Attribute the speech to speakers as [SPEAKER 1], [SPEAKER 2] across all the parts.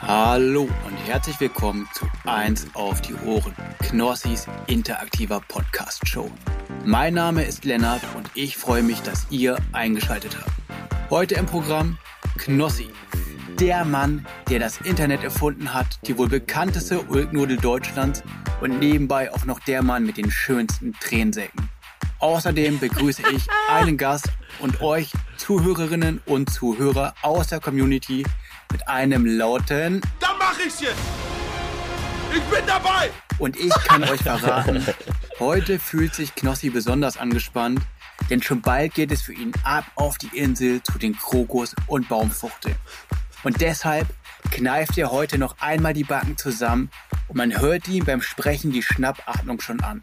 [SPEAKER 1] Hallo und herzlich willkommen zu Eins auf die Ohren, Knossis interaktiver Podcast-Show. Mein Name ist Lennart und ich freue mich, dass ihr eingeschaltet habt. Heute im Programm Knossi, der Mann, der das Internet erfunden hat, die wohl bekannteste Ulknudel Deutschlands und nebenbei auch noch der Mann mit den schönsten Tränensäcken. Außerdem begrüße ich einen Gast und euch Zuhörerinnen und Zuhörer aus der Community mit einem lauten
[SPEAKER 2] Dann mach ich's jetzt! Ich bin dabei!
[SPEAKER 1] und ich kann euch verraten, heute fühlt sich Knossi besonders angespannt, denn schon bald geht es für ihn ab auf die Insel zu den Krokus und Baumfuchteln. Und deshalb kneift er heute noch einmal die Backen zusammen und man hört ihm beim Sprechen die Schnappatmung schon an.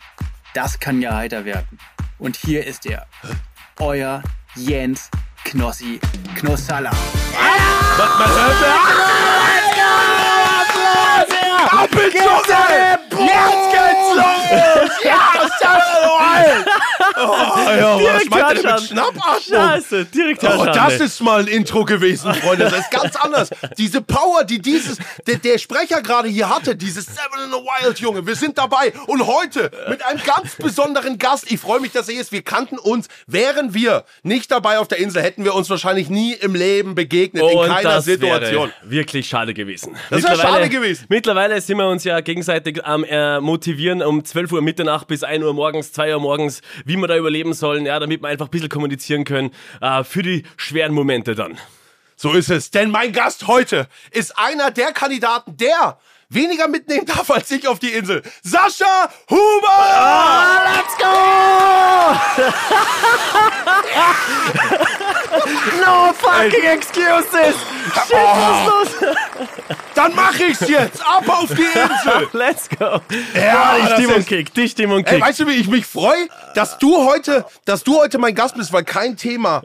[SPEAKER 1] Das kann ja heiter werden. Und hier ist er, euer Jens Knossi Knossalla.
[SPEAKER 2] Jetzt geht's los! Ja, ist ja Oh, ja, was
[SPEAKER 3] Direkt
[SPEAKER 2] meint ihr denn mit
[SPEAKER 3] Herrschaft.
[SPEAKER 2] Schnappatmung?
[SPEAKER 3] Scheiße, direkt
[SPEAKER 2] Oh, das
[SPEAKER 3] Herrschaft, ey.
[SPEAKER 2] ist mal ein Intro gewesen, Freunde. Das ist ganz anders. Diese Power, die dieses, der, der Sprecher gerade hier hatte, dieses Seven in the Wild, Junge. Wir sind dabei. Und heute mit einem ganz besonderen Gast. Ich freue mich, dass er hier ist. Wir kannten uns. Wären wir nicht dabei auf der Insel, hätten wir uns wahrscheinlich nie im Leben begegnet.
[SPEAKER 3] Und
[SPEAKER 2] in keiner
[SPEAKER 3] das
[SPEAKER 2] Situation.
[SPEAKER 3] Wäre wirklich schade gewesen.
[SPEAKER 2] Das wäre
[SPEAKER 3] Mittlerweile-
[SPEAKER 2] schade gewesen.
[SPEAKER 3] Mittlerweile sind wir uns ja gegenseitig am äh, motivieren um 12 Uhr Mitternacht bis 1 Uhr morgens, 2 Uhr morgens, wie wir da überleben sollen, ja, damit wir einfach ein bisschen kommunizieren können äh, für die schweren Momente dann.
[SPEAKER 2] So ist es. Denn mein Gast heute ist einer der Kandidaten, der weniger mitnehmen darf als ich auf die Insel. Sascha Huber!
[SPEAKER 3] Let's go! no fucking excuses! Shit, was los?
[SPEAKER 2] Dann mach ich's jetzt! Ab auf die Insel!
[SPEAKER 3] Let's go!
[SPEAKER 2] Ja,
[SPEAKER 3] die
[SPEAKER 2] das
[SPEAKER 3] Stimmung
[SPEAKER 2] ist-
[SPEAKER 3] kickt, die Stimmung
[SPEAKER 2] Ey,
[SPEAKER 3] kickt.
[SPEAKER 2] weißt du, wie ich mich freue, dass du heute, dass du heute mein Gast bist, weil kein Thema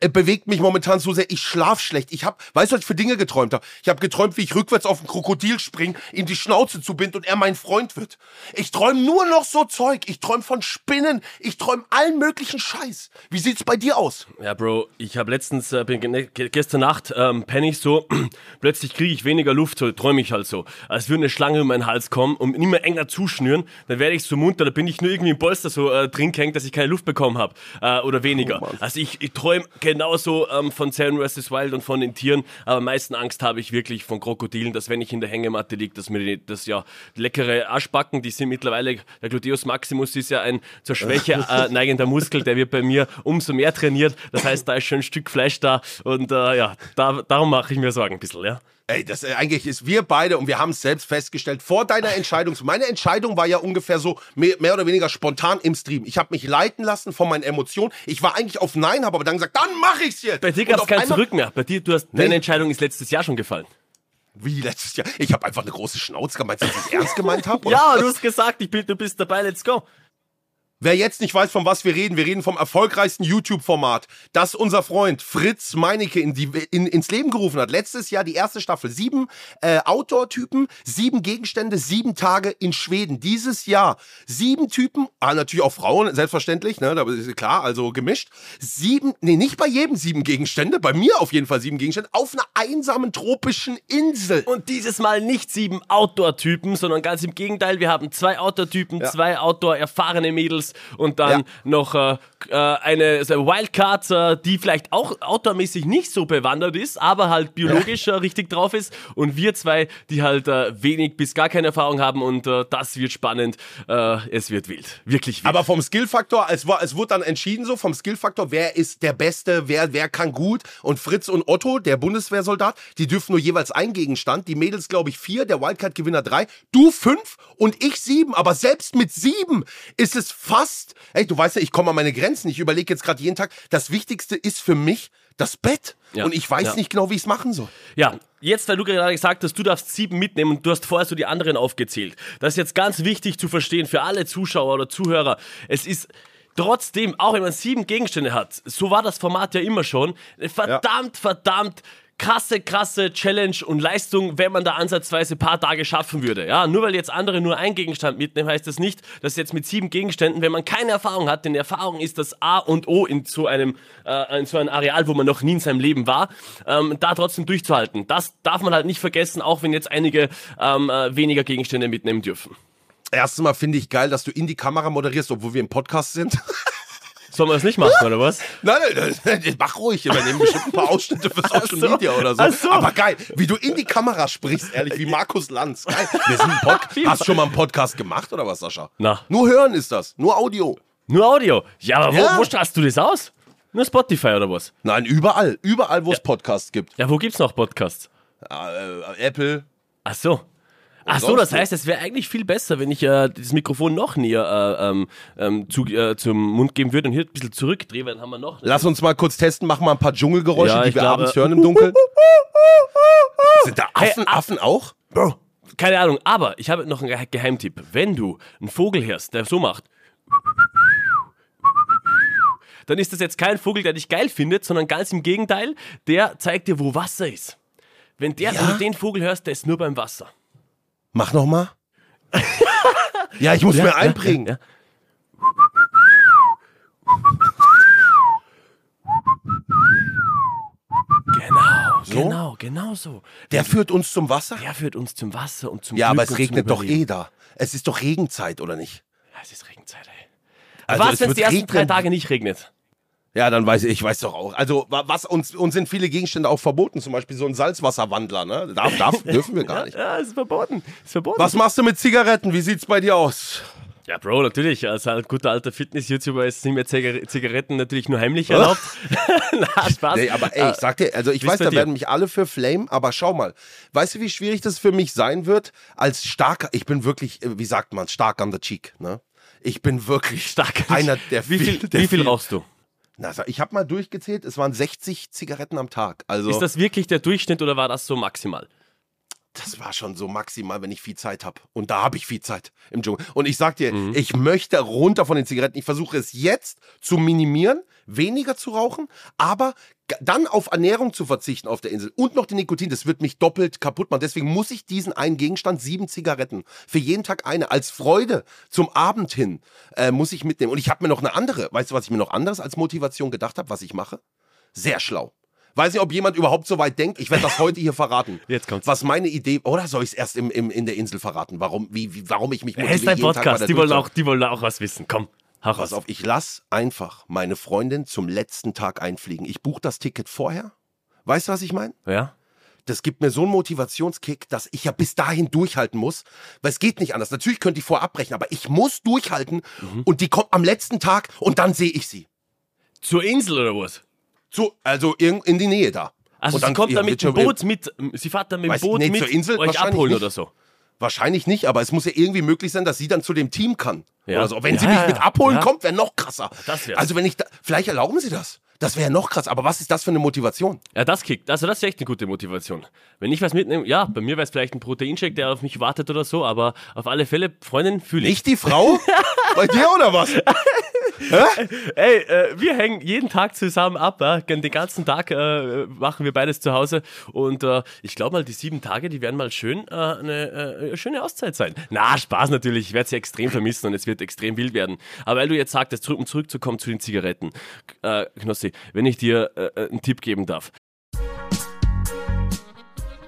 [SPEAKER 2] äh, bewegt mich momentan so sehr. Ich schlaf schlecht. Ich habe, weißt du, was ich für Dinge geträumt habe? Ich habe geträumt, wie ich rückwärts auf ein Krokodil springe, ihm die Schnauze zubind und er mein Freund wird. Ich träume nur noch so Zeug. Ich träume von Spinnen. Ich träume allen möglichen Scheiß. Wie sieht's bei dir aus?
[SPEAKER 3] Ja, Bro, ich habe letztens, äh, bin, ge- ge- gestern Nacht ähm, penne ich so, plötzlich kriege ich weniger Luft, so, träume ich halt so, als würde eine Schlange um meinen Hals kommen und immer enger zuschnüren, dann werde ich so munter, da bin ich nur irgendwie im Polster so äh, drin gehängt, dass ich keine Luft bekommen habe äh, oder weniger. also ich, ich träume genauso ähm, von Seven vs. Wild und von den Tieren, aber am meisten Angst habe ich wirklich von Krokodilen, dass wenn ich in der Hängematte liege, dass mir die, das ja leckere Aschbacken, die sind mittlerweile, der Gluteus Maximus ist ja ein zur Schwäche äh, neigender Muskel, der wird bei mir umso mehr trainiert. Das heißt, da ist schon ein Stück Fleisch da und äh, ja, da, darum mache ich mir Sorgen ein bisschen, ja.
[SPEAKER 2] Ey, das äh, eigentlich ist wir beide und wir haben es selbst festgestellt vor deiner Entscheidung. Meine Entscheidung war ja ungefähr so mehr, mehr oder weniger spontan im Stream. Ich habe mich leiten lassen von meinen Emotionen. Ich war eigentlich auf Nein, habe aber dann gesagt, dann mache ich's jetzt.
[SPEAKER 3] Bei dir
[SPEAKER 2] Und
[SPEAKER 3] gab es
[SPEAKER 2] auf
[SPEAKER 3] kein
[SPEAKER 2] einmal-
[SPEAKER 3] Zurück mehr. Bei dir, du hast, deine Entscheidung ist letztes Jahr schon gefallen.
[SPEAKER 2] Wie letztes Jahr. Ich habe einfach eine große Schnauze gemeint, dass ich es ernst gemeint habe.
[SPEAKER 3] Ja, du hast gesagt, ich bin, du bist dabei, let's go.
[SPEAKER 2] Wer jetzt nicht weiß, von was wir reden, wir reden vom erfolgreichsten YouTube-Format, das unser Freund Fritz Meinecke in die, in, ins Leben gerufen hat. Letztes Jahr die erste Staffel. Sieben äh, Outdoor-Typen, sieben Gegenstände, sieben Tage in Schweden. Dieses Jahr sieben Typen, ah, natürlich auch Frauen, selbstverständlich, ne, da ist klar, also gemischt. Sieben, nee, nicht bei jedem sieben Gegenstände, bei mir auf jeden Fall sieben Gegenstände, auf einer einsamen tropischen Insel.
[SPEAKER 3] Und dieses Mal nicht sieben Outdoor-Typen, sondern ganz im Gegenteil, wir haben zwei Outdoor-Typen,
[SPEAKER 2] Ja.
[SPEAKER 3] zwei Outdoor-erfahrene Mädels und dann
[SPEAKER 2] Ja.
[SPEAKER 3] noch äh, äh, eine so eine Wildcard, äh, die vielleicht auch outdoormäßig nicht so bewandert ist, aber halt biologisch äh, richtig drauf ist. Und wir zwei, die halt äh, wenig bis gar keine Erfahrung haben und äh, das wird spannend. Äh, es wird wild. Wirklich wild.
[SPEAKER 2] Aber vom Skillfaktor, es, war, es wurde dann entschieden so, vom Skillfaktor, wer ist der Beste, wer, wer kann gut. Und Fritz und Otto, der Bundeswehrsoldat, die dürfen nur jeweils einen Gegenstand. Die Mädels, glaube ich, vier, der Wildcard-Gewinner drei, du fünf und ich sieben. Aber selbst mit sieben ist es fast, ey, du weißt ja, ich komme an meine Grenzen. Ich überlege jetzt gerade jeden Tag, das Wichtigste ist für mich das Bett.
[SPEAKER 3] Ja.
[SPEAKER 2] Und ich weiß
[SPEAKER 3] Ja.
[SPEAKER 2] nicht genau, wie ich es machen soll.
[SPEAKER 3] Ja, jetzt, weil du gerade gesagt hast, du darfst sieben mitnehmen und du hast vorher so die anderen aufgezählt. Das ist jetzt ganz wichtig zu verstehen für alle Zuschauer oder Zuhörer. Es ist trotzdem, auch wenn man sieben Gegenstände hat, so war das Format ja immer schon, eine verdammt, verdammt krasse, krasse Challenge und Leistung, wenn man da ansatzweise ein paar Tage schaffen würde. Ja, nur weil jetzt andere nur einen Gegenstand mitnehmen, heißt das nicht, dass jetzt mit sieben Gegenständen, wenn man keine Erfahrung hat, denn Erfahrung ist das A und O in so einem, äh, in so einem Areal, wo man noch nie in seinem Leben war, ähm, da trotzdem durchzuhalten. Das darf man halt nicht vergessen, auch wenn jetzt einige ähm, äh, weniger Gegenstände mitnehmen dürfen.
[SPEAKER 2] Erstens mal finde ich geil, dass du in die Kamera moderierst, obwohl wir im Podcast sind.
[SPEAKER 3] Sollen wir das nicht machen, oder was?
[SPEAKER 2] Nein, nein, nein, nein, mach ruhig. Wir nehmen bestimmt ein paar Ausschnitte für Social
[SPEAKER 3] so.
[SPEAKER 2] Media oder so.
[SPEAKER 3] Ach so.
[SPEAKER 2] Aber geil, wie du in die Kamera sprichst, ehrlich, wie Markus Lanz. Geil. Wir sind ein Pod Hast du schon mal einen Podcast gemacht oder was, Sascha?
[SPEAKER 3] Na.
[SPEAKER 2] Nur hören ist das, nur Audio.
[SPEAKER 3] Nur Audio. Ja, aber
[SPEAKER 2] Ja.
[SPEAKER 3] Wo, wo strahlst du das aus? Nur Spotify oder was?
[SPEAKER 2] Nein, überall, überall, wo es Podcasts gibt.
[SPEAKER 3] Ja, wo gibt's noch Podcasts?
[SPEAKER 2] Äh, Apple.
[SPEAKER 3] Ach so. Ach so,
[SPEAKER 2] sonst
[SPEAKER 3] das
[SPEAKER 2] wo?
[SPEAKER 3] heißt, es wäre eigentlich viel besser, wenn ich äh, das Mikrofon noch näher äh, ähm, ähm, zu, äh, zum Mund geben würde und hier ein bisschen zurückdrehe, weil dann haben wir noch.
[SPEAKER 2] Lass uns mal kurz testen, machen mal ein paar Dschungelgeräusche,
[SPEAKER 3] Ja,
[SPEAKER 2] die
[SPEAKER 3] ich
[SPEAKER 2] wir
[SPEAKER 3] glaube-
[SPEAKER 2] abends hören im Dunkeln. Sind da Affen, Affen auch?
[SPEAKER 3] Keine Ahnung, aber ich habe noch einen Ge- Geheimtipp. Wenn du einen Vogel hörst, der so macht, dann ist das jetzt kein Vogel, der dich geil findet, sondern ganz im Gegenteil, der zeigt dir, wo Wasser ist. Wenn, der, wenn du den Vogel hörst, der ist nur beim Wasser.
[SPEAKER 2] Mach noch mal. ja, ich muss mir einbringen.
[SPEAKER 3] Ja, ja. Genau, genau, genau so.
[SPEAKER 2] Der führt uns zum Wasser?
[SPEAKER 3] Der führt uns zum Wasser und zum
[SPEAKER 2] Ja,
[SPEAKER 3] Glück
[SPEAKER 2] aber
[SPEAKER 3] und
[SPEAKER 2] es
[SPEAKER 3] zum
[SPEAKER 2] regnet doch
[SPEAKER 3] Überleben.
[SPEAKER 2] eh da. Es ist doch Regenzeit, oder nicht?
[SPEAKER 3] Ja, es ist Regenzeit, ey.
[SPEAKER 2] Also, es
[SPEAKER 3] Was, wenn es
[SPEAKER 2] wird
[SPEAKER 3] die ersten drei
[SPEAKER 2] regnen.
[SPEAKER 3] Tage nicht regnet?
[SPEAKER 2] Ja, dann weiß ich, ich weiß doch auch. Also, wa- was uns, uns sind viele Gegenstände auch verboten, zum Beispiel so ein Salzwasserwandler, ne? Darf, darf, dürfen wir gar nicht.
[SPEAKER 3] Ja, ist verboten. Ist verboten.
[SPEAKER 2] Was machst du mit Zigaretten? Wie sieht's bei dir aus?
[SPEAKER 3] Ja, Bro, natürlich. Als ein guter alter Fitness-YouTuber ist sind mir Zigar Zigaretten natürlich nur heimlich erlaubt. Na, Spaß. Äh,
[SPEAKER 2] Nee, aber ey, ich sag dir, also ich
[SPEAKER 3] Ah, wie ist
[SPEAKER 2] weiß,
[SPEAKER 3] bei
[SPEAKER 2] da
[SPEAKER 3] dir?
[SPEAKER 2] werden mich alle für Flame, aber schau mal, weißt du, wie schwierig das für mich sein wird, als starker, ich bin wirklich, äh, wie sagt man, stark an der Cheek, ne? Ich bin wirklich
[SPEAKER 3] stark.
[SPEAKER 2] einer der
[SPEAKER 3] wie viel,
[SPEAKER 2] der
[SPEAKER 3] wie viel rauchst du?
[SPEAKER 2] Na, sag- ich habe mal durchgezählt, es waren 60 Zigaretten am Tag. Also
[SPEAKER 3] Ist das wirklich der Durchschnitt oder war das so maximal?
[SPEAKER 2] das war schon so maximal, wenn ich viel Zeit habe. Und da habe ich viel Zeit im Dschungel. Und ich sag dir, ich möchte runter von den Zigaretten. Ich versuche es jetzt zu minimieren, weniger zu rauchen, aber g- dann auf Ernährung zu verzichten auf der Insel und noch den Nikotin, das wird mich doppelt kaputt machen. Deswegen muss ich diesen einen Gegenstand, sieben Zigaretten, für jeden Tag eine, als Freude zum Abend hin, äh, muss ich mitnehmen. Und ich habe mir noch eine andere, weißt du, was ich mir noch anderes als Motivation gedacht habe, was ich mache? Sehr schlau. Weiß nicht, ob jemand überhaupt so weit denkt. Ich werde das heute hier verraten.
[SPEAKER 3] Jetzt kommt's.
[SPEAKER 2] Was meine Idee, oder soll ich es erst im, im, in der Insel verraten? Warum, wie, wie, warum ich mich
[SPEAKER 3] Hey, ist dein
[SPEAKER 2] jeden Tag bei
[SPEAKER 3] Podcast.
[SPEAKER 2] der
[SPEAKER 3] Die wollen,
[SPEAKER 2] Durchsage-
[SPEAKER 3] auch, die wollen auch was wissen. Komm, hau raus.
[SPEAKER 2] Pass auf, ich lass einfach meine Freundin zum letzten Tag einfliegen. Ich buche das Ticket vorher. Weißt du, was ich meine?
[SPEAKER 3] Ja?
[SPEAKER 2] Das gibt mir so einen Motivationskick, dass ich ja bis dahin durchhalten muss. Weil es geht nicht anders. Natürlich könnte ich vorher abbrechen, aber ich muss durchhalten
[SPEAKER 3] Mhm.
[SPEAKER 2] und die kommt am letzten Tag und dann sehe ich sie.
[SPEAKER 3] Zur Insel oder was?
[SPEAKER 2] So, also in, in die Nähe da.
[SPEAKER 3] Also
[SPEAKER 2] und
[SPEAKER 3] sie kommt da
[SPEAKER 2] ja,
[SPEAKER 3] mit dem
[SPEAKER 2] wird schon-
[SPEAKER 3] Boot mit, sie fährt da mit dem
[SPEAKER 2] Weiß-
[SPEAKER 3] Boot
[SPEAKER 2] nee,
[SPEAKER 3] mit
[SPEAKER 2] zur Insel
[SPEAKER 3] euch
[SPEAKER 2] wahrscheinlich
[SPEAKER 3] abholen
[SPEAKER 2] nicht.
[SPEAKER 3] oder so.
[SPEAKER 2] Wahrscheinlich nicht, aber es muss ja irgendwie möglich sein, dass sie dann zu dem Team kann.
[SPEAKER 3] Ja.
[SPEAKER 2] Oder so. Wenn
[SPEAKER 3] Ja,
[SPEAKER 2] sie mich
[SPEAKER 3] ja,
[SPEAKER 2] mit
[SPEAKER 3] ja.
[SPEAKER 2] abholen
[SPEAKER 3] Ja.
[SPEAKER 2] kommt, wäre noch krasser.
[SPEAKER 3] Das wär's.
[SPEAKER 2] also wenn ich da, vielleicht erlauben sie das. Das wäre noch krass. Aber was ist das für eine Motivation?
[SPEAKER 3] Ja, das kickt. Also das ist echt eine gute Motivation. Wenn ich was mitnehme, ja, bei mir wäre es vielleicht ein Proteinshake, der auf mich wartet oder so, aber auf alle Fälle, Freundin, fühle ich.
[SPEAKER 2] Nicht die Frau? Bei dir oder was?
[SPEAKER 3] Ey, äh, wir hängen jeden Tag zusammen ab, ja? den ganzen Tag äh, machen wir beides zu Hause und äh, ich glaube mal, die sieben Tage, die werden mal schön äh, eine äh, schöne Auszeit sein. Na, Spaß natürlich, ich werde sie extrem vermissen und es wird extrem wild werden. Aber weil du jetzt sagtest, zurück, um zurückzukommen zu den Zigaretten, äh, Knossi, wenn ich dir äh, einen Tipp geben darf.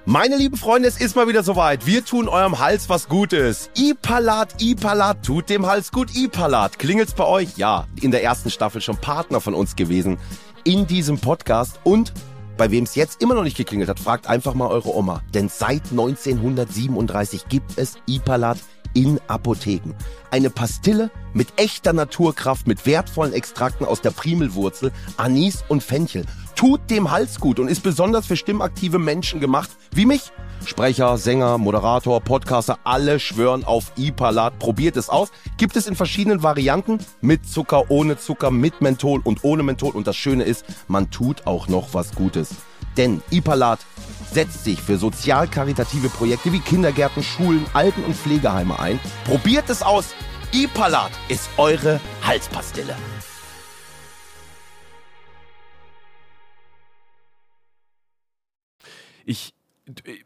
[SPEAKER 2] Meine lieben Freunde, es ist mal wieder soweit. Wir tun eurem Hals was Gutes. Ipalat, Ipalat tut dem Hals gut. Ipalat, klingelt's bei euch? Ja, in der ersten Staffel schon Partner von uns gewesen in diesem Podcast und bei wem es jetzt immer noch nicht geklingelt hat, fragt einfach mal eure Oma. Denn seit 1937 gibt es Ipalat in Apotheken. Eine Pastille mit echter Naturkraft, mit wertvollen Extrakten aus der Primelwurzel, Anis und Fenchel. Tut dem Hals gut und ist besonders für stimmaktive Menschen gemacht, wie mich. Sprecher, Sänger, Moderator, Podcaster, alle schwören auf Ipalat. Probiert es aus. Gibt es in verschiedenen Varianten. Mit Zucker, ohne Zucker, mit Menthol und ohne Menthol. Und das Schöne ist, man tut auch noch was Gutes. Denn Ipalat setzt sich für sozial-karitative Projekte wie Kindergärten, Schulen, Alten- und Pflegeheime ein. Probiert es aus. Ipalat ist eure Halspastille.
[SPEAKER 3] ich, äh,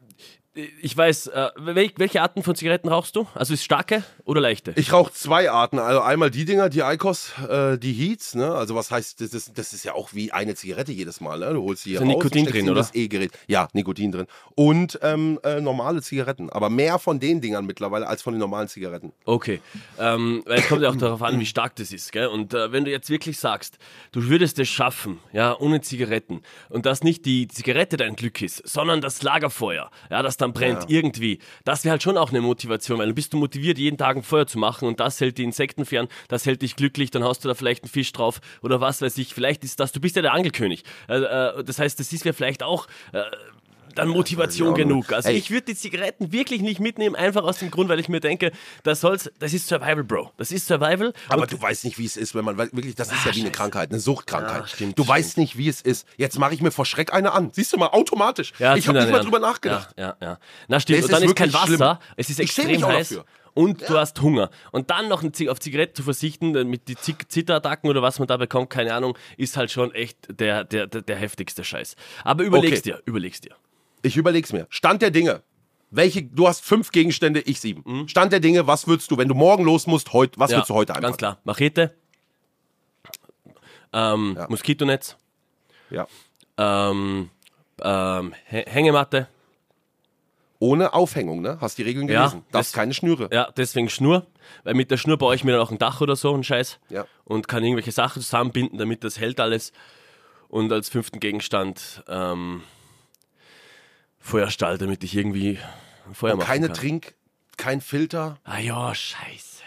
[SPEAKER 3] ich weiß, äh, wel- welche Arten von Zigaretten rauchst du? Also ist starke oder leichte?
[SPEAKER 2] Ich rauche zwei Arten. Also einmal die Dinger, die Icos, äh, die Heats, ne? Also was heißt, das ist, das ist ja auch wie eine Zigarette jedes Mal, ne? Du holst die hier
[SPEAKER 3] Ist da
[SPEAKER 2] raus,
[SPEAKER 3] Nikotin
[SPEAKER 2] steckst
[SPEAKER 3] drin,
[SPEAKER 2] in
[SPEAKER 3] oder?
[SPEAKER 2] das E-Gerät. Ja, Nikotin drin. Und ähm, äh, normale Zigaretten. Aber mehr von den Dingern mittlerweile als von den normalen Zigaretten.
[SPEAKER 3] Okay, ähm, weil es kommt ja auch darauf an, wie stark das ist, gell? Und äh, wenn du jetzt wirklich sagst, du würdest es schaffen, ja, ohne Zigaretten und dass nicht die Zigarette dein Glück ist, sondern das Lagerfeuer, ja, das dann brennt irgendwie, das wäre halt schon auch eine Motivation, weil dann bist du motiviert, jeden Tag ein Feuer zu machen und das hält die Insekten fern, das hält dich glücklich, dann hast du da vielleicht einen Fisch drauf oder was weiß ich, vielleicht ist das, du bist ja der Angelkönig, äh, äh, das heißt, das ist ja vielleicht auch... Äh, dann Motivation
[SPEAKER 2] Ja,
[SPEAKER 3] genug. Also
[SPEAKER 2] ey.
[SPEAKER 3] ich würde die Zigaretten wirklich nicht mitnehmen, einfach aus dem Grund, weil ich mir denke, das soll's, das ist Survival, Bro. Das ist Survival.
[SPEAKER 2] Aber
[SPEAKER 3] und
[SPEAKER 2] du weißt nicht, wie es ist, wenn man weil wirklich, das ist ja wie eine
[SPEAKER 3] scheiße.
[SPEAKER 2] Krankheit, eine Suchtkrankheit.
[SPEAKER 3] Ah, stimmt,
[SPEAKER 2] du weißt nicht, wie es ist. Jetzt mache ich mir vor Schreck eine an. Siehst du mal, automatisch.
[SPEAKER 3] Ja,
[SPEAKER 2] ich habe
[SPEAKER 3] stimmt,
[SPEAKER 2] nicht mal
[SPEAKER 3] ja.
[SPEAKER 2] drüber nachgedacht.
[SPEAKER 3] Ja, ja, ja. Na stimmt,
[SPEAKER 2] Es
[SPEAKER 3] und dann
[SPEAKER 2] ist
[SPEAKER 3] ist kein Wasser,
[SPEAKER 2] wirklich schlimm.
[SPEAKER 3] es ist
[SPEAKER 2] Ich schäme mich
[SPEAKER 3] extrem
[SPEAKER 2] auch
[SPEAKER 3] heiß.
[SPEAKER 2] dafür.
[SPEAKER 3] Und du hast Hunger. Und dann noch ein Zig- auf Zigaretten zu verzichten, äh, mit die Zig- Zitterattacken oder was man da bekommt, keine Ahnung, ist halt schon echt der, der, der, der heftigste Scheiß. Aber überleg's
[SPEAKER 2] Okay.
[SPEAKER 3] dir, überleg's dir.
[SPEAKER 2] Ich überleg's mir. Stand der Dinge. Welche, du hast fünf Gegenstände, ich sieben.
[SPEAKER 3] Mhm.
[SPEAKER 2] Stand der Dinge, was würdest du, wenn du morgen los musst, heut, was würdest du heute
[SPEAKER 3] Ganz
[SPEAKER 2] anpacken?
[SPEAKER 3] klar. Machete, ähm,
[SPEAKER 2] Ja.
[SPEAKER 3] Moskitonetz,
[SPEAKER 2] Ja.
[SPEAKER 3] ähm, ähm, Hä- Hängematte,
[SPEAKER 2] Ohne Aufhängung, ne? Hast die Regeln
[SPEAKER 3] Ja,
[SPEAKER 2] gelesen. Das
[SPEAKER 3] das-
[SPEAKER 2] ist keine Schnüre.
[SPEAKER 3] Ja, deswegen Schnur, weil mit der Schnur baue ich mir dann auch ein Dach oder so, einen Scheiß.
[SPEAKER 2] Ja.
[SPEAKER 3] Und kann irgendwelche Sachen zusammenbinden, damit das hält alles. Und als fünften Gegenstand ähm, Feuerstahl, damit ich irgendwie ein Feuer machen
[SPEAKER 2] Keine
[SPEAKER 3] kann.
[SPEAKER 2] Trink, kein Filter.
[SPEAKER 3] ah ja, scheiße.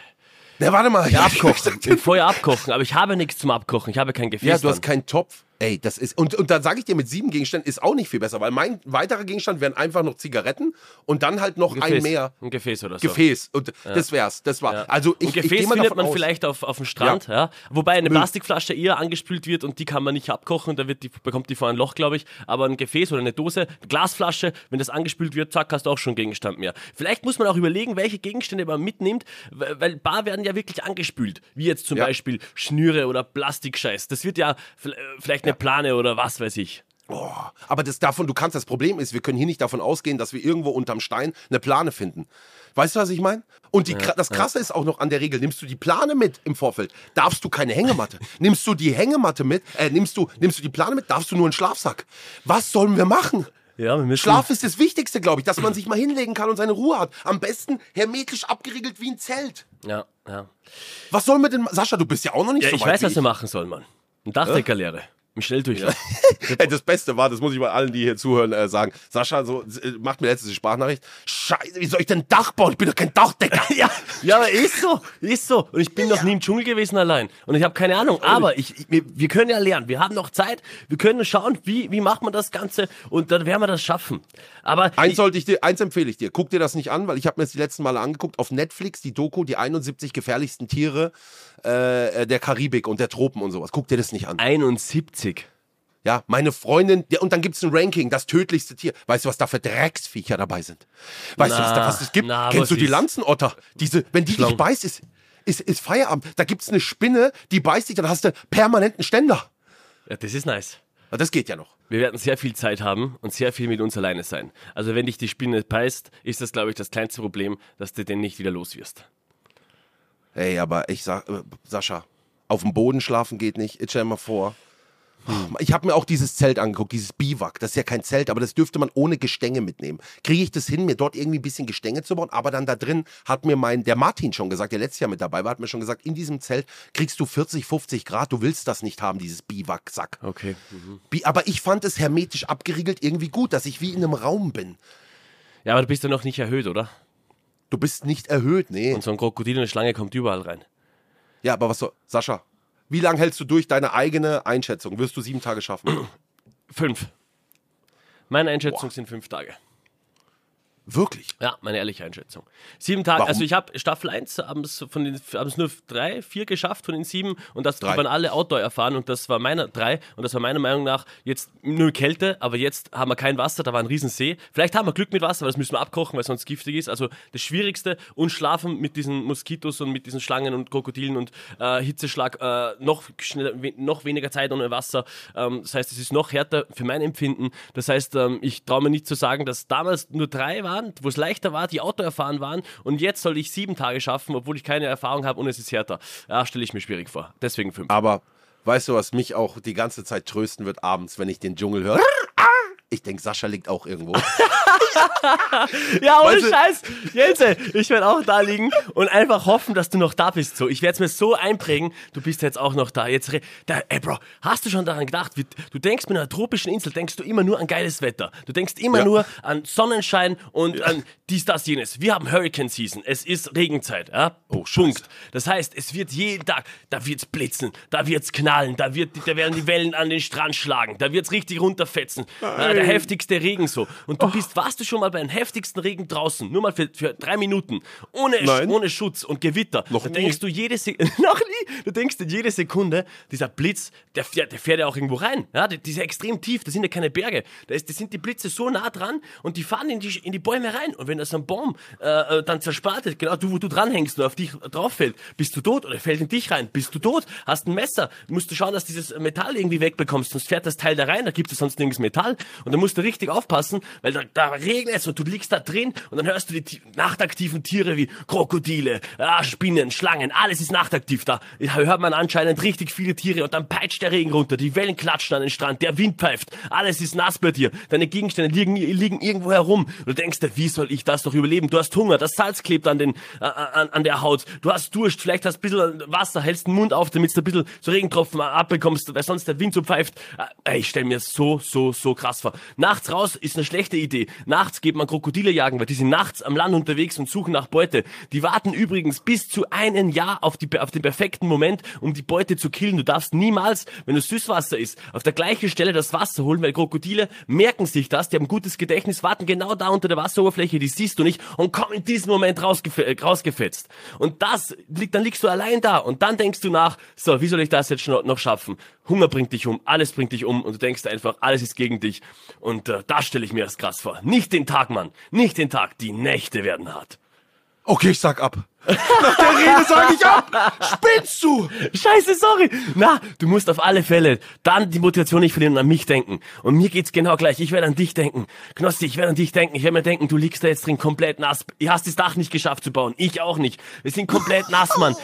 [SPEAKER 2] Na, warte mal. Ja, abkochen.
[SPEAKER 3] Im Feuer abkochen, aber ich habe nichts zum Abkochen. Ich habe kein Gefäß.
[SPEAKER 2] Ja, du hast
[SPEAKER 3] dann.
[SPEAKER 2] keinen Topf. Ey, das ist. Und, und dann sage ich dir, mit sieben Gegenständen ist auch nicht viel besser, weil mein weiterer Gegenstand wären einfach noch Zigaretten und dann halt noch ein
[SPEAKER 3] Gefäß.
[SPEAKER 2] mehr.
[SPEAKER 3] Ein Gefäß oder so.
[SPEAKER 2] Gefäß. Und das wär's. Das war.
[SPEAKER 3] Ja.
[SPEAKER 2] Also ich,
[SPEAKER 3] und
[SPEAKER 2] ich
[SPEAKER 3] Gefäß
[SPEAKER 2] gehe mal
[SPEAKER 3] findet
[SPEAKER 2] davon
[SPEAKER 3] man
[SPEAKER 2] aus. Hm.
[SPEAKER 3] vielleicht auf, auf dem Strand, ja. Wobei eine Plastikflasche eher angespült wird und die kann man nicht abkochen, da wird die, bekommt die vor ein Loch, glaube ich. Aber ein Gefäß oder eine Dose, eine Glasflasche, wenn das angespült wird, zack, hast du auch schon einen Gegenstand mehr. Vielleicht muss man auch überlegen, welche Gegenstände man mitnimmt, weil weil Bar werden ja wirklich angespült. Wie jetzt zum
[SPEAKER 2] Ja.
[SPEAKER 3] Beispiel Schnüre oder Plastikscheiß. Das wird ja vi- vielleicht eine Plane oder was weiß ich.
[SPEAKER 2] Oh, aber das davon, du kannst, das Problem ist, wir können hier nicht davon ausgehen, dass wir irgendwo unterm Stein eine Plane finden. Weißt du, was ich meine? Und die, Kra- das Krasse ist auch noch an der Regel, nimmst du die Plane mit im Vorfeld, darfst du keine Hängematte. nimmst du die Hängematte mit, äh, nimmst du, nimmst du die Plane mit, darfst du nur einen Schlafsack. Was sollen wir machen?
[SPEAKER 3] Ja, wir müssen
[SPEAKER 2] Schlaf ist das Wichtigste, glaube ich, dass man sich mal hinlegen kann und seine Ruhe hat. Am besten hermetisch abgeriegelt wie ein Zelt.
[SPEAKER 3] Ja, ja.
[SPEAKER 2] Was sollen wir denn, Sascha, du bist ja auch noch nicht
[SPEAKER 3] ja
[SPEAKER 2] so
[SPEAKER 3] ich
[SPEAKER 2] weit
[SPEAKER 3] weiß,
[SPEAKER 2] wie
[SPEAKER 3] was wir machen sollen, Mann. Ein Dachdeckerlehre. Im Schnelldurchlauf.
[SPEAKER 2] Ey, das Beste war, das muss ich mal allen, die hier zuhören, äh, sagen. Sascha so, äh, macht mir letztens die Sprachnachricht. Scheiße, wie soll ich denn Dach bauen? Ich bin doch kein Dachdecker. ja.
[SPEAKER 3] Ja, aber ist so, ist so. Und ich bin noch nie im Dschungel gewesen allein. Und ich habe keine Ahnung. Aber ich, ich, wir, wir können ja lernen. Wir haben noch Zeit. Wir können schauen, wie, wie macht man das Ganze. Und dann werden wir das schaffen. Aber
[SPEAKER 2] Eins,
[SPEAKER 3] ich,
[SPEAKER 2] sollte ich dir, eins empfehle ich dir. Guck dir das nicht an, weil ich habe mir das die letzten Male angeguckt. Auf Netflix die Doku, die 71 gefährlichsten Tiere äh, äh, der Karibik und der Tropen und sowas. Guck dir das nicht an.
[SPEAKER 3] 71.
[SPEAKER 2] Ja, meine Freundin, der, und dann gibt's ein Ranking, das tödlichste Tier. Weißt du, was da für Drecksviecher dabei sind? Weißt du, was da
[SPEAKER 3] Na,
[SPEAKER 2] was es gibt?
[SPEAKER 3] na, was
[SPEAKER 2] Kennst du die
[SPEAKER 3] ist?
[SPEAKER 2] Lanzenotter? Diese, wenn die dich
[SPEAKER 3] Schlangen.
[SPEAKER 2] beißt, ist, ist, ist Feierabend. Da gibt's eine Spinne, die beißt dich, dann hast du permanenten Ständer.
[SPEAKER 3] Ja, das ist nice.
[SPEAKER 2] Ja, Das geht ja noch.
[SPEAKER 3] Wir werden sehr viel Zeit haben und sehr viel mit uns alleine sein. Also wenn dich die Spinne beißt, ist das, glaube ich, das kleinste Problem, dass du den nicht wieder los wirst.
[SPEAKER 2] Ey, aber ich sag, äh, Sascha, auf dem Boden schlafen geht nicht. Jetzt stell dir mal vor. Ich habe mir auch dieses Zelt angeguckt, dieses Biwak. Das ist ja kein Zelt, aber das dürfte man ohne Gestänge mitnehmen. Kriege ich das hin, mir dort irgendwie ein bisschen Gestänge zu bauen? Aber dann da drin hat mir mein, der Martin schon gesagt, der letztes Jahr mit dabei war, hat mir schon gesagt, in diesem Zelt kriegst du 40, 50 Grad. Du willst das nicht haben, dieses Biwaksack.
[SPEAKER 3] Okay.
[SPEAKER 2] Bi aber ich fand es hermetisch abgeriegelt irgendwie gut, dass ich wie in einem Raum bin.
[SPEAKER 3] Ja, aber du bist ja noch nicht erhöht, oder?
[SPEAKER 2] Du bist nicht erhöht, nee.
[SPEAKER 3] Und so ein Krokodil und eine Schlange kommt überall rein.
[SPEAKER 2] Ja, aber was soll, Sascha, wie lange hältst du durch deine eigene Einschätzung? Wirst du sieben Tage schaffen?
[SPEAKER 3] Fünf. Meine Einschätzung
[SPEAKER 2] Boah.
[SPEAKER 3] sind fünf Tage.
[SPEAKER 2] Wirklich.
[SPEAKER 3] Ja, meine ehrliche Einschätzung. Sieben Tage,
[SPEAKER 2] Warum?
[SPEAKER 3] also ich habe Staffel 1, haben es von den- haben's nur drei, vier geschafft von den sieben und das
[SPEAKER 2] Drei.
[SPEAKER 3] waren alle Outdoor erfahren und das war meiner, drei und das war meiner Meinung nach jetzt nur Kälte, aber jetzt haben wir kein Wasser, da war ein Riesensee. Vielleicht haben wir Glück mit Wasser, aber das müssen wir abkochen, weil sonst giftig ist. Also das Schwierigste und schlafen mit diesen Moskitos und mit diesen Schlangen und Krokodilen und äh, Hitzeschlag, äh, noch schneller, we noch weniger Zeit ohne Wasser. Ähm, das heißt, es ist noch härter für mein Empfinden. Das heißt, ähm, ich traue mir nicht zu sagen, dass damals nur drei waren, wo es leichter war, die Auto erfahren waren und jetzt soll ich sieben Tage schaffen, obwohl ich keine Erfahrung habe und es ist härter. Ja, stelle ich mir schwierig vor. Deswegen fünf.
[SPEAKER 2] Aber weißt du, was mich auch die ganze Zeit trösten wird abends, wenn ich den Dschungel höre? Ich denke, Sascha liegt auch irgendwo.
[SPEAKER 3] Ja, ohne
[SPEAKER 2] Weißt du-
[SPEAKER 3] Scheiß. Jense, ich werde auch da liegen und einfach hoffen, dass du noch da bist. So, ich werde es mir so einprägen, du bist jetzt auch noch da. Jetzt, re- da, ey Bro, hast du schon daran gedacht? wie- Du denkst mit einer tropischen Insel, denkst du immer nur an geiles Wetter. Du denkst immer
[SPEAKER 2] Ja.
[SPEAKER 3] nur an Sonnenschein und an dies, das, jenes. Wir haben Hurricane Season. Es ist Regenzeit. Ja? Oh, Punkt. Das heißt, es wird jeden Tag, da wird's blitzen, da wird's knallen, da, wird, da werden die Wellen an den Strand schlagen, da wird's richtig runterfetzen. Na, der heftigste Regen so. Und du bist, warst du schon mal beim heftigsten Regen draußen? Nur mal für, für drei Minuten. Ohne,
[SPEAKER 2] Nein.
[SPEAKER 3] ohne Schutz und Gewitter.
[SPEAKER 2] Noch
[SPEAKER 3] da
[SPEAKER 2] nie.
[SPEAKER 3] denkst du jede Sekunde, noch nie, du denkst in jede Sekunde, dieser Blitz, der fährt, der fährt ja auch irgendwo rein. Ja, die, die ist ja extrem tief, da sind ja keine Berge. Da, ist, da sind die Blitze so nah dran und die fahren in die, in die Bäume rein. Und wenn das ein Baum äh, äh, dann zerspartet, genau du, wo du dranhängst und auf dich drauf fällt, bist du tot oder fällt in dich rein, bist du tot, hast ein Messer, musst du schauen, dass dieses Metall irgendwie wegbekommst, sonst fährt das Teil da rein, da gibt es sonst nirgends Metall und dann musst du richtig aufpassen, weil da, da regnet es und du liegst da drin und dann hörst du die ti- nachtaktiven Tiere wie Krokodile, ah, Spinnen, Schlangen, alles ist nachtaktiv da. Da hört man anscheinend richtig viele Tiere und dann peitscht der Regen runter, die Wellen klatschen an den Strand, der Wind pfeift, alles ist nass bei dir, deine Gegenstände liegen, liegen irgendwo herum. Du denkst dir, wie soll ich das doch überleben? Du hast Hunger, das Salz klebt an, den, äh, an, an der Haut, du hast Durst, vielleicht hast du ein bisschen Wasser, hältst den Mund auf, damit du ein bisschen so Regentropfen abbekommst, weil sonst der Wind so pfeift. Äh, Ey, ich stell mir das so, so, so krass vor. Nachts raus ist eine schlechte Idee. Nachts geht man Krokodile jagen, weil die sind nachts am Land unterwegs und suchen nach Beute. Die warten übrigens bis zu einem Jahr auf, die, auf den perfekten Moment, um die Beute zu killen. Du darfst niemals, wenn es Süßwasser ist, auf der gleichen Stelle das Wasser holen, weil Krokodile merken sich das, die haben gutes Gedächtnis, warten genau da unter der Wasseroberfläche, die siehst du nicht und kommen in diesem Moment rausgef äh, rausgefetzt. Und das, liegt, dann liegst du allein da und dann denkst du nach, so, wie soll ich das jetzt schon noch schaffen? Hunger bringt dich um, alles bringt dich um und du denkst einfach, alles ist gegen dich. Und äh, da stelle ich mir das krass vor. Nicht den Tag, Mann, nicht den Tag, die Nächte werden hart.
[SPEAKER 2] Okay, ich sag ab. Nach der Rede sage ich ab. Spinnst du?
[SPEAKER 3] Scheiße, sorry. Na, du musst auf alle Fälle dann die Motivation nicht verlieren und an mich denken. Und mir geht's genau gleich. Ich werde an dich denken. Knossi, ich werde an dich denken. Ich werde mir denken, du liegst da jetzt drin komplett nass. Du hast das Dach nicht geschafft zu bauen. Ich auch nicht. Wir sind komplett nass, Mann.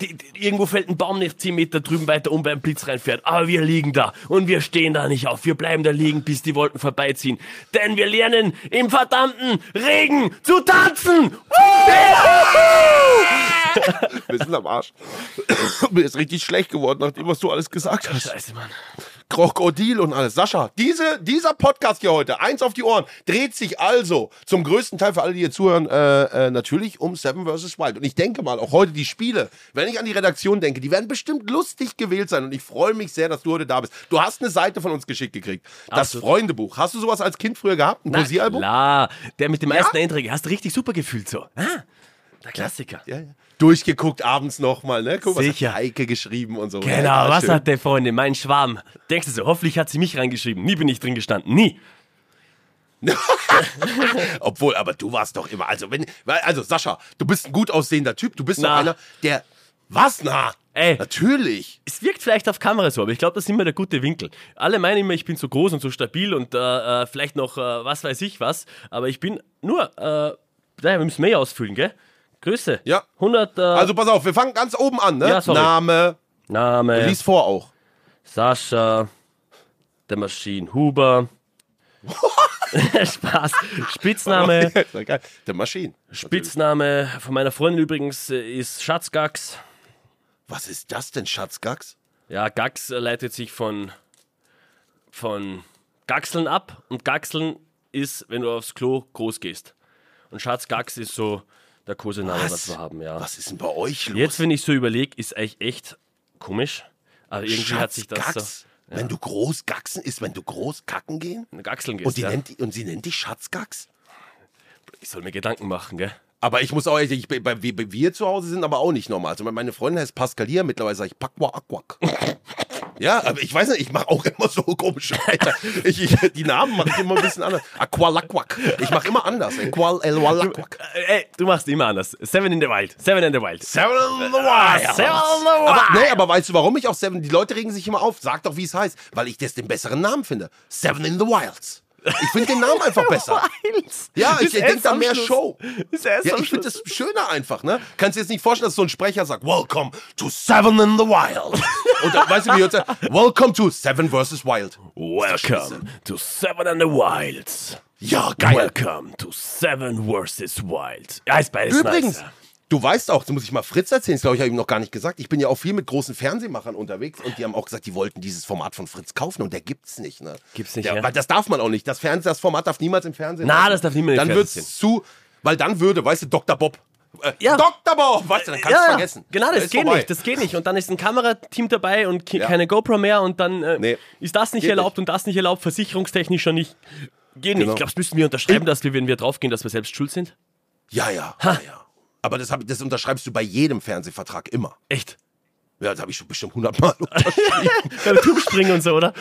[SPEAKER 3] Die, die, irgendwo fällt ein Baum nicht 10 Meter drüben weiter um, beim Blitz reinfährt. Aber wir liegen da. Und wir stehen da nicht auf. Wir bleiben da liegen, bis die Wolken vorbeiziehen. Denn wir lernen im verdammten Regen zu tanzen.
[SPEAKER 2] Wir sind am Arsch. Mir ist richtig schlecht geworden, nachdem was du alles gesagt hast.
[SPEAKER 3] Scheiße, Mann.
[SPEAKER 2] Krokodil und alles. Sascha, diese, dieser Podcast hier heute, eins auf die Ohren, dreht sich also zum größten Teil für alle, die hier zuhören, äh, äh, natürlich um Seven vs. Wild. Und ich denke mal, auch heute die Spiele, wenn ich an die Redaktion denke, die werden bestimmt lustig gewählt sein. Und ich freue mich sehr, dass du heute da bist. Du hast eine Seite von uns geschickt gekriegt. Das
[SPEAKER 3] Absolut.
[SPEAKER 2] Freundebuch. Hast du sowas als Kind früher gehabt? Ein
[SPEAKER 3] Na
[SPEAKER 2] Poesiealbum?
[SPEAKER 3] Klar, der mit dem meisten Einträgen. Hast du richtig super gefühlt so. Ah, der Klassiker.
[SPEAKER 2] Ja, ja. Durchgeguckt abends nochmal, ne? Guck, was
[SPEAKER 3] Sicher.
[SPEAKER 2] hat Heike geschrieben und so.
[SPEAKER 3] Genau,
[SPEAKER 2] Ja,
[SPEAKER 3] was
[SPEAKER 2] schön.
[SPEAKER 3] hat der Freundin, mein Schwarm? Denkst du so, hoffentlich hat sie mich reingeschrieben. Nie bin ich drin gestanden, nie.
[SPEAKER 2] Obwohl, aber du warst doch immer. Also, wenn, weil- also Sascha, du bist ein gut aussehender Typ. Du bist
[SPEAKER 3] Na.
[SPEAKER 2] doch einer, der. Was na?
[SPEAKER 3] Ey.
[SPEAKER 2] Natürlich.
[SPEAKER 3] Es wirkt vielleicht auf Kamera so, aber ich glaube, das ist immer der gute Winkel. Alle meinen immer, ich bin so groß und so stabil und äh, äh, vielleicht noch äh, was weiß ich was, aber ich bin nur, äh, daher wir müssen mehr ausfüllen, gell? Grüße.
[SPEAKER 2] Ja.
[SPEAKER 3] 100 äh,
[SPEAKER 2] Also pass auf, wir fangen ganz oben an, ne?
[SPEAKER 3] Ja, sorry.
[SPEAKER 2] Name.
[SPEAKER 3] Name,
[SPEAKER 2] Lies vor auch.
[SPEAKER 3] Sascha, der Maschinenhuber. Spaß. Spitzname.
[SPEAKER 2] Geil. der Maschine.
[SPEAKER 3] Spitzname von meiner Freundin übrigens äh, ist Schatzgax.
[SPEAKER 2] Was ist das denn, Schatzgax?
[SPEAKER 3] Ja, Gax äh, leitet sich von, von Gaxeln ab und Gaxeln ist, wenn du aufs Klo groß gehest. Und Schatzgax ist so der Kosename, was?
[SPEAKER 2] Was?
[SPEAKER 3] wir haben, ja.
[SPEAKER 2] Was ist denn bei euch los?
[SPEAKER 3] Jetzt, wenn ich so überlege, ist eigentlich echt komisch. Aber irgendwie hat sich das
[SPEAKER 2] Schatzgax? Wenn du groß gaxen ist, wenn du groß kacken gehen?
[SPEAKER 3] so. Gaxeln
[SPEAKER 2] Und,
[SPEAKER 3] gehst.
[SPEAKER 2] die
[SPEAKER 3] Ja.
[SPEAKER 2] nennt, und sie nennt dich Schatzgax?
[SPEAKER 3] Ich soll mir Gedanken machen, gell?
[SPEAKER 2] Aber ich muss auch, ehrlich, ich, bei, bei, wir zu Hause sind aber auch nicht normal. Also meine Freundin heißt Pascalia, mittlerweile sage ich Pakwa Aquak. Ja, aber ich weiß nicht, ich mache auch immer so komische Alter. Ich, ich, die Namen mache ich immer ein bisschen anders. Aqualakwak. Ich mache immer anders. ey. Qual el walakwak.
[SPEAKER 3] Äh, Ey, du machst immer anders. Seven in the Wild. Seven in the Wild.
[SPEAKER 2] Seven Wild.
[SPEAKER 3] Seven Wild.
[SPEAKER 2] Ah, Aber, nee, aber weißt du, warum ich auch Seven? Die Leute regen sich immer auf. Sag doch, wie es heißt, weil ich das den besseren Namen finde. Seven in the Wilds. Ich finde den Namen einfach besser.
[SPEAKER 3] Wilds.
[SPEAKER 2] Ja, ich
[SPEAKER 3] Ist erst
[SPEAKER 2] denke da
[SPEAKER 3] am
[SPEAKER 2] mehr
[SPEAKER 3] Schluss.
[SPEAKER 2] Show.
[SPEAKER 3] Ist erst
[SPEAKER 2] Ja,
[SPEAKER 3] am
[SPEAKER 2] ich finde
[SPEAKER 3] Schluss.
[SPEAKER 2] das schöner einfach, ne? Kannst dir jetzt nicht vorstellen, dass so ein Sprecher sagt, Welcome to Seven in the Wild. Und dann, weißt du, wie jetzt Welcome to Seven vs. Wild.
[SPEAKER 3] Welcome to Seven in the Wilds.
[SPEAKER 2] Ja, geil.
[SPEAKER 3] Welcome to Seven vs. Wild. Ja, ist beides
[SPEAKER 2] Übrigens,
[SPEAKER 3] nice.
[SPEAKER 2] du weißt auch, das muss ich mal Fritz erzählen, das glaube ich, habe ich ihm noch gar nicht gesagt. Ich bin ja auch viel mit großen Fernsehmachern unterwegs und die haben auch gesagt, die wollten dieses Format von Fritz kaufen und der gibt's nicht, ne?
[SPEAKER 3] Gibt's nicht,
[SPEAKER 2] der,
[SPEAKER 3] ja.
[SPEAKER 2] Weil das darf man auch nicht. Das, Fernseh, das Format darf niemals im Fernsehen.
[SPEAKER 3] Na,
[SPEAKER 2] laufen.
[SPEAKER 3] das darf niemand im
[SPEAKER 2] Dann
[SPEAKER 3] Fernsehen.
[SPEAKER 2] wird's zu, weil dann würde, weißt du, Dr. Bob. Äh,
[SPEAKER 3] Ja.
[SPEAKER 2] Dr. Bob! Weißt du, dann kannst du vergessen.
[SPEAKER 3] Genau,
[SPEAKER 2] Der
[SPEAKER 3] das
[SPEAKER 2] ist
[SPEAKER 3] geht
[SPEAKER 2] vorbei.
[SPEAKER 3] nicht. Das geht nicht. Und dann ist ein Kamerateam dabei und ke-
[SPEAKER 2] Ja.
[SPEAKER 3] keine GoPro mehr und dann äh,
[SPEAKER 2] Nee,
[SPEAKER 3] ist das nicht
[SPEAKER 2] geht
[SPEAKER 3] erlaubt und das nicht erlaubt, versicherungstechnisch schon nicht. Geht nicht.
[SPEAKER 2] Genau.
[SPEAKER 3] Ich glaube, das müssen wir unterschreiben, dass wir, wenn wir draufgehen, dass wir selbst schuld sind.
[SPEAKER 2] Ja, ja. ja, ja. Aber das, hab, das unterschreibst du bei jedem Fernsehvertrag immer.
[SPEAKER 3] Echt.
[SPEAKER 2] Ja, das habe ich schon bestimmt hundertmal unterschrieben.
[SPEAKER 3] Beim Tubspringen und so, oder?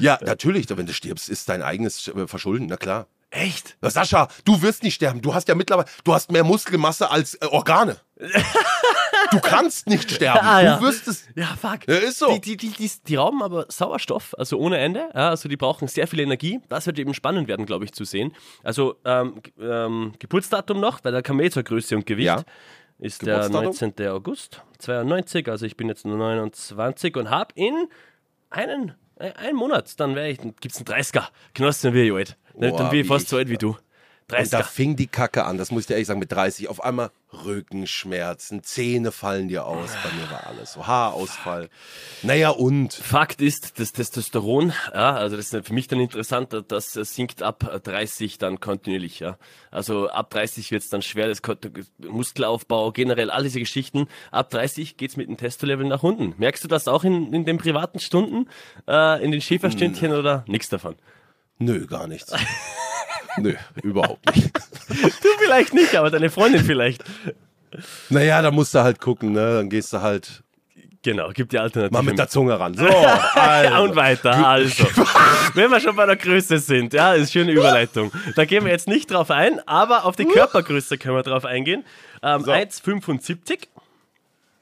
[SPEAKER 2] ja, natürlich, wenn du stirbst, ist dein eigenes äh, Verschulden, na klar.
[SPEAKER 3] Echt?
[SPEAKER 2] Sascha, du wirst nicht sterben. Du hast ja mittlerweile, du hast mehr Muskelmasse als äh, Organe. Du kannst nicht sterben.
[SPEAKER 3] Ah, ja.
[SPEAKER 2] Du wirst es.
[SPEAKER 3] Ja, fuck.
[SPEAKER 2] Ja, ist so.
[SPEAKER 3] Die, die, die, die, die rauben aber Sauerstoff, also ohne Ende. Ja, also die brauchen sehr viel Energie. Das wird eben spannend werden, glaube ich, zu sehen. Also ähm, Ge- ähm, Geburtsdatum noch, weil da kam eh zur Größe und Gewicht.
[SPEAKER 2] Ja.
[SPEAKER 3] Ist der
[SPEAKER 2] Geburtsdatum?
[SPEAKER 3] 19. August 92, also ich bin jetzt nur 29 und habe in einen, äh, einen Monat, dann wäre ich, gibt es einen 30er. Knossi, dann wäre ich alt. Dann-
[SPEAKER 2] Boah,
[SPEAKER 3] dann bin ich
[SPEAKER 2] wie
[SPEAKER 3] fast
[SPEAKER 2] ich-
[SPEAKER 3] so alt wie du.
[SPEAKER 2] Und da
[SPEAKER 3] 30er.
[SPEAKER 2] fing die Kacke an, das muss ich dir ehrlich sagen, mit 30. Auf einmal Rückenschmerzen, Zähne fallen dir aus. Bei mir war alles so. Haarausfall. Naja, und.
[SPEAKER 3] Fakt ist, das Testosteron, ja, also das ist für mich dann interessant, das sinkt ab 30 dann kontinuierlich, ja. Also ab 30 wird es dann schwer, das Kon- Muskelaufbau, generell all diese Geschichten. Ab 30 geht's mit dem Testolevel nach unten. Merkst du das auch in, in den privaten Stunden, äh, in den Schäferstündchen oder nichts davon?
[SPEAKER 2] Nö, gar nichts. Nö, überhaupt nicht.
[SPEAKER 3] Du vielleicht nicht, aber deine Freundin vielleicht.
[SPEAKER 2] Naja, da musst du halt gucken, ne? Dann gehst du halt
[SPEAKER 3] Genau, gibt die Alternative.
[SPEAKER 2] mal mit der Zunge ran. So,
[SPEAKER 3] Ja,
[SPEAKER 2] also.
[SPEAKER 3] und weiter, also. Wenn wir schon bei der Größe sind, ja, ist schöne Überleitung. Da gehen wir jetzt nicht drauf ein, aber auf die Körpergröße können wir drauf eingehen. Ähm, 1,75.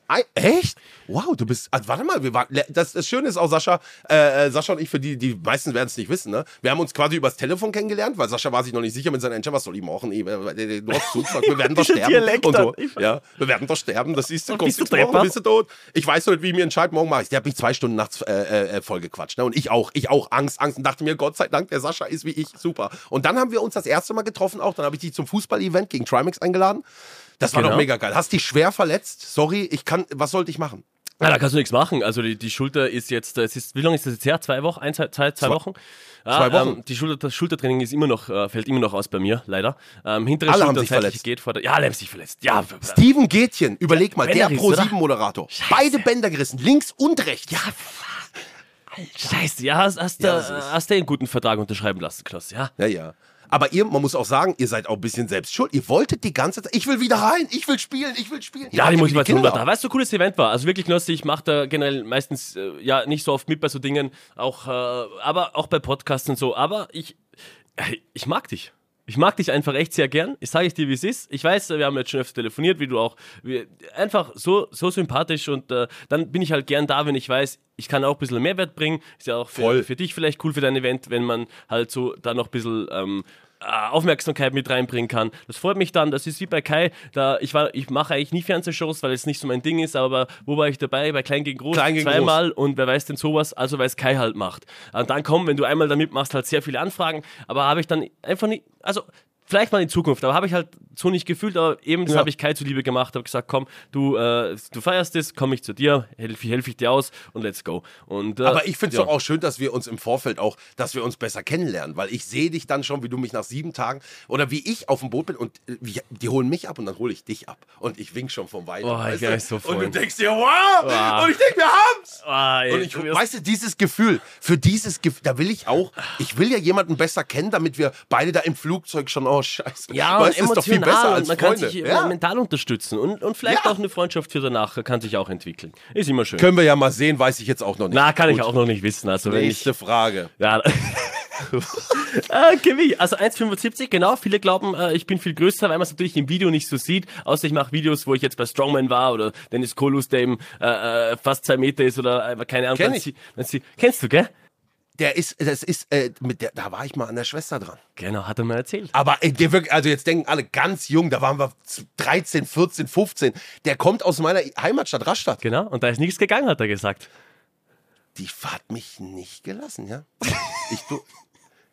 [SPEAKER 2] Ei, echt? Wow, du bist. ah, Warte mal, wir waren, das, das Schöne ist auch, Sascha, äh, äh, Sascha und ich, für die, die meisten werden es nicht wissen, ne? Wir haben uns quasi übers Telefon kennengelernt, weil Sascha war sich noch nicht sicher mit seiner Entscheidung, was soll ich machen? Ich, äh, äh, du hast zugesagt, wir werden doch
[SPEAKER 3] Dieser
[SPEAKER 2] sterben.
[SPEAKER 3] Dialekt
[SPEAKER 2] und so.
[SPEAKER 3] dann. Ich-
[SPEAKER 2] Ja, wir werden doch sterben, das ist du,
[SPEAKER 3] bist
[SPEAKER 2] kommst
[SPEAKER 3] du
[SPEAKER 2] du morgen,
[SPEAKER 3] deppert?
[SPEAKER 2] bist du tot. Ich weiß noch nicht, wie ich mir entscheide, morgen mache ich Der hat mich zwei Stunden nachts äh, äh, äh, vollgequatscht, ne? Und ich auch, ich auch, Angst, Angst und dachte mir, Gott sei Dank, der Sascha ist wie ich, super. Und dann haben wir uns das erste Mal getroffen auch, dann habe ich dich zum Fußball-Event gegen Trimax eingeladen. Das war
[SPEAKER 3] Genau.
[SPEAKER 2] doch mega geil. Hast dich schwer verletzt? Sorry, ich kann. Was sollte ich machen?
[SPEAKER 3] Na, da kannst du nichts machen. Also die, die Schulter ist jetzt, äh, es ist, wie lange ist das jetzt her? Zwei Wochen? Ein, zwei, zwei, zwei Wochen? Ja,
[SPEAKER 2] zwei Wochen.
[SPEAKER 3] Ähm, die Schulter, das Schultertraining ist immer noch, äh, fällt immer noch aus bei mir, leider. Ähm, hintere
[SPEAKER 2] Alle haben
[SPEAKER 3] Schulter
[SPEAKER 2] sich
[SPEAKER 3] seitliche
[SPEAKER 2] verletzt.
[SPEAKER 3] geht vor der, ja, alle haben sich verletzt. Ja,
[SPEAKER 2] Steven Gätchen, überleg mal,
[SPEAKER 3] Bänder
[SPEAKER 2] der
[SPEAKER 3] riss, oder?
[SPEAKER 2] Pro-7-Moderator. Beide Bänder gerissen, links und rechts. Ja,
[SPEAKER 3] scheiße. Ja, hast, hast,
[SPEAKER 2] Ja,
[SPEAKER 3] ja,
[SPEAKER 2] das ist-
[SPEAKER 3] hast du einen guten Vertrag unterschreiben lassen, Klaus, ja?
[SPEAKER 2] ja. ja. Aber ihr, man muss auch sagen, ihr seid auch ein bisschen selbst schuld. Ihr wolltet die ganze Zeit, ich will wieder rein, ich will spielen, ich will spielen. Ihr
[SPEAKER 3] Ja,
[SPEAKER 2] wart
[SPEAKER 3] die
[SPEAKER 2] wie
[SPEAKER 3] Motivation
[SPEAKER 2] Kinder.
[SPEAKER 3] war da. Weißt du, cooles Event war. Also wirklich Knossi, ich mache da generell meistens äh, ja nicht so oft mit bei so Dingen, auch äh, aber auch bei Podcasts und so. Aber ich hey, ich mag dich. Ich mag dich einfach echt sehr gern. Ich sage ich dir, wie es ist. Ich weiß, wir haben jetzt schon öfter telefoniert, wie du auch. Wir, einfach so, so sympathisch und äh, dann bin ich halt gern da, wenn ich weiß, ich kann auch ein bisschen Mehrwert bringen. Ist ja auch für,
[SPEAKER 2] Voll.
[SPEAKER 3] für dich vielleicht cool für dein Event, wenn man halt so da noch ein bisschen ähm, äh, Aufmerksamkeit mit reinbringen kann. Das freut mich dann. Das ist wie bei Kai. Da ich war, ich mache eigentlich nie Fernsehshows, weil es nicht so mein Ding ist, aber wo war ich dabei? Bei Klein gegen Groß
[SPEAKER 2] Klein gegen
[SPEAKER 3] zweimal Fußball und wer weiß denn sowas, also weil es Kai halt macht. Und dann kommen, wenn du einmal damit machst, halt sehr viele Anfragen, aber habe ich dann einfach nicht, also vielleicht mal in Zukunft, aber habe ich halt so nicht gefühlt, aber eben das
[SPEAKER 2] Ja.
[SPEAKER 3] habe ich Kai zuliebe gemacht, habe gesagt, komm, du, äh, du feierst es, komm ich zu dir, helfe helf ich dir aus und let's go. Und, äh,
[SPEAKER 2] Aber ich finde es doch auch schön, dass wir uns im Vorfeld auch, dass wir uns besser kennenlernen, weil ich sehe dich dann schon, wie du mich nach sieben Tagen oder wie ich auf dem Boot bin und äh, wie, die holen mich ab und dann hole ich dich ab und ich wink schon vom Weiden.
[SPEAKER 3] Oh,
[SPEAKER 2] weißt
[SPEAKER 3] ich wär
[SPEAKER 2] du?
[SPEAKER 3] nicht so
[SPEAKER 2] und du
[SPEAKER 3] freuen.
[SPEAKER 2] denkst dir, wow!
[SPEAKER 3] Wow.
[SPEAKER 2] Und ich denke, wir haben's!
[SPEAKER 3] Ah, ey,
[SPEAKER 2] Und ich,
[SPEAKER 3] du wirst-
[SPEAKER 2] weißt du, dieses Gefühl, für dieses Gefühl, da will ich auch, ich will ja jemanden besser kennen, damit wir beide da im Flugzeug schon, oh scheiße,
[SPEAKER 3] Ja, und
[SPEAKER 2] weißt, du, ist
[SPEAKER 3] emotional
[SPEAKER 2] doch viel besser
[SPEAKER 3] und
[SPEAKER 2] als
[SPEAKER 3] man
[SPEAKER 2] Freunde.
[SPEAKER 3] kann sich äh,
[SPEAKER 2] ja.
[SPEAKER 3] mental unterstützen und, und vielleicht
[SPEAKER 2] Ja.
[SPEAKER 3] auch eine Freundschaft für danach kann sich auch entwickeln. Ist immer schön.
[SPEAKER 2] Können wir ja mal sehen, weiß ich jetzt auch noch nicht.
[SPEAKER 3] Na, kann ich
[SPEAKER 2] Gut.
[SPEAKER 3] auch noch nicht wissen. Also wenn ich
[SPEAKER 2] Nächste Frage.
[SPEAKER 3] ja. äh, Kimi, also 1,75, genau. Viele glauben, äh, ich bin viel größer, weil man es natürlich im Video nicht so sieht. Außer ich mache Videos, wo ich jetzt bei Strongman war oder Dennis Kolus, der eben äh, äh, fast zwei Meter ist oder äh, keine Ahnung.
[SPEAKER 2] Kenn
[SPEAKER 3] Dann
[SPEAKER 2] ich.
[SPEAKER 3] sie- dann sie- Kennst du, gell?
[SPEAKER 2] Der ist, das ist, äh, mit der, da war ich mal an der Schwester dran.
[SPEAKER 3] Genau, hat er mir erzählt.
[SPEAKER 2] Aber äh, der wirklich, also jetzt denken alle ganz jung, da waren wir z- 13, 14, 15. Der kommt aus meiner Heimatstadt Rastatt.
[SPEAKER 3] Genau, und da ist nichts gegangen, hat er gesagt.
[SPEAKER 2] Die hat mich nicht gelassen, ja. Ich du,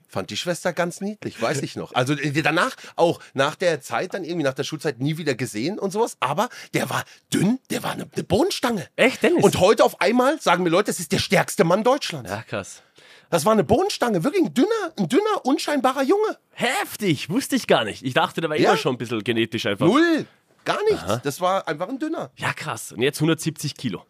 [SPEAKER 2] fand die Schwester ganz niedlich, weiß ich noch. Also äh, danach auch nach der Zeit dann irgendwie nach der Schulzeit nie wieder gesehen und sowas. Aber der war dünn, der war eine, eine Bohnenstange.
[SPEAKER 3] Echt, Dennis?
[SPEAKER 2] Und heute auf einmal sagen mir Leute, das ist der stärkste Mann Deutschlands.
[SPEAKER 3] ja, krass.
[SPEAKER 2] Das war eine Bohnenstange, wirklich ein dünner, ein dünner, unscheinbarer Junge.
[SPEAKER 3] Heftig, wusste ich gar nicht. Ich dachte, der war
[SPEAKER 2] Ja.
[SPEAKER 3] immer schon ein bisschen genetisch einfach.
[SPEAKER 2] Null, gar nichts. Das war einfach ein dünner.
[SPEAKER 3] Ja, krass. Und jetzt 170 Kilo.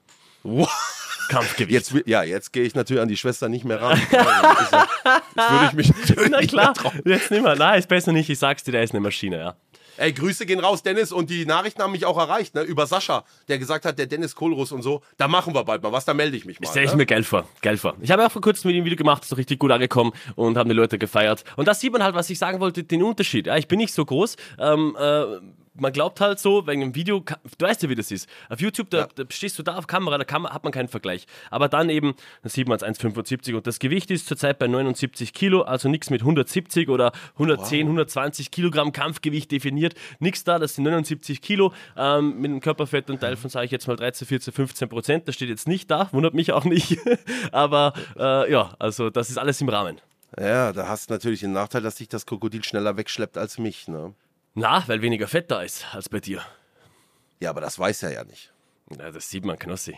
[SPEAKER 3] Kampfgewicht.
[SPEAKER 2] Jetzt, wi- ja, jetzt gehe ich natürlich an die Schwester nicht mehr ran. Also, Jetzt würde ich mich natürlich
[SPEAKER 3] Na
[SPEAKER 2] nicht
[SPEAKER 3] klar,
[SPEAKER 2] mehr trauen.
[SPEAKER 3] jetzt nimmer. Na, ist besser nicht. Ich sag's dir, der ist eine Maschine, ja.
[SPEAKER 2] Ey, Grüße gehen raus, Dennis. Und die Nachrichten haben mich auch erreicht, ne? Über Sascha, der gesagt hat, der Dennis Kohlruss und so. Da machen wir bald mal was, da melde ich mich mal.
[SPEAKER 3] Stell ich
[SPEAKER 2] ne?
[SPEAKER 3] mir geil vor, geil vor. Ich habe auch vor kurzem mit ihm ein Video gemacht, ist doch richtig gut angekommen und haben die Leute gefeiert. Und da sieht man halt, was ich sagen wollte, den Unterschied. Ja, ich bin nicht so groß. Ähm, äh, man glaubt halt so, wegen dem Video, ka- du weißt ja, wie das ist. Auf YouTube, da, da stehst du da auf Kamera, da kann, man- hat man keinen Vergleich. Aber dann eben, da sieht man es 1,75 und das Gewicht ist zurzeit bei 79 Kilo, also nichts mit 170 oder 110, 120 Kilogramm Kampfgewicht definiert. Nichts da, das sind 79 Kilo ähm, mit einem Körperfettanteil von, sage ich jetzt mal, 13, 14, 15 Prozent. Das steht jetzt nicht da, wundert mich auch nicht. Aber äh, ja, also das ist alles im Rahmen.
[SPEAKER 2] Ja, da hast du natürlich den Nachteil, dass dich das Krokodil schneller wegschleppt als mich, ne?
[SPEAKER 3] Na, weil weniger Fett da ist als bei dir.
[SPEAKER 2] Ja, aber das weiß er ja nicht.
[SPEAKER 3] Ja, das sieht man, Knossi.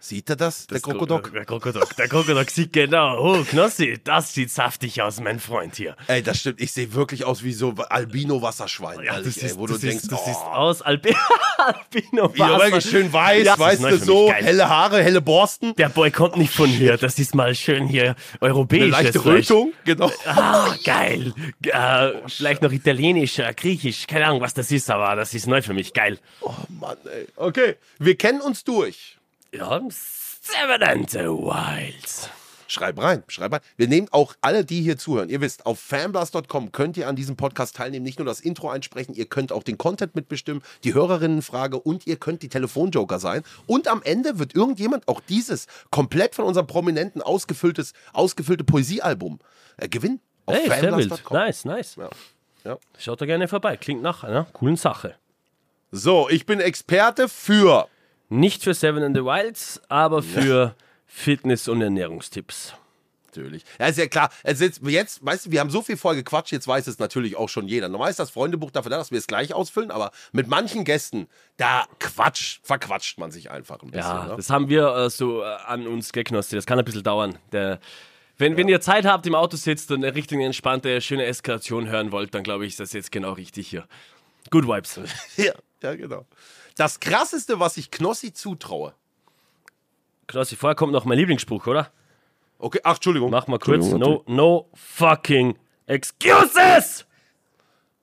[SPEAKER 2] Sieht er das, der
[SPEAKER 3] Das Kro-
[SPEAKER 2] Krokodok?
[SPEAKER 3] Der Krokodok. Der Krokodok sieht genau. Oh, Knossi, das sieht saftig aus, mein Freund hier.
[SPEAKER 2] Ey, das stimmt. Ich sehe wirklich aus wie so Albino-Wasserschwein.
[SPEAKER 3] Ja,
[SPEAKER 2] ehrlich,
[SPEAKER 3] das
[SPEAKER 2] ey,
[SPEAKER 3] ist,
[SPEAKER 2] Also wo
[SPEAKER 3] das
[SPEAKER 2] du
[SPEAKER 3] ist,
[SPEAKER 2] denkst,
[SPEAKER 3] das
[SPEAKER 2] oh,
[SPEAKER 3] ist aus Albi Albino
[SPEAKER 2] wie er wirklich schön weiß,
[SPEAKER 3] Ja, das
[SPEAKER 2] weißt
[SPEAKER 3] ist neu
[SPEAKER 2] du,
[SPEAKER 3] für mich,
[SPEAKER 2] so
[SPEAKER 3] geil.
[SPEAKER 2] helle Haare, helle Borsten.
[SPEAKER 3] Der Boy kommt nicht von hier. Das ist mal schön hier
[SPEAKER 2] Eine
[SPEAKER 3] europäisches
[SPEAKER 2] leichte
[SPEAKER 3] Fleisch.
[SPEAKER 2] Rötung, Oh, genau.
[SPEAKER 3] Ah, geil. Äh, vielleicht noch italienisch, äh, griechisch, keine Ahnung, was das ist, aber das ist neu für mich. Geil.
[SPEAKER 2] Oh Mann, ey. Okay, wir kennen uns durch.
[SPEAKER 3] Ja, Seven and the Wilds.
[SPEAKER 2] Schreib rein, schreib rein. Wir nehmen auch alle, die hier zuhören. Ihr wisst, auf fanblast.com könnt ihr an diesem Podcast teilnehmen. Nicht nur das Intro einsprechen, ihr könnt auch den Content mitbestimmen, die Hörerinnenfrage und ihr könnt die Telefonjoker sein. Und am Ende wird irgendjemand auch dieses komplett von unserem Prominenten ausgefülltes, ausgefüllte Poesiealbum äh, gewinnen. Auf
[SPEAKER 3] Hey, sehr wild.
[SPEAKER 2] fanblast.com.
[SPEAKER 3] Nice, nice.
[SPEAKER 2] Ja. Ja.
[SPEAKER 3] Schaut da gerne vorbei. Klingt nach einer coolen Sache.
[SPEAKER 2] So, ich bin Experte für
[SPEAKER 3] Nicht für Seven and the Wilds, aber für Fitness- und Ernährungstipps.
[SPEAKER 2] Natürlich. Ja, ist ja klar. Es ist jetzt, weißt du, wir haben so viel vorher gequatscht, jetzt weiß es natürlich auch schon jeder. Normal ist das Freundebuch dafür da, dass wir es gleich ausfüllen, aber mit manchen Gästen, da quatscht, verquatscht man sich einfach ein bisschen.
[SPEAKER 3] Ja,
[SPEAKER 2] ne?
[SPEAKER 3] das haben wir äh, so äh, an uns geknostet. Das kann ein bisschen dauern. Der, wenn, wenn ihr Zeit habt, im Auto sitzt und eine richtig entspannte, schöne Eskalation hören wollt, dann glaube ich, ist das jetzt genau richtig hier. Good Vibes.
[SPEAKER 2] ja, ja, genau. Das krasseste, was ich Knossi zutraue.
[SPEAKER 3] Knossi, vorher kommt noch mein Lieblingsspruch, oder?
[SPEAKER 2] Okay, ach, Entschuldigung.
[SPEAKER 3] Mach mal kurz.
[SPEAKER 2] Entschuldigung,
[SPEAKER 3] No, no fucking excuses!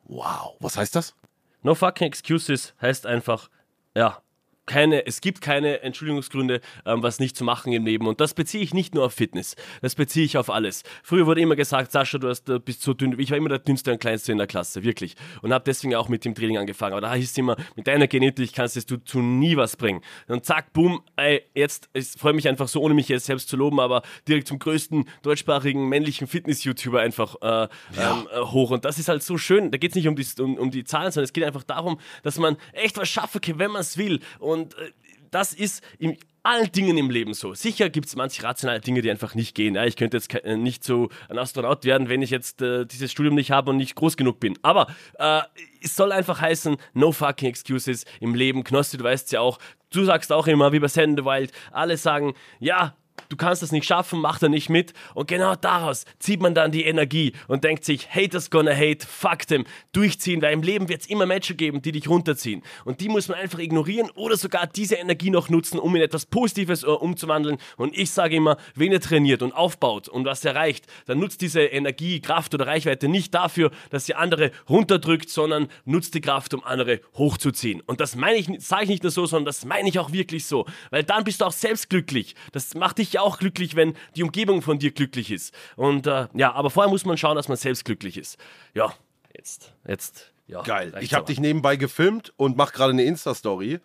[SPEAKER 2] Wow, was heißt das?
[SPEAKER 3] No fucking excuses heißt einfach, ja, keine, es gibt keine Entschuldigungsgründe, ähm, was nicht zu machen im Leben. Und das beziehe ich nicht nur auf Fitness, das beziehe ich auf alles. Früher wurde immer gesagt, Sascha, du hast, äh, bist so dünn. Ich war immer der dünnste und kleinste in der Klasse, wirklich. Und habe deswegen auch mit dem Training angefangen. Aber da hieß es immer, mit deiner Genetik kannst es du zu nie was bringen. Und zack, boom, ey, jetzt, ich freue mich einfach so, ohne mich jetzt selbst zu loben, aber direkt zum größten deutschsprachigen männlichen Fitness-YouTuber einfach äh, ähm, äh, hoch. Und das ist halt so schön. Da geht es nicht um die, um, um die Zahlen, sondern es geht einfach darum, dass man echt was schaffen kann, wenn man es will. Und äh, das ist im allen Dingen im Leben so. Sicher gibt es manche rationale Dinge, die einfach nicht gehen. Ja, ich könnte jetzt ke- äh, nicht so ein Astronaut werden, wenn ich jetzt äh, dieses Studium nicht habe und nicht groß genug bin. Aber äh, es soll einfach heißen, no fucking excuses im Leben. Knossi, du weißt ja auch, du sagst auch immer, wie bei Sand Wild, alle sagen, ja, du kannst das nicht schaffen, mach da nicht mit. Und genau daraus zieht man dann die Energie und denkt sich, haters gonna hate, fuck them, durchziehen, weil im Leben wird es immer Menschen geben, die dich runterziehen. Und die muss man einfach ignorieren oder sogar diese Energie noch nutzen, um in etwas Positives äh, umzuwandeln. Und ich sage immer, wenn ihr trainiert und aufbaut und was erreicht, dann nutzt diese Energie, Kraft oder Reichweite nicht dafür, dass ihr andere runterdrückt, sondern nutzt die Kraft, um andere hochzuziehen. Und das meine ich, sage ich nicht nur so, sondern das meine ich auch wirklich so. Weil dann bist du auch selbst glücklich. Das macht dich ja auch glücklich, wenn die Umgebung von dir glücklich ist. Und äh, ja, aber vorher muss man schauen, dass man selbst glücklich ist. Ja, jetzt, jetzt, ja.
[SPEAKER 2] Geil.
[SPEAKER 3] reicht's
[SPEAKER 2] Ich habe
[SPEAKER 3] aber.
[SPEAKER 2] dich nebenbei gefilmt und mache gerade eine Insta-Story.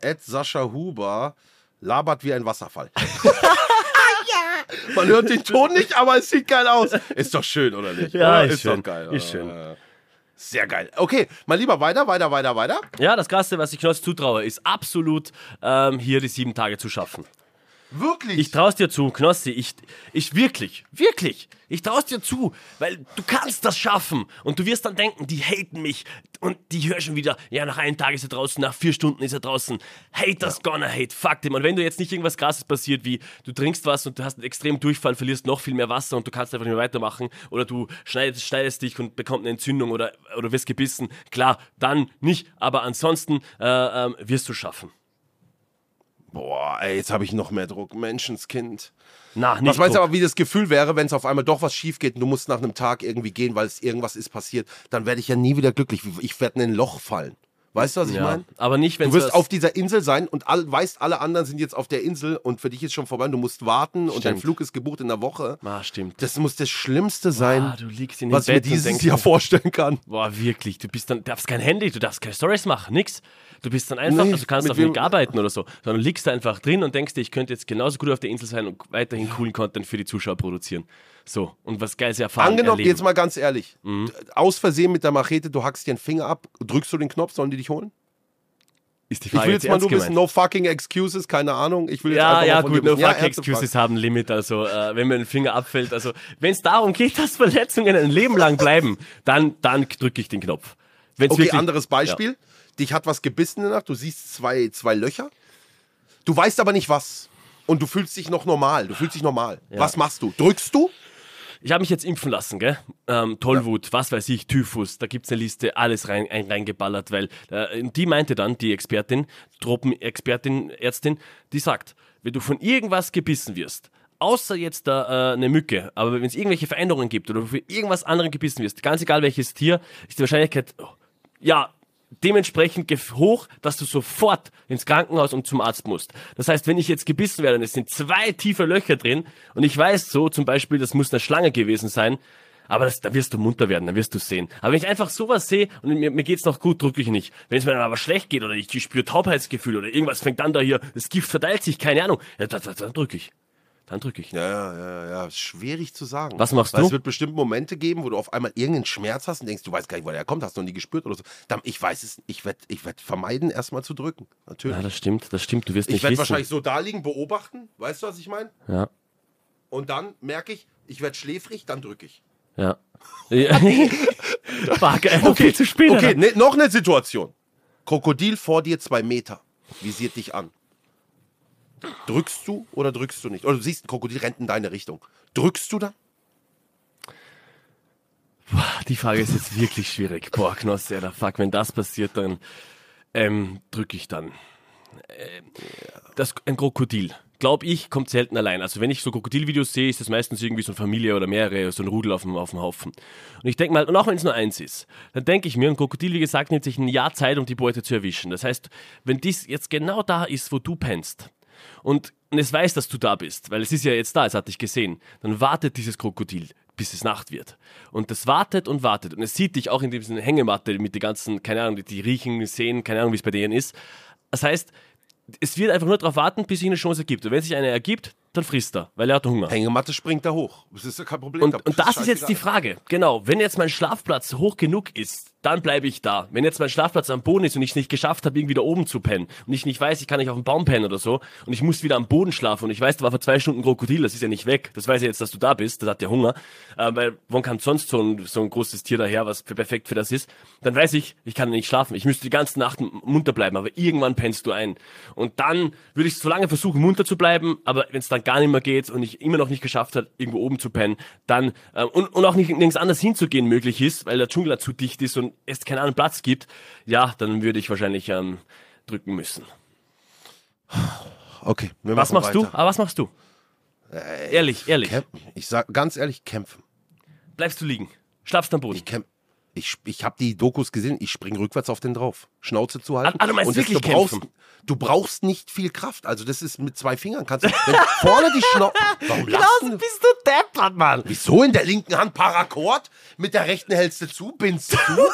[SPEAKER 2] Ed Sascha Huber labert wie ein Wasserfall. Man hört den Ton nicht, aber es sieht geil aus. Ist doch schön, oder nicht?
[SPEAKER 3] Ja,
[SPEAKER 2] oder?
[SPEAKER 3] ist schön.
[SPEAKER 2] doch geil.
[SPEAKER 3] Ist schön.
[SPEAKER 2] Äh, Sehr geil. Okay, mal lieber weiter, weiter, weiter, weiter.
[SPEAKER 3] Ja, das Krasse, was ich Knoss zutraue, ist absolut, ähm, hier die sieben Tage zu schaffen.
[SPEAKER 2] Wirklich.
[SPEAKER 3] Ich traust dir zu, Knossi. Ich, ich wirklich, wirklich. Ich traust dir zu, weil du kannst das schaffen. Und du wirst dann denken, die haten mich. Und die hören schon wieder, ja, nach einem Tag ist er draußen, nach vier Stunden ist er draußen. Haters gonna hate, fuck them. Und wenn du jetzt nicht irgendwas Krasses passiert, wie du trinkst was und du hast einen extremen Durchfall, verlierst noch viel mehr Wasser und du kannst einfach nicht mehr weitermachen oder du schneidest, schneidest dich und bekommst eine Entzündung oder, oder wirst gebissen, klar, dann nicht. Aber ansonsten äh, ähm, wirst du schaffen.
[SPEAKER 2] Boah, ey, jetzt habe ich noch mehr Druck. Menschenskind.
[SPEAKER 3] Na, nicht
[SPEAKER 2] Was meinst du
[SPEAKER 3] Druck.
[SPEAKER 2] aber, wie das Gefühl wäre, wenn es auf einmal doch was schief geht und du musst nach einem Tag irgendwie gehen, weil es irgendwas ist passiert? Dann werde ich ja nie wieder glücklich. Ich werde in ein Loch fallen. Weißt du, was ich
[SPEAKER 3] ja,
[SPEAKER 2] meine?
[SPEAKER 3] aber nicht, wenn
[SPEAKER 2] Du wirst auf dieser Insel sein und all, weißt, alle anderen sind jetzt auf der Insel und für dich ist schon vorbei. und Du musst warten und dein
[SPEAKER 3] Stimmt.
[SPEAKER 2] Flug ist gebucht in der Woche.
[SPEAKER 3] Ah, stimmt.
[SPEAKER 2] Das muss das Schlimmste sein,
[SPEAKER 3] Ah, du liegst in dem
[SPEAKER 2] was ich mir
[SPEAKER 3] Bett und
[SPEAKER 2] dieses
[SPEAKER 3] denkst,
[SPEAKER 2] Jahr vorstellen kann.
[SPEAKER 3] boah, wirklich, du bist dann, darfst kein Handy, du darfst keine Stories machen, nix. Du bist dann einfach,
[SPEAKER 2] Nee,
[SPEAKER 3] also du kannst
[SPEAKER 2] mit
[SPEAKER 3] auch nicht
[SPEAKER 2] wem-
[SPEAKER 3] arbeiten oder so, sondern liegst da einfach drin und denkst dir, ich könnte jetzt genauso gut auf der Insel sein und weiterhin coolen Content für die Zuschauer produzieren. So, und was Geiles erfahren.
[SPEAKER 2] Angenommen,
[SPEAKER 3] erleben. Mhm.
[SPEAKER 2] jetzt mal ganz ehrlich, d- aus Versehen mit der Machete, du hackst dir einen Finger ab, drückst du den Knopf, sollen die dich holen?
[SPEAKER 3] ist die
[SPEAKER 2] Ich
[SPEAKER 3] Frage
[SPEAKER 2] will jetzt mal
[SPEAKER 3] ernst
[SPEAKER 2] nur wissen,
[SPEAKER 3] gemeint.
[SPEAKER 2] no fucking excuses, keine Ahnung. Ich will jetzt
[SPEAKER 3] ja,
[SPEAKER 2] einfach
[SPEAKER 3] ja,
[SPEAKER 2] mal von
[SPEAKER 3] gut,
[SPEAKER 2] dir
[SPEAKER 3] no
[SPEAKER 2] wissen. Ja,
[SPEAKER 3] fuck
[SPEAKER 2] ernste Frage.
[SPEAKER 3] excuses haben Limit, also äh, wenn mir ein Finger abfällt, also wenn es darum geht, dass Verletzungen ein Leben lang bleiben, dann, dann drücke ich den Knopf. Wenn's
[SPEAKER 2] Okay,
[SPEAKER 3] wirklich-
[SPEAKER 2] anderes Beispiel. Dich hat was gebissen in der Nacht, du siehst zwei, zwei Löcher. Du weißt aber nicht was. Und du fühlst dich noch normal. Du fühlst dich normal. Was machst du? Drückst du?
[SPEAKER 3] Ich habe mich jetzt impfen lassen, gell? Ähm, Tollwut, was weiß ich, Typhus, da gibt's eine Liste, alles rein, ein, reingeballert, weil äh, die meinte dann, die Expertin, Tropenexpertin, Ärztin, die sagt, wenn du von irgendwas gebissen wirst, außer jetzt da äh, eine Mücke, aber wenn es irgendwelche Veränderungen gibt oder du von irgendwas anderem gebissen wirst, ganz egal welches Tier, ist die Wahrscheinlichkeit, oh, ja, dementsprechend gef- hoch, dass du sofort ins Krankenhaus und zum Arzt musst. Das heißt, wenn ich jetzt gebissen werde und es sind zwei tiefe Löcher drin und ich weiß so zum Beispiel, das muss eine Schlange gewesen sein, aber das, da wirst du munter werden, da wirst du sehen. Aber wenn ich einfach sowas sehe und mir, mir geht's noch gut, drücke ich nicht. Wenn es mir dann aber schlecht geht oder ich spüre Taubheitsgefühl oder irgendwas fängt an da hier, das Gift verteilt sich, keine Ahnung, ja, dann, dann, dann drücke ich. Dann drücke ich.
[SPEAKER 2] Ja, ja, ja, ja. ist Schwierig zu sagen.
[SPEAKER 3] Was machst
[SPEAKER 2] Weil
[SPEAKER 3] du?
[SPEAKER 2] Es wird bestimmt Momente geben, wo du auf einmal irgendeinen Schmerz hast und denkst, du weißt gar nicht, wo der kommt, hast du noch nie gespürt oder so. Dann, ich weiß es, ich werde ich werd vermeiden, erstmal zu drücken. Natürlich.
[SPEAKER 3] Ja, das stimmt, das stimmt, du wirst
[SPEAKER 2] ich
[SPEAKER 3] nicht
[SPEAKER 2] werde
[SPEAKER 3] wissen.
[SPEAKER 2] wahrscheinlich so da liegen, beobachten, weißt du, was ich meine?
[SPEAKER 3] ja,
[SPEAKER 2] Und dann merke ich, ich werde schläfrig, dann drücke ich.
[SPEAKER 3] ja. ja. Fuck, ey, okay, zu spät. Alter.
[SPEAKER 2] Okay, ne, noch eine Situation. Krokodil vor dir zwei Meter, visiert dich an. Drückst du oder drückst du nicht? Oder du siehst, ein Krokodil rennt in deine Richtung. Drückst du dann?
[SPEAKER 3] Die Frage ist jetzt wirklich schwierig. Boah, Knosse, Alter, fuck, wenn das passiert, dann ähm, drücke ich dann. Ähm, das, ein Krokodil, glaube ich, kommt selten allein. Also wenn ich so Krokodilvideos sehe, ist das meistens irgendwie so eine Familie oder mehrere, so ein Rudel auf dem, auf dem Haufen. Und ich denke mal, und auch wenn es nur eins ist, dann denke ich mir, ein Krokodil, wie gesagt, nimmt sich ein Jahr Zeit, um die Beute zu erwischen. Das heißt, wenn dies jetzt genau da ist, wo du pennst, und, und es weiß, dass du da bist, weil es ist ja jetzt da, es hat dich gesehen, dann wartet dieses Krokodil, bis es Nacht wird. Und das wartet und wartet. Und es sieht dich auch in diesem Hängematte mit den ganzen, keine Ahnung, die, die riechen, sehen, keine Ahnung, wie es bei denen ist. Das heißt, es wird einfach nur darauf warten, bis sich eine Chance ergibt. Und wenn sich eine ergibt, dann frisst er, weil er hat Hunger.
[SPEAKER 2] Hängematte springt da hoch. Das ist ja kein Problem.
[SPEAKER 3] Und,
[SPEAKER 2] Da-
[SPEAKER 3] und das ist jetzt die
[SPEAKER 2] Scheißegal.
[SPEAKER 3] Frage. Genau, wenn jetzt mein Schlafplatz hoch genug ist, dann bleibe ich da. Wenn jetzt mein Schlafplatz am Boden ist und ich es nicht geschafft habe, irgendwie da oben zu pennen und ich nicht weiß, ich kann nicht auf dem Baum pennen oder so und ich muss wieder am Boden schlafen und ich weiß, da war vor zwei Stunden ein Krokodil, das ist ja nicht weg. Das weiß ja jetzt, dass du da bist, das hat ja Hunger. Äh, weil wann kommt sonst so ein, so ein großes Tier daher, was für- perfekt für das ist? Dann weiß ich, ich kann nicht schlafen. Ich müsste die ganze Nacht m- munter bleiben, aber irgendwann pennst du ein. Und dann würde ich so lange versuchen, munter zu bleiben, aber wenn es dann gar nicht mehr geht und ich immer noch nicht geschafft habe, irgendwo oben zu pennen, dann äh, und, und auch nicht nirgends anders hinzugehen möglich ist, weil der Dschungel da zu dicht ist und es keinen anderen Platz gibt, ja, dann würde ich wahrscheinlich ähm, drücken müssen.
[SPEAKER 2] Okay. wir
[SPEAKER 3] Was
[SPEAKER 2] machen
[SPEAKER 3] machst du?
[SPEAKER 2] weiter.
[SPEAKER 3] Ah, was machst du?
[SPEAKER 4] Äh,
[SPEAKER 3] ehrlich, ehrlich.
[SPEAKER 2] Kämpfen. Ich sag ganz ehrlich, kämpfen.
[SPEAKER 3] Bleibst du liegen? Schlafst am Boden?
[SPEAKER 2] Ich kämpf. Ich, ich habe die Dokus gesehen, ich spring rückwärts auf den drauf. Schnauze zu halten.
[SPEAKER 3] Ah, ah, du meinst
[SPEAKER 2] das-
[SPEAKER 3] wirklich
[SPEAKER 2] du brauchst,
[SPEAKER 3] kämpfen?
[SPEAKER 2] du brauchst nicht viel Kraft. Also das ist mit zwei Fingern kannst du. Wenn vorne die Schnauze. Warum lassen?
[SPEAKER 4] bist du deppert, Mann.
[SPEAKER 2] Wieso in der linken Hand Paracord? Mit der rechten hältst du zu, bindst du zu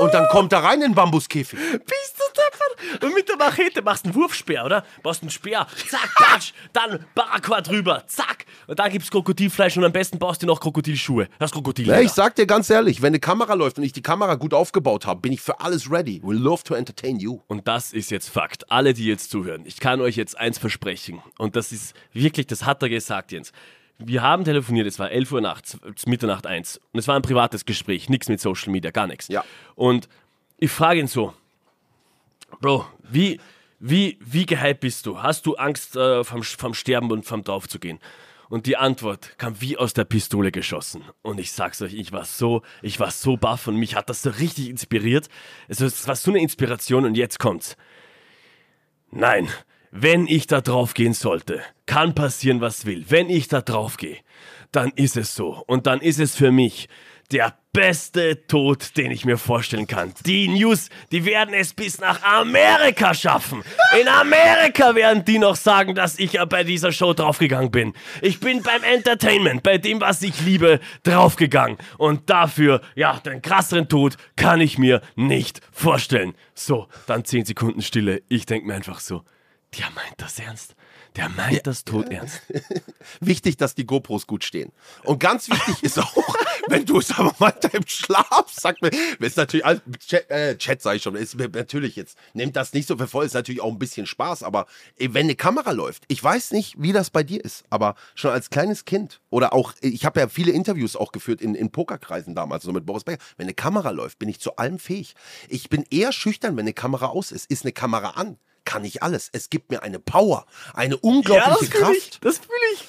[SPEAKER 2] und dann kommt er rein in den Bambuskäfig.
[SPEAKER 3] Bist du deppert? Und mit der Machete machst du einen Wurfspeer, oder? Baust einen Speer, zack, patsch, dann Paraquat drüber, zack. Und dann gibt's Krokodilfleisch und am besten baust du noch Krokodilschuhe. Das Krokodil.
[SPEAKER 2] Ja, ich sag dir ganz ehrlich, wenn eine Kamera läuft und ich die Kamera gut aufgebaut habe, bin ich für alles ready. We love to entertain you.
[SPEAKER 3] Und das ist jetzt Fakt. Alle, die jetzt zuhören, ich kann euch jetzt eins versprechen. Und das ist wirklich, das hat er gesagt, Jens. Wir haben telefoniert, es war 11 Uhr nachts, es ist Mitternacht eins. Und es war ein privates Gespräch, nichts mit Social Media, gar nichts.
[SPEAKER 2] Ja.
[SPEAKER 3] Und ich frage ihn so, Bro, wie, wie, wie gehypt bist du? Hast du Angst äh, vom, Sch- vom Sterben und vom Draufzugehen? Und die Antwort kam wie aus der Pistole geschossen. Und ich sag's euch, ich war so, ich war so baff und mich hat das so richtig inspiriert. Also, es war so eine Inspiration und jetzt kommt's. Nein, wenn ich da drauf gehen sollte, kann passieren, was will. Wenn ich da drauf gehe, dann ist es so. Und dann ist es für mich der beste Tod, den ich mir vorstellen kann. Die News, die werden es bis nach Amerika schaffen. In Amerika werden die noch sagen, dass ich ja bei dieser Show draufgegangen bin. Ich bin beim Entertainment, bei dem, was ich liebe, draufgegangen. Und dafür, ja, den krasseren Tod kann ich mir nicht vorstellen. So, dann 10 Sekunden Stille. Ich denke mir einfach so, der meint das ernst. Der meint das tot ernst.
[SPEAKER 2] Wichtig, dass die GoPros gut stehen. Und ganz wichtig ist auch, wenn du es aber weiter im Schlaf, sag mir, ist natürlich, alles- Chat, äh, Chat sag ich schon, ist mir natürlich jetzt, nehmt das nicht so für voll, ist natürlich auch ein bisschen Spaß, aber äh, wenn eine Kamera läuft, ich weiß nicht, wie das bei dir ist, aber schon als kleines Kind oder auch, äh, ich habe ja viele Interviews auch geführt in, in Pokerkreisen damals, so mit Boris Becker, wenn eine Kamera läuft, bin ich zu allem fähig. Ich bin eher schüchtern, wenn eine Kamera aus ist. Ist eine Kamera an? Kann ich alles. Es gibt mir eine Power, eine unglaubliche Kraft.
[SPEAKER 3] Das fühle ich.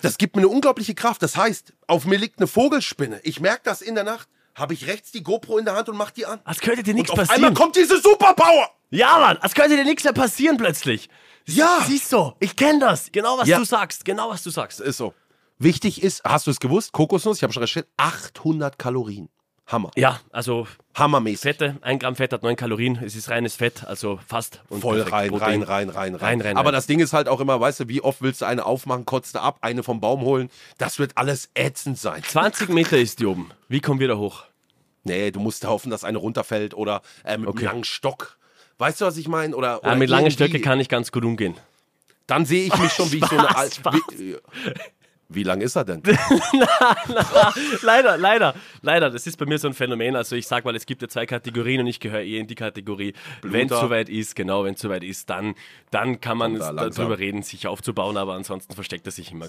[SPEAKER 2] Das gibt mir eine unglaubliche Kraft. Das heißt, auf mir liegt eine Vogelspinne. Ich merke das in der Nacht. Habe ich rechts die GoPro in der Hand und mach die an.
[SPEAKER 3] Als könnte dir
[SPEAKER 2] Und
[SPEAKER 3] nichts
[SPEAKER 2] auf einmal
[SPEAKER 3] passieren.
[SPEAKER 2] kommt diese Superpower.
[SPEAKER 3] Ja, Mann, als könnte dir nichts mehr passieren plötzlich.
[SPEAKER 2] Ja.
[SPEAKER 3] Siehst du, ich kenne das. Genau, was
[SPEAKER 2] Ja.
[SPEAKER 3] du sagst. Genau, was du sagst.
[SPEAKER 2] Ist so. Wichtig ist, hast du es gewusst? Kokosnuss, ich habe schon recherchiert, 800 Kalorien. Hammer.
[SPEAKER 3] Ja, also
[SPEAKER 2] Hammermäßig.
[SPEAKER 3] Fette, ein Gramm Fett hat 9 Kalorien. Es ist reines Fett, also fast. Und
[SPEAKER 2] Voll
[SPEAKER 3] perfekt
[SPEAKER 2] rein,
[SPEAKER 3] Protein.
[SPEAKER 2] rein, rein, rein,
[SPEAKER 3] Rein, rein,
[SPEAKER 2] Aber
[SPEAKER 3] rein.
[SPEAKER 2] das Ding ist halt auch immer, weißt du, wie oft willst du eine aufmachen, kotzt du ab, eine vom Baum holen. Das wird alles ätzend sein.
[SPEAKER 3] 20 Meter ist die oben. Wie kommen wir da hoch?
[SPEAKER 2] Nee, du musst hoffen, dass eine runterfällt oder äh, mit einem langen Stock. Weißt du, was ich meine? Oder, oder
[SPEAKER 3] Ah, mit langen
[SPEAKER 2] irgendwie-
[SPEAKER 3] Stöcke kann ich ganz gut umgehen.
[SPEAKER 2] Dann sehe ich mich schon, wie ich so eine
[SPEAKER 3] Spaß,
[SPEAKER 2] Al
[SPEAKER 3] Spaß.
[SPEAKER 2] Wie, äh, wie lang ist er denn?
[SPEAKER 3] leider, leider, leider. Das ist bei mir so ein Phänomen. Also ich sag mal, es gibt ja zwei Kategorien und ich gehöre eher in die Kategorie. Wenn es soweit ist, genau, wenn es soweit ist, dann, dann kann man
[SPEAKER 2] da
[SPEAKER 3] es
[SPEAKER 2] langsam.
[SPEAKER 3] darüber reden, sich aufzubauen, aber ansonsten versteckt er sich immer.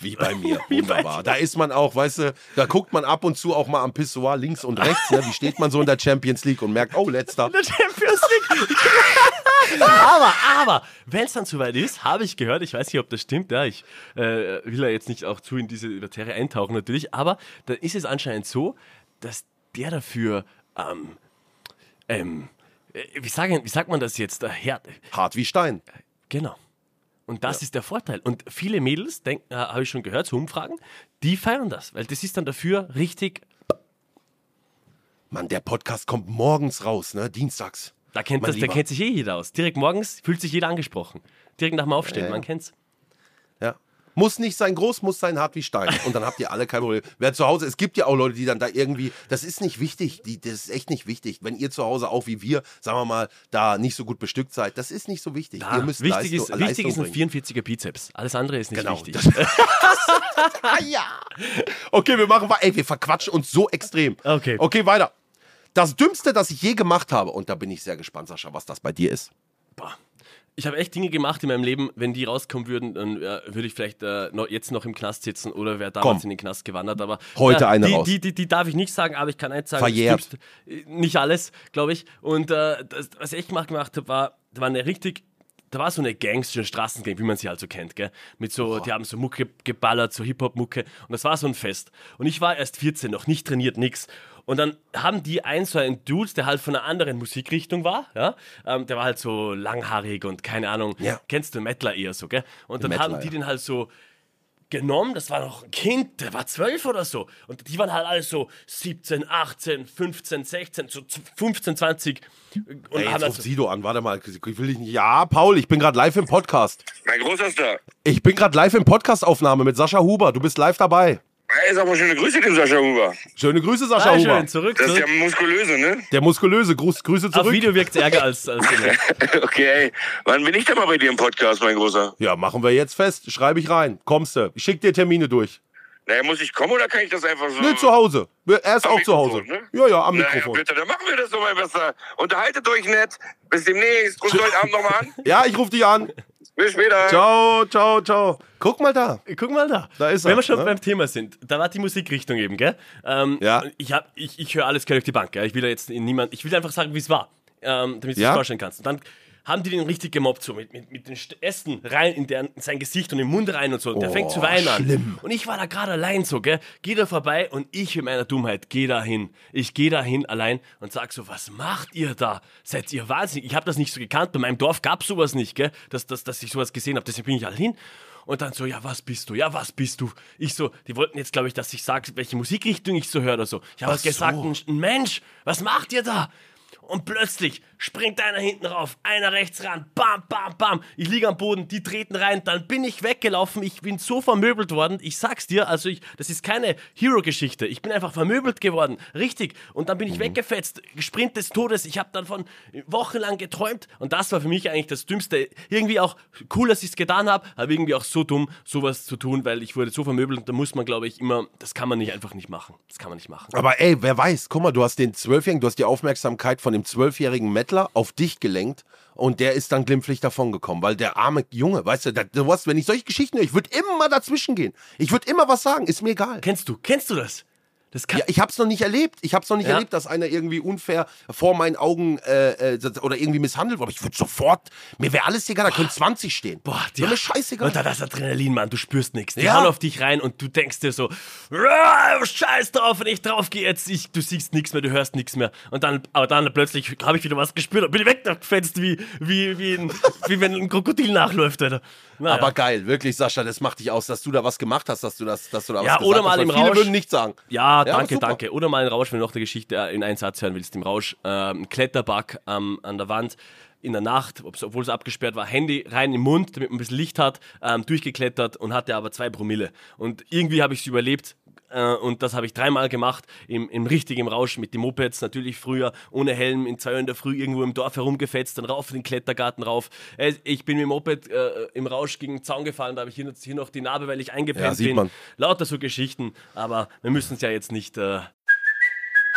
[SPEAKER 2] Wie bei mir. Wunderbar. Da ist man auch, weißt du, da guckt man ab und zu auch mal am Pissoir links und rechts. Ne? Wie steht man so in der Champions League und merkt, oh, letzter.
[SPEAKER 3] der Champions League. aber, aber, wenn es dann soweit ist, habe ich gehört, ich weiß nicht, ob das stimmt, ja, ich äh, will ja jetzt nicht auch zu in diese Materie eintauchen natürlich, aber dann ist es anscheinend so, dass der dafür, ähm, ähm, äh, wie, sagen, wie sagt man das jetzt, der Herr,
[SPEAKER 2] Hart wie Stein.
[SPEAKER 3] Genau. Und das ist der Vorteil. Und viele Mädels, denken, äh, habe ich schon gehört, zu Umfragen, die feiern das, weil das ist dann dafür richtig.
[SPEAKER 2] Mann, der Podcast kommt morgens raus, ne? Dienstags.
[SPEAKER 3] Da kennt,
[SPEAKER 2] Mein
[SPEAKER 3] das, da
[SPEAKER 2] Lieber.
[SPEAKER 3] kennt sich eh jeder aus. Direkt morgens fühlt sich jeder angesprochen. Direkt nach dem Aufstehen,
[SPEAKER 2] Ja, ja.
[SPEAKER 3] man kennt's.
[SPEAKER 2] Ja. Muss nicht sein groß, muss sein hart wie Stein. Und dann habt ihr alle kein Problem. Wer zu Hause, es gibt ja auch Leute, die dann da irgendwie, das ist nicht wichtig, die, das ist echt nicht wichtig. Wenn ihr zu Hause auch wie wir, sagen wir mal, da nicht so gut bestückt seid, das ist nicht so wichtig. ihr müsst
[SPEAKER 3] wichtig
[SPEAKER 2] Leistung,
[SPEAKER 3] ist,
[SPEAKER 2] Leistung
[SPEAKER 3] wichtig ist ein
[SPEAKER 2] bringen.
[SPEAKER 3] 44er Bizeps. Alles andere ist nicht
[SPEAKER 2] Genau.
[SPEAKER 3] wichtig.
[SPEAKER 2] Das- ah ja. Okay, wir machen weiter. Ey, wir verquatschen uns so extrem.
[SPEAKER 3] Okay.
[SPEAKER 2] Okay, weiter. Das Dümmste, das ich je gemacht habe. Und da bin ich sehr gespannt, Sascha, was das bei dir ist.
[SPEAKER 3] Boah. Ich habe echt Dinge gemacht in meinem Leben, wenn die rauskommen würden, dann äh, würde ich vielleicht äh, noch, jetzt noch im Knast sitzen oder wäre
[SPEAKER 2] Komm.
[SPEAKER 3] damals in den Knast gewandert. Aber
[SPEAKER 2] Heute
[SPEAKER 3] äh,
[SPEAKER 2] eine
[SPEAKER 3] die,
[SPEAKER 2] raus.
[SPEAKER 3] Die, die, die darf ich nicht sagen, aber ich kann eins sagen. das
[SPEAKER 2] Verjährt.
[SPEAKER 3] Dümmste- äh, Nicht alles, glaube ich. Und äh, das, was ich echt gemacht, gemacht habe, war, da war eine richtig, da war so eine Gangs, so eine Straßengang, wie man sie halt so kennt, gell? Mit so, die haben so Mucke geballert, so Hip-Hop-Mucke. Und das war so ein Fest. Und ich war erst 14, noch nicht trainiert, nix. Und dann haben die ein, so einen Dude, der halt von einer anderen Musikrichtung war, ja? Ähm, der war halt so langhaarig und keine Ahnung.
[SPEAKER 2] Ja.
[SPEAKER 3] Kennst du Mettler eher so, gell? Und dann
[SPEAKER 2] Mettler,
[SPEAKER 3] haben die
[SPEAKER 2] ja.
[SPEAKER 3] den halt so genommen, das war noch ein Kind, der war zwölf oder so. Und die waren halt alle so 17, 18, 15, 16, so zu 15, 20. Und
[SPEAKER 2] Ey, jetzt
[SPEAKER 3] haben
[SPEAKER 2] ruft
[SPEAKER 3] also,
[SPEAKER 2] Sido an. Warte mal, ich will dich nicht. Ja, Paul, ich bin gerade live im Podcast.
[SPEAKER 4] Mein Großerster.
[SPEAKER 2] Ich bin gerade live in Podcastaufnahme mit Sascha Huber. Du bist live dabei.
[SPEAKER 4] Hey, sag mal schöne Grüße dem Sascha Huber.
[SPEAKER 2] Schöne Grüße, Sascha
[SPEAKER 3] ah,
[SPEAKER 2] Huber.
[SPEAKER 3] schön, zurück,
[SPEAKER 4] Das ist
[SPEAKER 3] zurück.
[SPEAKER 4] der Muskulöse, ne?
[SPEAKER 2] Der muskulöse. Gruß, Grüße
[SPEAKER 3] Auf
[SPEAKER 2] zurück.
[SPEAKER 3] Video wirkt es ärger als, als immer.
[SPEAKER 4] Okay, wann bin ich denn mal bei dir im Podcast, mein Großer?
[SPEAKER 2] Ja, machen wir jetzt fest. Schreibe ich rein. Kommst du. Ich schick dir Termine durch.
[SPEAKER 4] Naja, muss ich kommen oder kann ich das einfach so?
[SPEAKER 2] Nee, zu Hause. Er ist
[SPEAKER 4] Am
[SPEAKER 2] auch zu Hause.
[SPEAKER 4] Mikrofon, ne?
[SPEAKER 2] Ja, ja, am
[SPEAKER 4] Naja,
[SPEAKER 2] Mikrofon.
[SPEAKER 4] bitte, dann machen wir das doch mal besser. Unterhaltet euch nett. Bis demnächst. Ruft heute Abend nochmal an.
[SPEAKER 2] ja, ich rufe dich an.
[SPEAKER 4] Äh. Bis später.
[SPEAKER 2] Ciao, ciao, ciao. Guck mal da.
[SPEAKER 3] Guck mal da.
[SPEAKER 2] Da ist
[SPEAKER 3] Wenn
[SPEAKER 2] er,
[SPEAKER 3] wir schon
[SPEAKER 2] ne?
[SPEAKER 3] beim Thema sind, da war die Musikrichtung eben, gell? Ähm,
[SPEAKER 2] Ja.
[SPEAKER 3] Ich, hab- ich, ich höre alles quer durch die Bank, gell? Ich will da jetzt in niemand, ich will einfach sagen, wie es war, ähm, damit du
[SPEAKER 2] Ja.
[SPEAKER 3] es vorstellen kannst. Und dann haben die den richtig gemobbt, so mit, mit, mit den St- Ästen rein in deren, sein Gesicht und den Mund rein und so. Und der
[SPEAKER 2] Oh,
[SPEAKER 3] fängt zu weinen
[SPEAKER 2] schlimm.
[SPEAKER 3] an. Und ich war da gerade allein so, gell? Geh da vorbei und ich in meiner Dummheit geh da hin. Ich geh da hin allein und sag so, was macht ihr da? Seid ihr wahnsinnig? Ich habe das nicht so gekannt. Bei meinem Dorf gab's sowas nicht, gell? Dass, dass, dass ich sowas gesehen habe. Deswegen bin ich allein. Und dann so, ja, was bist du? Ja, was bist du? Ich so, die wollten jetzt, glaube ich, dass ich sage, welche Musikrichtung ich so höre oder so. Ich habe halt gesagt, ein ein Mensch, was macht ihr da? Und plötzlich springt einer hinten rauf, einer rechts ran, bam, bam, bam. Ich liege am Boden, die treten rein, dann bin ich weggelaufen, ich bin so vermöbelt worden. Ich sag's dir, also ich, das ist keine Hero-Geschichte. Ich bin einfach vermöbelt geworden, richtig. Und dann bin ich weggefetzt, Sprint des Todes. Ich habe davon wochenlang geträumt und das war für mich eigentlich das Dümmste. Irgendwie auch cool, dass ich's getan habe, aber irgendwie auch so dumm, sowas zu tun, weil ich wurde so vermöbelt und da muss man, glaube ich, immer, das kann man nicht einfach nicht machen. Das kann man nicht machen.
[SPEAKER 2] Aber ey, wer weiß, guck mal, du hast den Zwölfjährigen, du hast die Aufmerksamkeit von dem zwölfjährigen Mettler auf dich gelenkt und der ist dann glimpflich davongekommen, weil der arme Junge, weißt du, da, du hast, wenn ich solche Geschichten höre, ich würde immer dazwischen gehen. Ich würde immer was sagen, ist mir egal.
[SPEAKER 3] Kennst du, kennst du das? Das kann,
[SPEAKER 2] Ja, ich hab's noch nicht erlebt. Ich hab's noch nicht
[SPEAKER 3] Ja.
[SPEAKER 2] erlebt, dass einer irgendwie unfair vor meinen Augen äh, äh, oder irgendwie misshandelt wurde. Aber ich würde sofort, mir wäre alles egal, da können 20 stehen.
[SPEAKER 3] Boah,
[SPEAKER 2] die mir scheißegal.
[SPEAKER 3] Und da das Adrenalin, Mann, du spürst nichts. Die
[SPEAKER 2] Ja.
[SPEAKER 3] hauen auf dich rein und du denkst dir so, "Ruah, scheiß drauf, wenn ich drauf gehe jetzt, ich, du siehst nichts mehr, du hörst nichts mehr. Und dann, aber dann plötzlich habe ich wieder was gespürt und bin weggefetzt, wie, wie, wie, ein, wie wenn ein Krokodil nachläuft, Alter. Naja.
[SPEAKER 2] aber geil, wirklich, Sascha, das macht dich aus, dass du da was gemacht hast, dass du das, dass du da
[SPEAKER 3] Ja,
[SPEAKER 2] was gesagt
[SPEAKER 3] oder mal
[SPEAKER 2] hast. weil
[SPEAKER 3] im
[SPEAKER 2] viele
[SPEAKER 3] Rausch.
[SPEAKER 2] würden nichts sagen.
[SPEAKER 3] Ja, danke,
[SPEAKER 2] super.
[SPEAKER 3] danke. Oder mal in Rausch, wenn du noch eine Geschichte äh, in einen Satz hören willst. Im Rausch, ähm, Kletterbug ähm, an der Wand in der Nacht, ob's- obwohl es abgesperrt war, Handy rein im Mund, damit man ein bisschen Licht hat, ähm, durchgeklettert und hatte aber zwei Promille. Und irgendwie habe ich es überlebt. Äh, und das habe ich dreimal gemacht, im, im richtigen Rausch, mit den Mopeds natürlich früher, ohne Helm, in zwei Uhr in der Früh irgendwo im Dorf herumgefetzt, dann rauf in den Klettergarten rauf. Äh, ich bin mit dem Moped äh, im Rausch gegen den Zaun gefallen, da habe ich hier, hier noch die Narbe, weil ich eingepennt
[SPEAKER 2] Ja, sieht
[SPEAKER 3] bin.
[SPEAKER 2] man.
[SPEAKER 3] Lauter so Geschichten, aber wir müssen es ja jetzt nicht. Äh,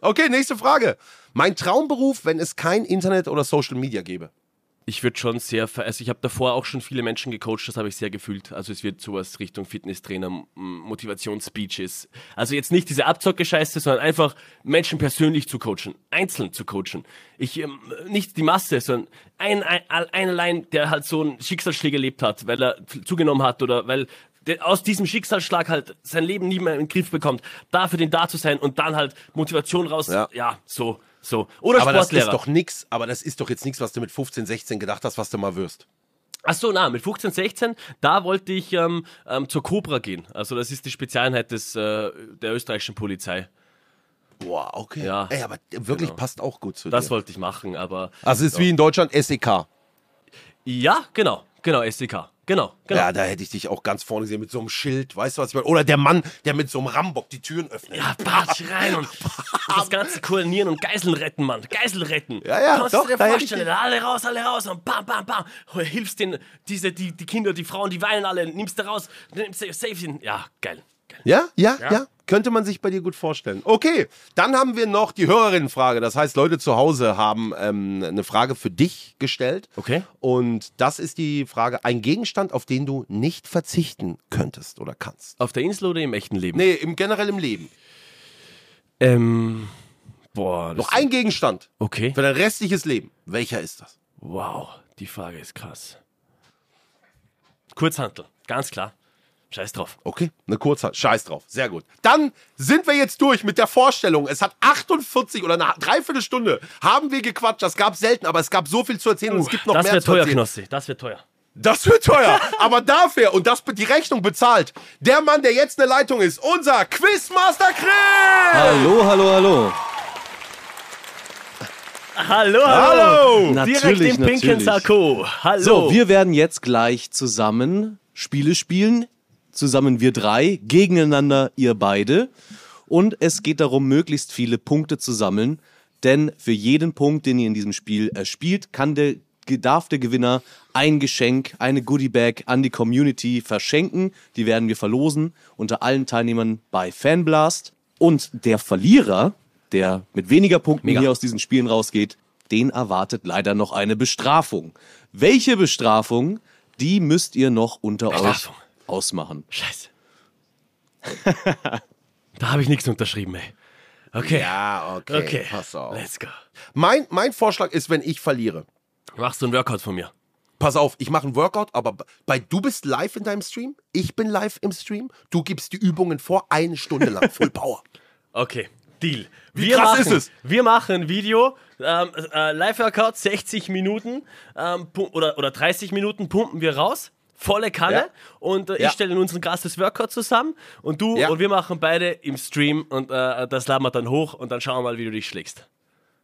[SPEAKER 2] Okay, nächste Frage. Mein Traumberuf, wenn es kein Internet oder Social Media gäbe.
[SPEAKER 3] ich würde schon sehr, ver- also ich habe davor auch schon viele Menschen gecoacht, das habe ich sehr gefühlt. Also es wird sowas Richtung Fitnesstrainer, M- Motivationsspeeches. Also jetzt nicht diese Abzocke-Scheiße, sondern einfach Menschen persönlich zu coachen, einzeln zu coachen. Ich ähm, nicht die Masse, sondern ein, ein, ein allein, der halt so einen Schicksalsschläge erlebt hat, weil er f- zugenommen hat oder weil der aus diesem Schicksalsschlag halt sein Leben nicht mehr in den Griff bekommt, da für den da zu sein und dann halt Motivation raus,
[SPEAKER 2] Ja.
[SPEAKER 3] ja, so, so. Oder
[SPEAKER 2] Aber das
[SPEAKER 3] Sportlehrer.
[SPEAKER 2] ist doch nix, aber das ist doch jetzt nichts, was du mit 15, 16 gedacht hast, was du mal wirst.
[SPEAKER 3] Ach so, na, mit 15, 16, da wollte ich ähm, ähm, zur Cobra gehen. Also das ist die Spezialeinheit des, äh, der österreichischen Polizei.
[SPEAKER 2] Boah, okay.
[SPEAKER 3] Ja.
[SPEAKER 2] Ey, aber wirklich passt auch gut zu
[SPEAKER 3] Genau. Das
[SPEAKER 2] dir.
[SPEAKER 3] wollte ich machen, aber.
[SPEAKER 2] Also es ist wie in Deutschland SEK.
[SPEAKER 3] Ja, genau. Genau, SDK. Genau, genau.
[SPEAKER 2] Ja, da hätte ich dich auch ganz vorne gesehen mit so einem Schild, weißt du, was ich meine? Oder der Mann, der mit so einem Rambock die Türen öffnet.
[SPEAKER 3] Ja, Bartsch rein und das Ganze koordinieren und Geiseln retten, Mann. Geiseln retten.
[SPEAKER 2] Ja, ja,
[SPEAKER 3] Kannst
[SPEAKER 2] doch,
[SPEAKER 3] du dir
[SPEAKER 2] da hätte ich
[SPEAKER 3] vorstellen, alle raus, alle raus und bam, bam, bam. Hilfst denen, diese, die, die Kinder, die Frauen, die weinen alle, nimmst du raus, nimmst du safe hin. Ja, geil. geil.
[SPEAKER 2] Ja, ja, ja.
[SPEAKER 3] Ja.
[SPEAKER 2] Könnte man sich bei dir gut vorstellen. Okay, dann haben wir noch die Hörerinnenfrage. Das heißt, Leute zu Hause haben ähm, eine Frage für dich gestellt.
[SPEAKER 3] Okay.
[SPEAKER 2] Und das ist die Frage, ein Gegenstand, auf den du nicht verzichten könntest oder kannst.
[SPEAKER 3] Auf der Insel oder im echten Leben?
[SPEAKER 2] Nee, im generell im Leben.
[SPEAKER 3] Ähm, boah. Das
[SPEAKER 2] Noch ein Gegenstand
[SPEAKER 3] okay.
[SPEAKER 2] für dein restliches Leben. Welcher ist das?
[SPEAKER 3] Wow, die Frage ist krass. Kurzhantel, ganz klar. Scheiß drauf.
[SPEAKER 2] Okay, eine Kurzhand. Scheiß drauf. Sehr gut. Dann sind wir jetzt durch mit der Vorstellung. Es hat 48 oder eine Dreiviertelstunde haben wir gequatscht. Das gab selten, aber es gab so viel zu erzählen und es gibt noch
[SPEAKER 3] das
[SPEAKER 2] mehr
[SPEAKER 3] wird
[SPEAKER 2] zu
[SPEAKER 3] teuer,
[SPEAKER 2] erzählen.
[SPEAKER 3] Knossi. Das wird teuer.
[SPEAKER 2] Das wird teuer. aber dafür, und das die Rechnung bezahlt, der Mann, der jetzt eine Leitung ist, unser Quizmaster
[SPEAKER 3] Ah,
[SPEAKER 2] Chris!
[SPEAKER 5] Hallo, hallo, hallo.
[SPEAKER 3] Hallo, hallo.
[SPEAKER 5] Natürlich,
[SPEAKER 3] Direkt im pinken
[SPEAKER 5] natürlich.
[SPEAKER 3] Sakko. Hallo.
[SPEAKER 5] So, wir werden jetzt gleich zusammen Spiele spielen. Zusammen wir drei, gegeneinander ihr beide. Und es geht darum, möglichst viele Punkte zu sammeln. Denn für jeden Punkt, den ihr in diesem Spiel erspielt, kann der, ge- darf der Gewinner ein Geschenk, eine Goodiebag an die Community verschenken. Die werden wir verlosen unter allen Teilnehmern bei Fanblast. Und der Verlierer, der mit weniger Punkten hier aus diesen Spielen rausgeht, den erwartet leider noch eine Bestrafung. Welche Bestrafung? Die müsst ihr noch unter euch
[SPEAKER 3] Bestrafung.
[SPEAKER 5] ausmachen.
[SPEAKER 3] Scheiße. da habe ich nichts unterschrieben, ey. Okay.
[SPEAKER 2] Ja, okay.
[SPEAKER 3] okay.
[SPEAKER 2] Pass auf.
[SPEAKER 3] Let's go.
[SPEAKER 2] Mein, mein Vorschlag ist, wenn ich verliere.
[SPEAKER 3] Machst du ein Workout von mir?
[SPEAKER 2] Pass auf, ich mache einen Workout, aber bei du bist live in deinem Stream, ich bin live im Stream, du gibst die Übungen vor, eine Stunde lang, Full Power.
[SPEAKER 3] Okay. Deal.
[SPEAKER 2] Wie
[SPEAKER 3] wir
[SPEAKER 2] krass
[SPEAKER 3] machen,
[SPEAKER 2] ist es?
[SPEAKER 3] Wir machen ein Video, ähm, äh, Live-Workout, 60 Minuten ähm, pu- oder, oder 30 Minuten pumpen wir raus. Volle Kanne
[SPEAKER 2] Ja.
[SPEAKER 3] und äh,
[SPEAKER 2] Ja.
[SPEAKER 3] ich stelle in unseren Gast das Workout zusammen und du
[SPEAKER 2] Ja.
[SPEAKER 3] und wir machen beide im Stream und äh, das laden wir dann hoch und dann schauen wir mal, wie du dich schlägst.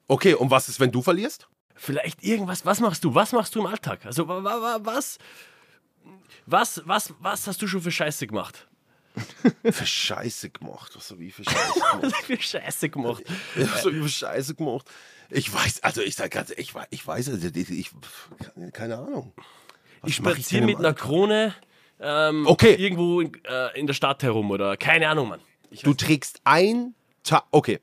[SPEAKER 2] Okay, und was ist, wenn du verlierst?
[SPEAKER 3] Vielleicht irgendwas, was machst du? Was machst du im Alltag? Also wa, wa, wa, was, was, was, was hast du schon für Scheiße gemacht?
[SPEAKER 2] Für Scheiße gemacht. Was hab ich für Scheiße gemacht?
[SPEAKER 3] für Scheiße gemacht.
[SPEAKER 2] so über Scheiße gemacht. Ich weiß, also ich sag ganz, ich weiß, ich weiß, also ich, ich pff, keine Ahnung. Was
[SPEAKER 3] Ich
[SPEAKER 2] mach denn
[SPEAKER 3] spaziere
[SPEAKER 2] im
[SPEAKER 3] mit einer
[SPEAKER 2] Alltag?
[SPEAKER 3] Krone ähm,
[SPEAKER 2] Okay.
[SPEAKER 3] irgendwo in, äh, in der Stadt herum oder keine Ahnung, Mann. Ich
[SPEAKER 2] Du trägst ein Tag, okay,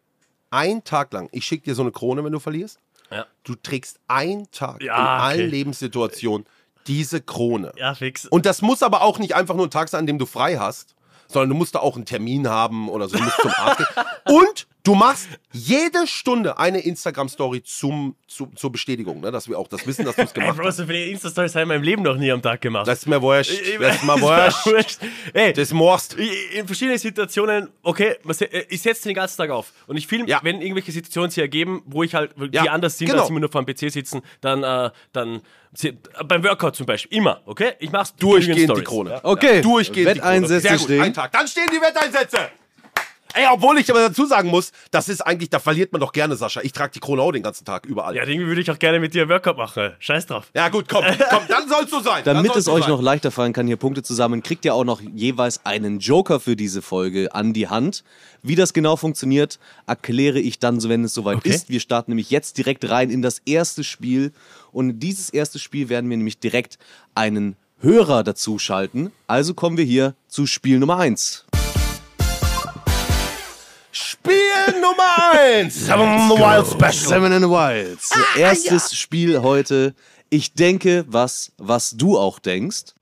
[SPEAKER 2] ein Tag lang. Ich schicke dir so eine Krone, wenn du verlierst.
[SPEAKER 3] Ja.
[SPEAKER 2] Du trägst einen Tag
[SPEAKER 3] Ja,
[SPEAKER 2] in
[SPEAKER 3] okay.
[SPEAKER 2] allen Lebenssituationen diese Krone.
[SPEAKER 3] ja, fix.
[SPEAKER 2] Und das muss aber auch nicht einfach nur ein Tag sein, an dem du frei hast, sondern du musst da auch einen Termin haben oder so, du musst zum Arzt gehen. Und du machst jede Stunde eine Instagram-Story zum, zu, zur Bestätigung, ne? dass wir auch das wissen, dass du es
[SPEAKER 3] Ey,
[SPEAKER 2] gemacht
[SPEAKER 3] Bro,
[SPEAKER 2] hast.
[SPEAKER 3] so viele Insta-Stories habe ich in meinem Leben noch nie am Tag gemacht.
[SPEAKER 2] Das ist mir wurscht.
[SPEAKER 3] Ich- ich-
[SPEAKER 2] Das ist mir
[SPEAKER 3] das war
[SPEAKER 2] wurscht.
[SPEAKER 3] wurscht. Ey,
[SPEAKER 2] Das morst.
[SPEAKER 3] ich- in verschiedenen Situationen, okay, man se- äh, ich setze den ganzen Tag auf und ich filme,
[SPEAKER 2] Ja.
[SPEAKER 3] wenn irgendwelche Situationen sich ergeben, wo ich halt, die
[SPEAKER 2] Ja,
[SPEAKER 3] anders sind,
[SPEAKER 2] genau.
[SPEAKER 3] als immer nur vor dem PC sitzen, dann, äh, dann se- äh, beim Workout zum Beispiel, immer, okay? Ich mach's
[SPEAKER 2] Durchgehend die
[SPEAKER 3] Stories.
[SPEAKER 2] Krone.
[SPEAKER 5] Okay,
[SPEAKER 2] Durchgehend
[SPEAKER 5] Wetteinsätze
[SPEAKER 2] die Krone. Sehr gut,
[SPEAKER 5] stehen.
[SPEAKER 2] ein Tag. Dann stehen die Wetteinsätze. Ey, obwohl ich aber dazu sagen muss, das ist eigentlich, da verliert man doch gerne, Sascha. Ich trage die Krone auch den ganzen Tag überall.
[SPEAKER 3] Ja,
[SPEAKER 2] Ja,
[SPEAKER 3] irgendwie würde ich auch gerne mit dir ein Workout machen. Scheiß drauf.
[SPEAKER 2] gut, komm, komm, dann soll's so sein. Dann
[SPEAKER 5] Damit
[SPEAKER 2] soll's
[SPEAKER 5] es
[SPEAKER 2] so
[SPEAKER 5] euch
[SPEAKER 2] sein.
[SPEAKER 5] noch leichter fallen kann, hier Punkte zu sammeln, kriegt ihr auch noch jeweils einen Joker für diese Folge an die Hand. Wie das genau funktioniert, erkläre ich dann, so wenn es soweit ist. Wir starten nämlich jetzt direkt rein in das erste Spiel. Und in dieses erste Spiel werden wir nämlich direkt einen Hörer dazu schalten. Also kommen wir hier zu Spiel Nummer 1.
[SPEAKER 2] Spiel Nummer 1. Seven in the Wild Special.
[SPEAKER 5] Seven in the Wilds. Erstes Spiel heute. Ich denke, was, was du auch denkst.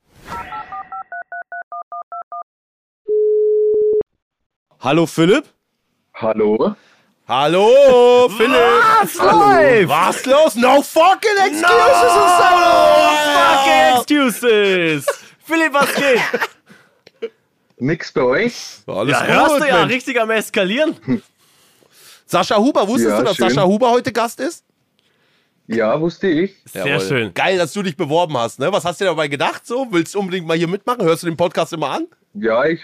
[SPEAKER 5] Hallo Philipp.
[SPEAKER 6] Hallo?
[SPEAKER 2] Hallo, Philipp. Was läuft? Was los? No fucking excuses. No
[SPEAKER 3] Fucking excuses! Philipp, was geht?
[SPEAKER 6] Nix bei euch?
[SPEAKER 2] Alles
[SPEAKER 3] Ja, hörst du ja, richtig am Eskalieren.
[SPEAKER 2] Sascha Huber, wusstest
[SPEAKER 6] Ja,
[SPEAKER 2] du, dass
[SPEAKER 6] schön.
[SPEAKER 2] Sascha Huber heute Gast ist?
[SPEAKER 6] Ja, wusste ich.
[SPEAKER 3] Sehr schön.
[SPEAKER 2] Geil, dass du dich beworben hast, ne? Was hast du dir dabei gedacht so? Willst du unbedingt mal hier mitmachen? Hörst du den Podcast immer an?
[SPEAKER 6] Ja, ich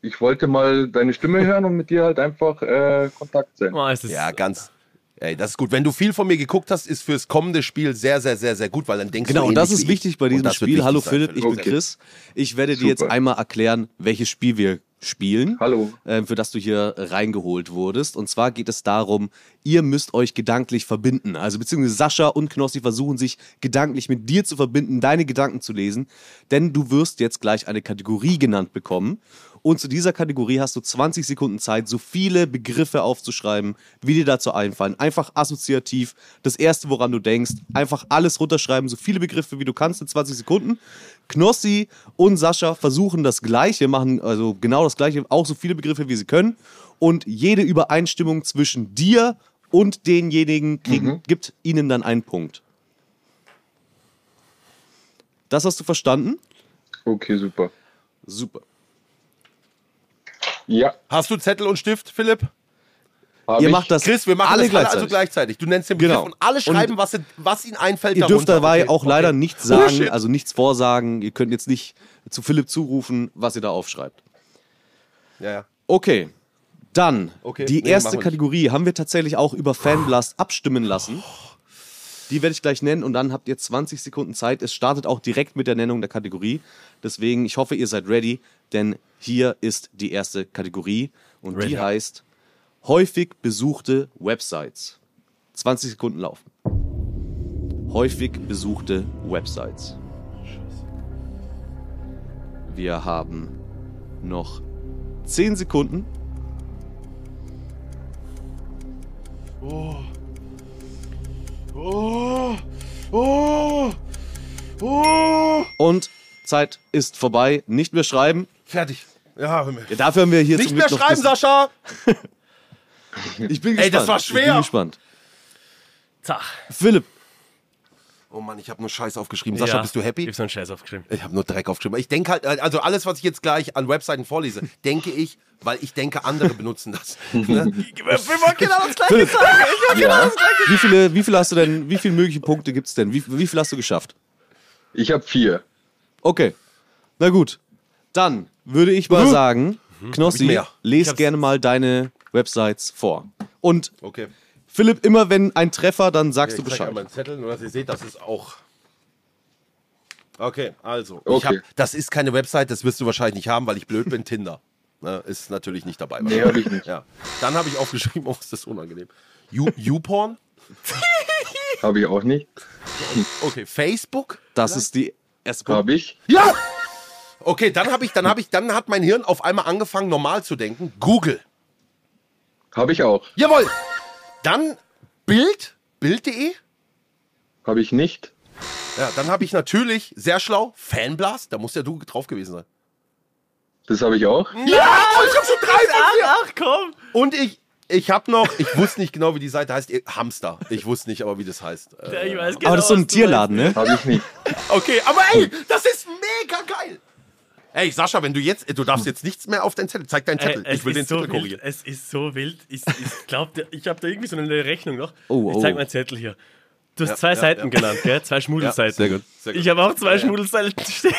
[SPEAKER 6] ich wollte mal deine Stimme hören und mit dir halt einfach äh, Kontakt sein.
[SPEAKER 3] Oh, es ist
[SPEAKER 2] Ja, ganz. Ey, das ist gut. Wenn du viel von mir geguckt hast, ist fürs kommende Spiel sehr, sehr, sehr, sehr gut, weil dann denkst du.
[SPEAKER 5] Genau,
[SPEAKER 2] ähnlich
[SPEAKER 5] das
[SPEAKER 2] wie
[SPEAKER 5] ist
[SPEAKER 2] ich.
[SPEAKER 5] wichtig bei
[SPEAKER 2] Und
[SPEAKER 5] diesem
[SPEAKER 2] das wird
[SPEAKER 5] Spiel.
[SPEAKER 2] wichtig
[SPEAKER 5] Hallo
[SPEAKER 2] sein
[SPEAKER 5] Philipp,
[SPEAKER 2] für dich.
[SPEAKER 5] ich bin
[SPEAKER 6] Okay.
[SPEAKER 5] Chris. Ich werde dir
[SPEAKER 6] Super.
[SPEAKER 5] jetzt einmal erklären, welches Spiel wir spielen.
[SPEAKER 6] Hallo.
[SPEAKER 5] ähm, für das du hier reingeholt wurdest. Und zwar geht es darum, ihr müsst euch gedanklich verbinden. Also beziehungsweise Sascha und Knossi versuchen sich gedanklich mit dir zu verbinden, deine Gedanken zu lesen. Denn du wirst jetzt gleich eine Kategorie genannt bekommen. Und zu dieser Kategorie hast du 20 Sekunden Zeit, so viele Begriffe aufzuschreiben, wie dir dazu einfallen. Einfach assoziativ, das erste, woran du denkst. Einfach alles runterschreiben, so viele Begriffe, wie du kannst in 20 Sekunden. Knossi und Sascha versuchen das Gleiche, machen also genau das Gleiche, auch so viele Begriffe, wie sie können. Und jede Übereinstimmung zwischen dir und denjenigen kriegen,
[SPEAKER 2] Mhm.
[SPEAKER 5] gibt ihnen dann einen Punkt. Das hast du verstanden?
[SPEAKER 6] Okay, super.
[SPEAKER 5] Super.
[SPEAKER 6] Ja,
[SPEAKER 2] Hast du Zettel und Stift, Philipp?
[SPEAKER 6] hab
[SPEAKER 5] Ihr
[SPEAKER 6] ich.
[SPEAKER 5] macht das
[SPEAKER 2] Chris, wir machen
[SPEAKER 5] alle
[SPEAKER 2] das
[SPEAKER 5] gleichzeitig.
[SPEAKER 2] alle also gleichzeitig. Du nennst den Begriff
[SPEAKER 5] Genau.
[SPEAKER 2] und alle schreiben,
[SPEAKER 5] Und
[SPEAKER 2] was, sie- was ihnen einfällt.
[SPEAKER 5] Ihr dürft
[SPEAKER 2] darunter.
[SPEAKER 5] dabei
[SPEAKER 2] Okay,
[SPEAKER 5] auch
[SPEAKER 2] okay.
[SPEAKER 5] leider nichts
[SPEAKER 2] Oh,
[SPEAKER 5] sagen,
[SPEAKER 2] shit.
[SPEAKER 5] also nichts vorsagen. Ihr könnt jetzt nicht zu Philipp zurufen, was ihr da aufschreibt.
[SPEAKER 2] ja, ja.
[SPEAKER 5] Okay. Dann,
[SPEAKER 2] Okay,
[SPEAKER 5] die
[SPEAKER 2] nee, machen
[SPEAKER 5] erste
[SPEAKER 2] wir
[SPEAKER 5] Kategorie haben wir tatsächlich auch über Fanblast abstimmen lassen. Die werde ich gleich nennen und dann habt ihr 20 Sekunden Zeit. Es startet auch direkt mit der Nennung der Kategorie. Deswegen, ich hoffe, ihr seid ready, denn hier ist die erste Kategorie und
[SPEAKER 3] Ready.
[SPEAKER 5] die heißt häufig besuchte Websites. 20 Sekunden laufen. Häufig besuchte Websites. Wir haben noch 10 Sekunden. Und Zeit ist vorbei. Nicht mehr schreiben.
[SPEAKER 2] Fertig. Ja, hör mir.
[SPEAKER 5] Ja, dafür haben wir hier
[SPEAKER 2] Nicht
[SPEAKER 5] zum
[SPEAKER 2] mehr
[SPEAKER 5] Glück noch
[SPEAKER 2] schreiben,
[SPEAKER 5] das-
[SPEAKER 2] Sascha!
[SPEAKER 5] Ich bin gespannt.
[SPEAKER 2] Ey, das war
[SPEAKER 5] Ich
[SPEAKER 2] schwer.
[SPEAKER 5] bin gespannt.
[SPEAKER 3] Zach.
[SPEAKER 5] Philipp,
[SPEAKER 2] Oh Mann, ich habe nur Scheiß aufgeschrieben. Sascha,
[SPEAKER 3] Ja,
[SPEAKER 2] bist du happy?
[SPEAKER 3] Ich hab so einen Scheiß aufgeschrieben.
[SPEAKER 2] Ich habe nur Dreck aufgeschrieben. Ich denke halt, also alles, was ich jetzt gleich an Webseiten vorlese, denke ich, weil ich denke, andere benutzen das. Ne?
[SPEAKER 5] Philipp. Genau Wie viele, wie viele hast du denn, wie viele mögliche Punkte gibt's denn? Wie, wie viel hast du geschafft?
[SPEAKER 6] Ich habe vier.
[SPEAKER 5] Okay. Na gut. Dann würde ich mal sagen,
[SPEAKER 2] Hab ich
[SPEAKER 5] Knossi,
[SPEAKER 2] mehr.
[SPEAKER 3] Ich
[SPEAKER 5] lese
[SPEAKER 3] hab's-
[SPEAKER 5] gerne mal deine Websites vor. Und
[SPEAKER 2] Okay.
[SPEAKER 5] Philipp, immer wenn ein Treffer, dann sagst
[SPEAKER 2] Ja,
[SPEAKER 5] du
[SPEAKER 2] ich zeig
[SPEAKER 5] Bescheid.
[SPEAKER 2] einmal einen Zettel, nur dass ihr seht, das ist auch. Okay, also. Ich
[SPEAKER 6] Okay.
[SPEAKER 2] hab, das ist keine Website, das wirst du wahrscheinlich nicht haben, weil ich blöd bin. Tinder. Ne, ist natürlich nicht dabei.
[SPEAKER 6] Nee, hab ich nicht.
[SPEAKER 2] Ja. Dann habe ich aufgeschrieben, oh, ist das unangenehm. You- YouPorn?
[SPEAKER 6] Habe ich auch nicht.
[SPEAKER 2] Okay, Facebook?
[SPEAKER 5] Das ist die erste Punkt.
[SPEAKER 6] Habe ich.
[SPEAKER 2] Ja! Okay, dann habe ich, dann habe ich, dann hat mein Hirn auf einmal angefangen, normal zu denken. Google.
[SPEAKER 6] Habe ich auch.
[SPEAKER 2] Jawohl! Dann Bild? Bild.de?
[SPEAKER 6] Habe ich nicht.
[SPEAKER 2] Ja, dann habe ich natürlich, sehr schlau, Fanblast. Da muss ja du drauf gewesen sein.
[SPEAKER 6] Das habe ich auch.
[SPEAKER 2] Ja! Ich habe schon drei von vier.
[SPEAKER 3] Ach komm.
[SPEAKER 2] Und ich, ich habe noch, ich wusste nicht genau, wie die Seite heißt. Ihr- Hamster. Ich wusste nicht, aber wie das heißt. Äh,
[SPEAKER 3] Ich weiß genau,
[SPEAKER 5] Aber das ist so
[SPEAKER 3] was
[SPEAKER 5] ein
[SPEAKER 3] du
[SPEAKER 5] Tierladen, ne?
[SPEAKER 6] Habe ich nicht.
[SPEAKER 2] okay, aber ey, das ist mega geil. Hm. Ey, Sascha, wenn du jetzt, du darfst jetzt nichts mehr auf deinen Zettel. Zeig deinen
[SPEAKER 3] Ey,
[SPEAKER 2] Zettel.
[SPEAKER 3] Äh, es
[SPEAKER 2] ich will den
[SPEAKER 3] ist so
[SPEAKER 2] Zettel
[SPEAKER 3] wild.
[SPEAKER 2] korrigieren.
[SPEAKER 3] Es ist so wild. Ich, ich glaube, ich habe da irgendwie so eine Rechnung noch.
[SPEAKER 5] Oh,
[SPEAKER 3] Ich zeig
[SPEAKER 5] oh.
[SPEAKER 3] meinen Zettel hier. Du hast
[SPEAKER 2] Ja,
[SPEAKER 3] zwei
[SPEAKER 2] ja,
[SPEAKER 3] Seiten
[SPEAKER 2] ja.
[SPEAKER 3] genannt, gell? Zwei Schmudelseiten.
[SPEAKER 2] Ja, sehr gut, sehr gut.
[SPEAKER 3] Ich habe auch zwei Schmudelseiten stehen.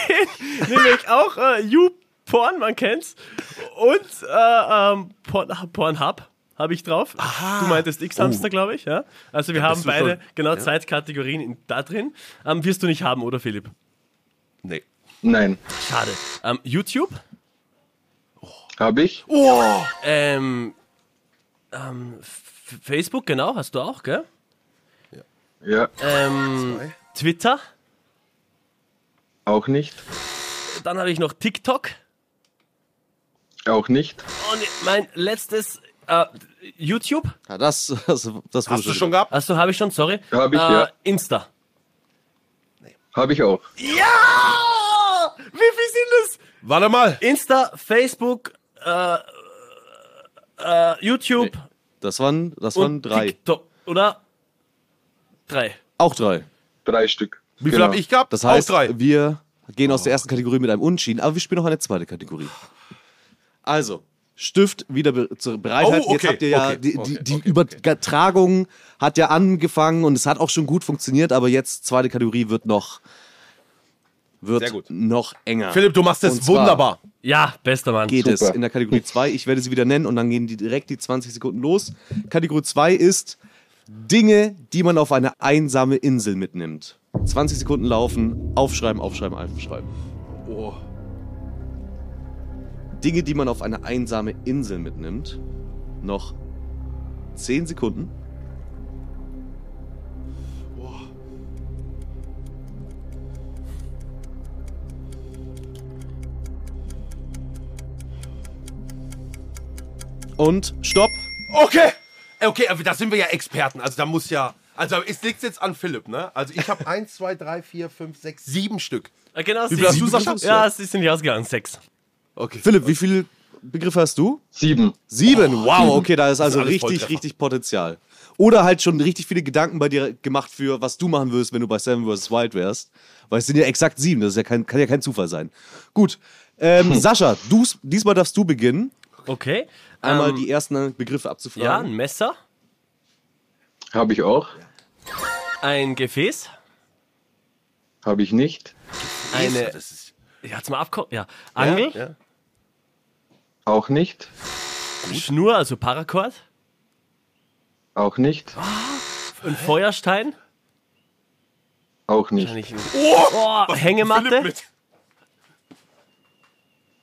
[SPEAKER 3] Nämlich auch äh, YouPorn, man kennt's. Und äh, ähm, Porn, Pornhub habe ich drauf. Du meintest X-Hamster,
[SPEAKER 2] Oh.
[SPEAKER 3] glaube ich. Ja? Also wir haben
[SPEAKER 2] bist du
[SPEAKER 3] beide
[SPEAKER 2] schon-
[SPEAKER 3] genau Zeitkategorien in, da drin. Ähm, wirst du nicht haben, oder Philipp?
[SPEAKER 2] Nee.
[SPEAKER 6] Nein.
[SPEAKER 3] Schade. Ähm, YouTube?
[SPEAKER 6] Habe ich.
[SPEAKER 2] Oh,
[SPEAKER 3] Ähm, ähm, F- Facebook, genau, hast du auch, gell?
[SPEAKER 6] Ja.
[SPEAKER 3] Ähm, Twitter,
[SPEAKER 6] Auch nicht.
[SPEAKER 3] dann habe ich noch TikTok
[SPEAKER 6] Auch nicht.
[SPEAKER 3] und mein letztes äh, YouTube.
[SPEAKER 5] Ja, das, das, das wurde
[SPEAKER 2] hast du schon gehabt?
[SPEAKER 3] Achso, habe ich schon, sorry.
[SPEAKER 6] Hab ich,
[SPEAKER 3] äh,
[SPEAKER 6] ja.
[SPEAKER 3] Insta.
[SPEAKER 6] Habe ich auch.
[SPEAKER 3] Ja! Ah, Wie viel sind das?
[SPEAKER 2] Warte mal.
[SPEAKER 3] Insta, Facebook, äh, äh, YouTube
[SPEAKER 5] Das waren, das waren
[SPEAKER 3] und
[SPEAKER 5] drei.
[SPEAKER 3] TikTok, oder? Drei.
[SPEAKER 5] Auch drei.
[SPEAKER 6] Drei Stück.
[SPEAKER 2] Wie viel
[SPEAKER 6] Genau.
[SPEAKER 2] habe ich gehabt?
[SPEAKER 5] Das heißt,
[SPEAKER 2] auch drei. Oh.
[SPEAKER 5] wir gehen aus der ersten Kategorie mit einem Unentschieden, aber wir spielen noch eine zweite Kategorie. Also, Stift wieder be zur Bereitheit.
[SPEAKER 2] Oh, okay,
[SPEAKER 5] Jetzt habt ihr ja,
[SPEAKER 2] okay,
[SPEAKER 5] die,
[SPEAKER 2] okay,
[SPEAKER 5] die, die
[SPEAKER 2] okay,
[SPEAKER 5] Übertragung hat ja angefangen und es hat auch schon gut funktioniert, aber jetzt zweite Kategorie wird noch
[SPEAKER 2] Sehr
[SPEAKER 5] wird
[SPEAKER 2] gut.
[SPEAKER 5] noch enger.
[SPEAKER 2] Philipp, du machst
[SPEAKER 5] Und
[SPEAKER 2] es
[SPEAKER 5] zwar
[SPEAKER 2] wunderbar.
[SPEAKER 3] Ja, bester Mann.
[SPEAKER 5] Geht es
[SPEAKER 6] Super.
[SPEAKER 5] in der Kategorie 2. Ich werde sie wieder nennen und dann gehen die direkt die 20 Sekunden los. Kategorie 2 ist Dinge, die man auf eine einsame Insel mitnimmt. 20 Sekunden laufen, aufschreiben, aufschreiben, aufschreiben. Dinge, die man auf eine einsame Insel mitnimmt. Noch 10 Sekunden. Und stopp.
[SPEAKER 2] Okay. Äh, Okay, aber da sind wir ja Experten. Also da muss ja. Also es liegt jetzt an Philipp, ne? Also ich habe 1, 2, 3, 4, 5, 6, 7 Stück.
[SPEAKER 3] Äh, Genau,
[SPEAKER 2] Wie viel hast
[SPEAKER 3] sie-
[SPEAKER 2] du, Sascha?
[SPEAKER 3] Ja, sie sind nicht ausgegangen. Sechs.
[SPEAKER 2] Okay.
[SPEAKER 5] Philipp, wie viele Begriffe hast du?
[SPEAKER 6] Sieben.
[SPEAKER 5] Sieben, wow, okay, da ist also
[SPEAKER 2] Oh. alles
[SPEAKER 5] richtig,
[SPEAKER 2] Volltreffer.
[SPEAKER 5] richtig Potenzial. Oder halt schon richtig viele Gedanken bei dir gemacht für, was du machen würdest, wenn du bei Seven vs. Wild wärst. Weil es sind ja exakt sieben, das ist ja kein, kann ja kein Zufall sein. Gut, ähm,
[SPEAKER 2] Hm.
[SPEAKER 5] Sascha, du's, diesmal darfst du beginnen,
[SPEAKER 3] Okay.
[SPEAKER 5] einmal
[SPEAKER 3] Ähm,
[SPEAKER 5] die ersten Begriffe
[SPEAKER 3] Ja, ein
[SPEAKER 5] abzufragen.
[SPEAKER 3] Messer,
[SPEAKER 6] Habe ich auch.
[SPEAKER 3] ein Gefäß,
[SPEAKER 6] Habe ich nicht.
[SPEAKER 3] eine.
[SPEAKER 2] Das ist
[SPEAKER 3] Ja, zum Abkochen. Ja, Angel,
[SPEAKER 6] Auch nicht.
[SPEAKER 3] Schnur, also Paracord,
[SPEAKER 6] Auch nicht.
[SPEAKER 3] ein Feuerstein,
[SPEAKER 6] Auch nicht.
[SPEAKER 3] Wahrscheinlich ein- oh,
[SPEAKER 2] Philipp
[SPEAKER 3] Hängematte.
[SPEAKER 2] mit.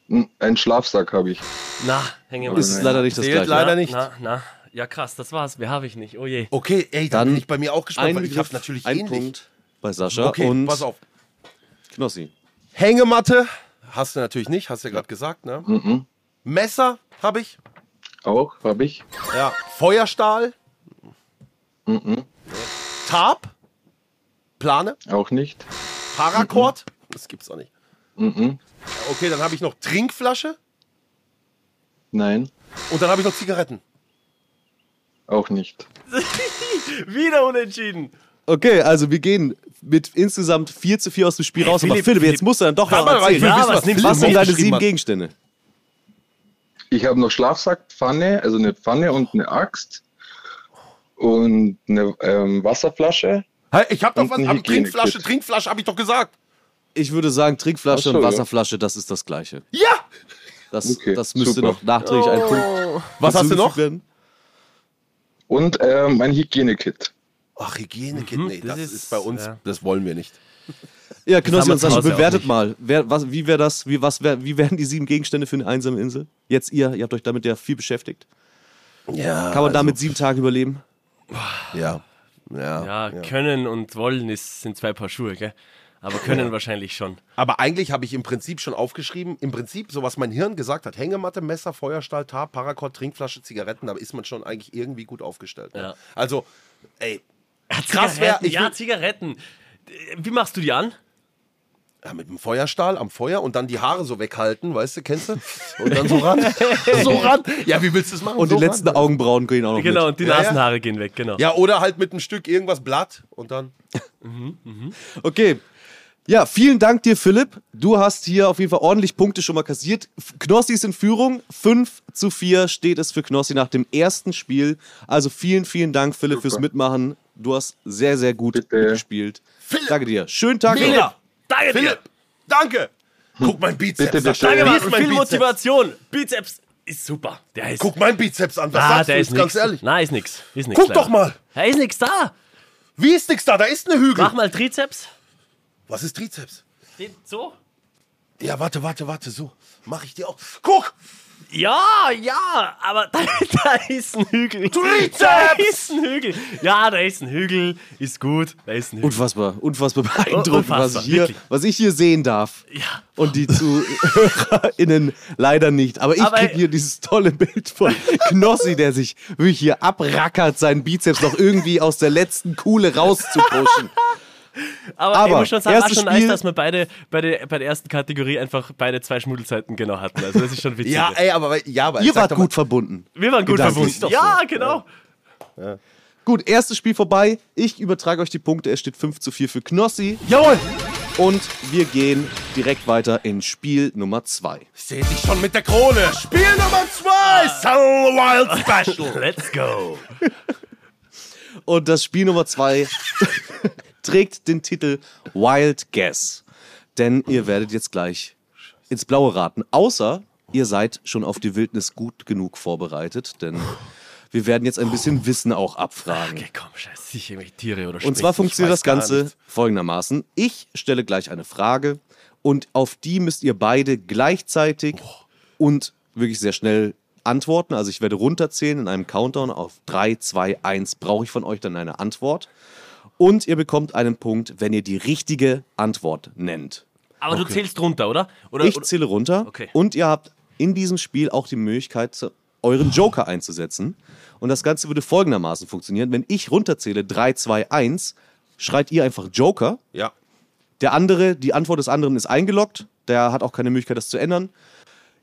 [SPEAKER 6] N- Ein Schlafsack habe ich.
[SPEAKER 3] Na, Hängematte.
[SPEAKER 5] Ist leider nicht das
[SPEAKER 2] Zählt
[SPEAKER 5] gleiche.
[SPEAKER 2] leider
[SPEAKER 3] na,
[SPEAKER 2] nicht.
[SPEAKER 3] Na, na. Ja, krass, das war's. Mehr habe ich nicht. Oh je.
[SPEAKER 2] Okay, ey, dann
[SPEAKER 5] Dann
[SPEAKER 2] bin ich bei mir auch gespannt,
[SPEAKER 5] Ein
[SPEAKER 2] weil ich habe
[SPEAKER 5] Begriff,
[SPEAKER 2] natürlich
[SPEAKER 5] ein
[SPEAKER 2] ähnlich.
[SPEAKER 5] Punkt bei Sascha
[SPEAKER 2] Okay,
[SPEAKER 5] und
[SPEAKER 2] pass auf.
[SPEAKER 5] Knossi.
[SPEAKER 2] Hängematte hast du natürlich nicht, hast du ja gerade gesagt, ne?
[SPEAKER 6] Mhm.
[SPEAKER 2] Messer habe ich.
[SPEAKER 6] Auch habe ich.
[SPEAKER 2] Ja. Feuerstahl.
[SPEAKER 6] Mhm.
[SPEAKER 2] Tarp. Plane.
[SPEAKER 6] Auch nicht.
[SPEAKER 2] Paracord.
[SPEAKER 6] Mhm.
[SPEAKER 2] Das gibt's auch nicht. Okay, dann habe ich noch Trinkflasche
[SPEAKER 6] Nein.
[SPEAKER 2] und dann habe ich noch Zigaretten.
[SPEAKER 6] Auch nicht.
[SPEAKER 3] Wieder unentschieden.
[SPEAKER 5] Okay, also wir gehen mit insgesamt 4 zu 4 aus dem Spiel raus. Aber
[SPEAKER 3] Philipp,
[SPEAKER 5] Philipp, jetzt
[SPEAKER 3] Philipp.
[SPEAKER 5] musst du dann doch
[SPEAKER 2] Warte
[SPEAKER 5] noch
[SPEAKER 2] mal, weil ich
[SPEAKER 5] erzählen.
[SPEAKER 2] will wissen,
[SPEAKER 5] was,
[SPEAKER 2] was Philipp
[SPEAKER 5] was sind
[SPEAKER 2] mir
[SPEAKER 5] deine
[SPEAKER 2] geschrieben
[SPEAKER 5] sieben
[SPEAKER 2] hat.
[SPEAKER 5] Gegenstände?
[SPEAKER 6] Ich habe noch Schlafsack, Pfanne, also eine Pfanne und eine Axt und eine ähm, Wasserflasche.
[SPEAKER 2] Hä, Ich habe doch
[SPEAKER 6] Und
[SPEAKER 2] was.
[SPEAKER 6] ein
[SPEAKER 2] Hab ich Trinkflasche,
[SPEAKER 6] Hygienekit.
[SPEAKER 2] Trinkflasche habe ich doch gesagt.
[SPEAKER 5] Ich würde sagen, Trinkflasche
[SPEAKER 6] Ach so,
[SPEAKER 5] und
[SPEAKER 6] ja.
[SPEAKER 5] Wasserflasche, das ist das Gleiche.
[SPEAKER 2] Ja!
[SPEAKER 5] Das,
[SPEAKER 6] Okay,
[SPEAKER 5] das müsste
[SPEAKER 6] super.
[SPEAKER 5] noch nachträglich ein Punkt.
[SPEAKER 2] Was hast du noch?
[SPEAKER 5] hinzugefügt werden.
[SPEAKER 6] Und ähm, mein Hygienekit.
[SPEAKER 2] Ach, Hygienekit, nee,
[SPEAKER 3] das
[SPEAKER 2] das,
[SPEAKER 3] ist-
[SPEAKER 2] ist, bei uns,
[SPEAKER 3] ja.
[SPEAKER 2] das wollen wir nicht.
[SPEAKER 5] Ja, Knossi
[SPEAKER 3] wir
[SPEAKER 5] und
[SPEAKER 3] zu
[SPEAKER 5] Sascha,
[SPEAKER 3] Hause auch
[SPEAKER 5] bewertet
[SPEAKER 3] nicht.
[SPEAKER 5] mal. Wer, was, wie wäre das? Wie, was wär, wie wären die sieben Gegenstände für eine einsame Insel? Jetzt ihr, ihr habt euch damit ja viel beschäftigt.
[SPEAKER 2] Ja.
[SPEAKER 3] Also.
[SPEAKER 5] Kann man damit sieben Tage überleben?
[SPEAKER 2] Ja. Ja.
[SPEAKER 3] Ja, können und wollen ist, sind zwei Paar Schuhe, gell? Aber können wahrscheinlich schon.
[SPEAKER 2] Aber eigentlich habe ich im Prinzip schon aufgeschrieben, im Prinzip, so was mein Hirn gesagt hat: Hängematte, Messer, Feuerstahl, Tarp, Paracord, Trinkflasche, Zigaretten, da ist man schon eigentlich irgendwie gut aufgestellt. ne?
[SPEAKER 3] Ja.
[SPEAKER 2] Also, ey,
[SPEAKER 3] Krass
[SPEAKER 2] krass
[SPEAKER 3] wär,
[SPEAKER 2] wäre
[SPEAKER 3] ja, Zigaretten. Wie machst du die an?
[SPEAKER 2] Ja, mit dem Feuerstahl am Feuer und dann die Haare so weghalten, weißt du, kennst du? Und dann so ran. so ran. Ja, wie willst du es machen?
[SPEAKER 5] Und
[SPEAKER 2] so
[SPEAKER 5] die letzten
[SPEAKER 2] ran.
[SPEAKER 5] Augenbrauen gehen auch noch
[SPEAKER 3] Genau,
[SPEAKER 5] mit.
[SPEAKER 3] und die
[SPEAKER 2] Ja, ja.
[SPEAKER 3] Nasenhaare gehen weg, genau.
[SPEAKER 2] Ja, oder halt mit einem Stück irgendwas Blatt und dann.
[SPEAKER 5] Okay. Ja, vielen Dank dir, Philipp. Du hast hier auf jeden Fall ordentlich Punkte schon mal kassiert. F- Knossi ist in Führung. 5 zu 4 steht es für Knossi nach dem ersten Spiel. Also vielen, vielen Dank, Philipp, fürs Mitmachen. Du hast sehr, sehr gut
[SPEAKER 6] Bitte.
[SPEAKER 5] gespielt. Danke dir. Schönen Tag
[SPEAKER 2] Mega.
[SPEAKER 5] noch.
[SPEAKER 3] Danke dir.
[SPEAKER 2] Philipp, danke! Guck mein Bizeps
[SPEAKER 6] Bitte,
[SPEAKER 2] Sascha.
[SPEAKER 6] bitte.
[SPEAKER 3] Danke,
[SPEAKER 2] Hier
[SPEAKER 3] Mann.
[SPEAKER 2] ist mein
[SPEAKER 3] Viel
[SPEAKER 2] Bizeps.
[SPEAKER 3] Motivation. Bizeps ist super. Der ist.
[SPEAKER 2] Guck mein Bizeps an, was
[SPEAKER 3] ah,
[SPEAKER 2] sagst du
[SPEAKER 3] der ist
[SPEAKER 2] jetzt ganz
[SPEAKER 3] nix.
[SPEAKER 2] ehrlich?
[SPEAKER 3] Na, ist nix. Ist nix
[SPEAKER 2] Guck doch
[SPEAKER 3] leider.
[SPEAKER 2] mal.
[SPEAKER 3] Da ist nix da.
[SPEAKER 2] Wie ist nix da? Da ist eine Hügel.
[SPEAKER 3] Mach mal Trizeps.
[SPEAKER 2] Was ist Trizeps?
[SPEAKER 3] Steht so.
[SPEAKER 2] Ja, warte, warte, warte, so. Mach ich dir auch. Guck!
[SPEAKER 3] Ja, ja, aber da, da ist ein Hügel.
[SPEAKER 2] Trizeps!
[SPEAKER 3] Da ist ein Hügel. Ja, da ist ein Hügel. Ist gut. Da ist ein Hügel.
[SPEAKER 5] Unfassbar, unfassbar beeindruckend, was,
[SPEAKER 3] Unfassbar,
[SPEAKER 5] ich hier,
[SPEAKER 3] wirklich.
[SPEAKER 5] was ich hier sehen darf.
[SPEAKER 3] Ja.
[SPEAKER 5] Und die ZuhörerInnen leider nicht. Aber ich
[SPEAKER 3] Aber-
[SPEAKER 5] kriege hier dieses tolle Bild von Knossi, der sich wirklich hier abrackert, seinen Bizeps noch irgendwie aus der letzten Kuhle rauszupuschen.
[SPEAKER 3] Aber, ich
[SPEAKER 5] Aber
[SPEAKER 3] muss schon sagen, war
[SPEAKER 5] erstes
[SPEAKER 3] schon nice,
[SPEAKER 5] Spiel-
[SPEAKER 3] dass wir beide bei der, bei der ersten Kategorie einfach beide zwei Schmuddelzeiten genau hatten. Also das ist schon witzig.
[SPEAKER 2] Ja, ey, aber ja, aber
[SPEAKER 5] Ihr
[SPEAKER 2] sag
[SPEAKER 5] wart
[SPEAKER 2] doch mal-
[SPEAKER 5] gut verbunden.
[SPEAKER 3] Wir waren gut
[SPEAKER 5] Gedanklich.
[SPEAKER 3] verbunden.
[SPEAKER 5] Ist doch so.
[SPEAKER 3] Ja, genau.
[SPEAKER 5] Gut, erstes Spiel vorbei. Ich übertrage euch die Punkte. Es steht 5 zu 4 für Knossi.
[SPEAKER 2] Jawohl!
[SPEAKER 5] Und wir gehen direkt weiter in Spiel Nummer 2.
[SPEAKER 2] Ich seh dich schon mit der Krone. Spiel Nummer 2,
[SPEAKER 3] Ah.
[SPEAKER 2] Sun Wild Special.
[SPEAKER 3] Let's go.
[SPEAKER 5] Und das Spiel Nummer zwei trägt den Titel Wild Guess. denn ihr werdet jetzt gleich ins Blaue raten. Außer ihr seid schon auf die Wildnis gut genug vorbereitet, denn wir werden jetzt ein bisschen Wissen auch abfragen.
[SPEAKER 3] Okay, komm, scheiß sicher irgendwelche Tiere oder
[SPEAKER 5] Und
[SPEAKER 3] Spinnen.
[SPEAKER 5] zwar funktioniert
[SPEAKER 2] weiß
[SPEAKER 5] das Ganze
[SPEAKER 2] gar nicht.
[SPEAKER 5] folgendermaßen. Ich stelle gleich eine Frage und auf die müsst ihr beide gleichzeitig
[SPEAKER 2] Oh.
[SPEAKER 5] und wirklich sehr schnell antworten. Also ich werde runterzählen in einem Countdown auf 3, 2, 1 brauche ich von euch dann eine Antwort. Und ihr bekommt einen Punkt, wenn ihr die richtige Antwort nennt.
[SPEAKER 3] Aber du zählst runter, oder? oder
[SPEAKER 5] Ich
[SPEAKER 3] oder-
[SPEAKER 5] zähle runter
[SPEAKER 3] Okay.
[SPEAKER 5] und ihr habt in diesem Spiel auch die Möglichkeit, zu- euren Joker einzusetzen. Und das Ganze würde folgendermaßen funktionieren. Wenn ich runterzähle 3, 2, 1, schreit ihr einfach Joker.
[SPEAKER 2] Ja.
[SPEAKER 5] Der andere, die Antwort des anderen ist eingeloggt. Der hat auch keine Möglichkeit, das zu ändern.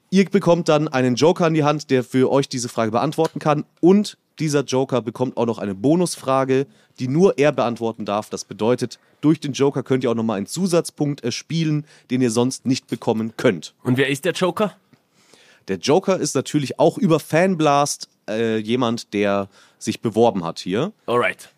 [SPEAKER 5] Ihr bekommt dann einen Joker in die Hand, der für euch diese Frage beantworten kann. Und dieser Joker bekommt auch noch eine Bonusfrage, die nur er beantworten darf. Das bedeutet, durch den Joker könnt ihr auch nochmal einen Zusatzpunkt erspielen, den ihr sonst nicht bekommen könnt.
[SPEAKER 3] Und wer ist der Joker?
[SPEAKER 5] Der Joker ist natürlich auch über Fanblast äh, jemand, der sich beworben hat hier.
[SPEAKER 3] Alright.